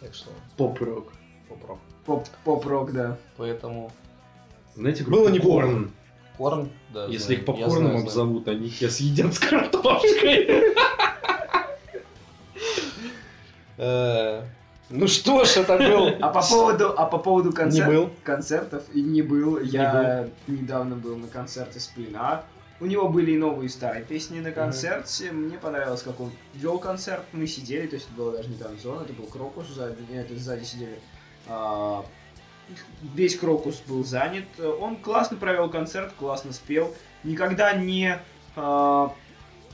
S1: Так что,
S4: Поп-рок.
S1: поп-рок.
S4: Поп- Поп-рок, да.
S1: Поэтому...
S3: Знаете,
S17: Было
S3: группу
S17: не
S3: Корн?
S17: порно.
S1: Корм, да. знаю,
S3: Если
S1: я
S3: их
S1: знаю,
S3: попкорном
S1: знаю.
S3: обзовут, они тебя съедят с картошкой.
S17: Ну что ж, это был...
S4: А по поводу, а по поводу концер-
S17: Не был.
S4: концертов и не был. Я недавно был на концерте Сплина. У него были и новые и старые песни на концерте. Мне понравилось, как он вел концерт. Мы сидели, то есть это была даже не танцзона, это был Крокус, сзади, нет, сзади сидели. а, весь Крокус был занят. Он классно провел концерт, классно спел. Никогда не а,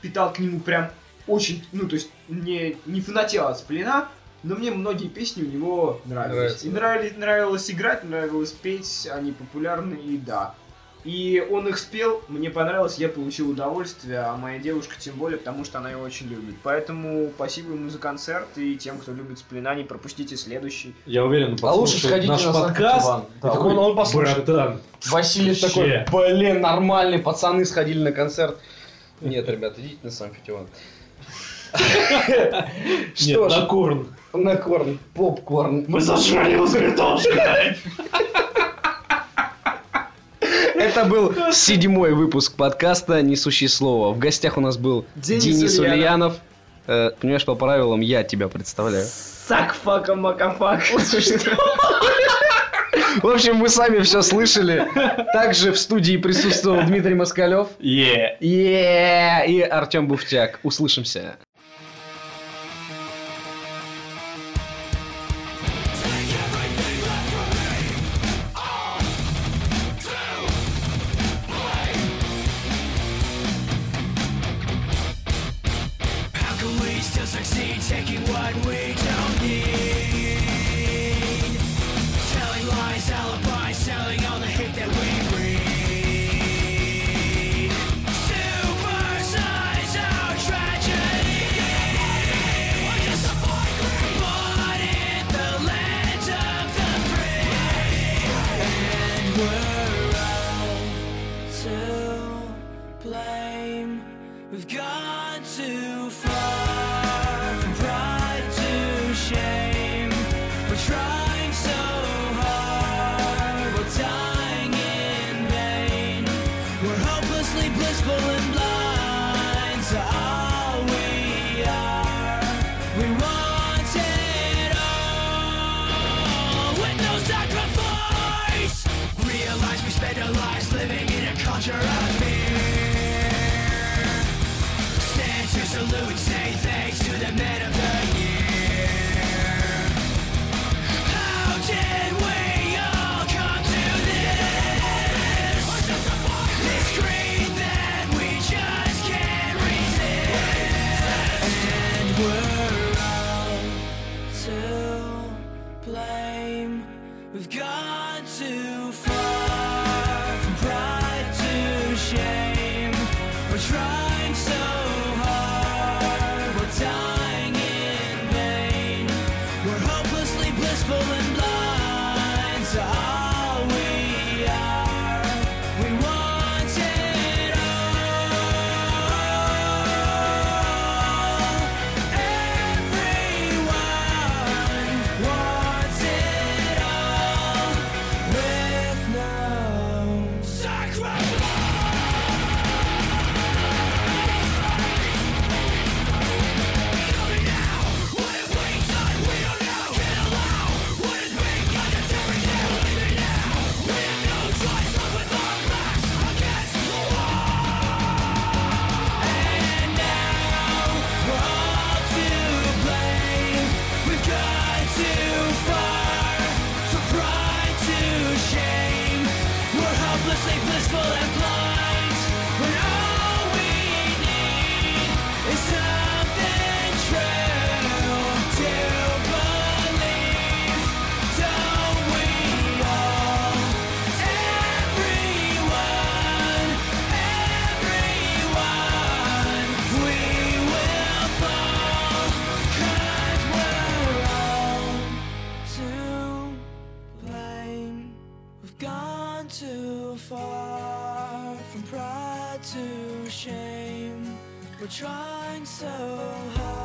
S4: питал к нему прям очень, ну то есть не, не фанател от Сплина, но мне многие песни у него нравились.
S17: Нравится,
S4: и
S17: да.
S4: нравились, нравилось играть, нравилось петь, они популярны и да. И он их спел, мне понравилось, я получил удовольствие, а моя девушка тем более, потому что она его очень любит. Поэтому спасибо ему за концерт и тем, кто любит Сплина, не пропустите следующий.
S3: Я уверен,
S1: А лучше
S3: подслушает
S1: сходите
S3: наш
S1: на
S3: подкаст.
S1: подкаст.
S3: и такой,
S17: он- он послушает.
S3: Братан,
S17: Василий
S3: Вообще.
S17: такой, блин, нормальные пацаны сходили на концерт. Нет, ребята, идите на Санфетион. Что
S3: [LAUGHS] нет, на
S17: ж,
S3: корн.
S17: на корм, попкорн.
S3: Мы зажрали его с картошкой.
S20: Это был седьмой выпуск подкаста «Несущий слово». В гостях у нас был
S4: Денис
S20: Денис, Ульянов. Э, понимаешь, по правилам я тебя представляю.
S4: Сакфака макафак.
S20: [LAUGHS] В общем, вы сами все слышали. Также в студии присутствовал Дмитрий Москалев.
S3: Е.
S20: Е-е-е! И Артем Буфтяк. Услышимся.
S7: How can we still succeed taking what we don't need? Telling lies, alibis, selling on the hate that we breed. Supersize our tragedy. We're just a flickering But in the land of the free. And we're out to blame. We've gone too far from pride to shame. We're trying so hard, we're dying in vain. We're hopelessly blissful and blind to all we are. We want it all with no sacrifice. Realize we spend our lives living in a culture of fear. Stand to salute, say thanks to the men of the year. How did we all come to this? This creed that we just can't resist. And we're all to blame. We've gone too far from pride to shame. We're trying so hard, we're dying. in We've gone too far from pride to shame. We're trying so hard.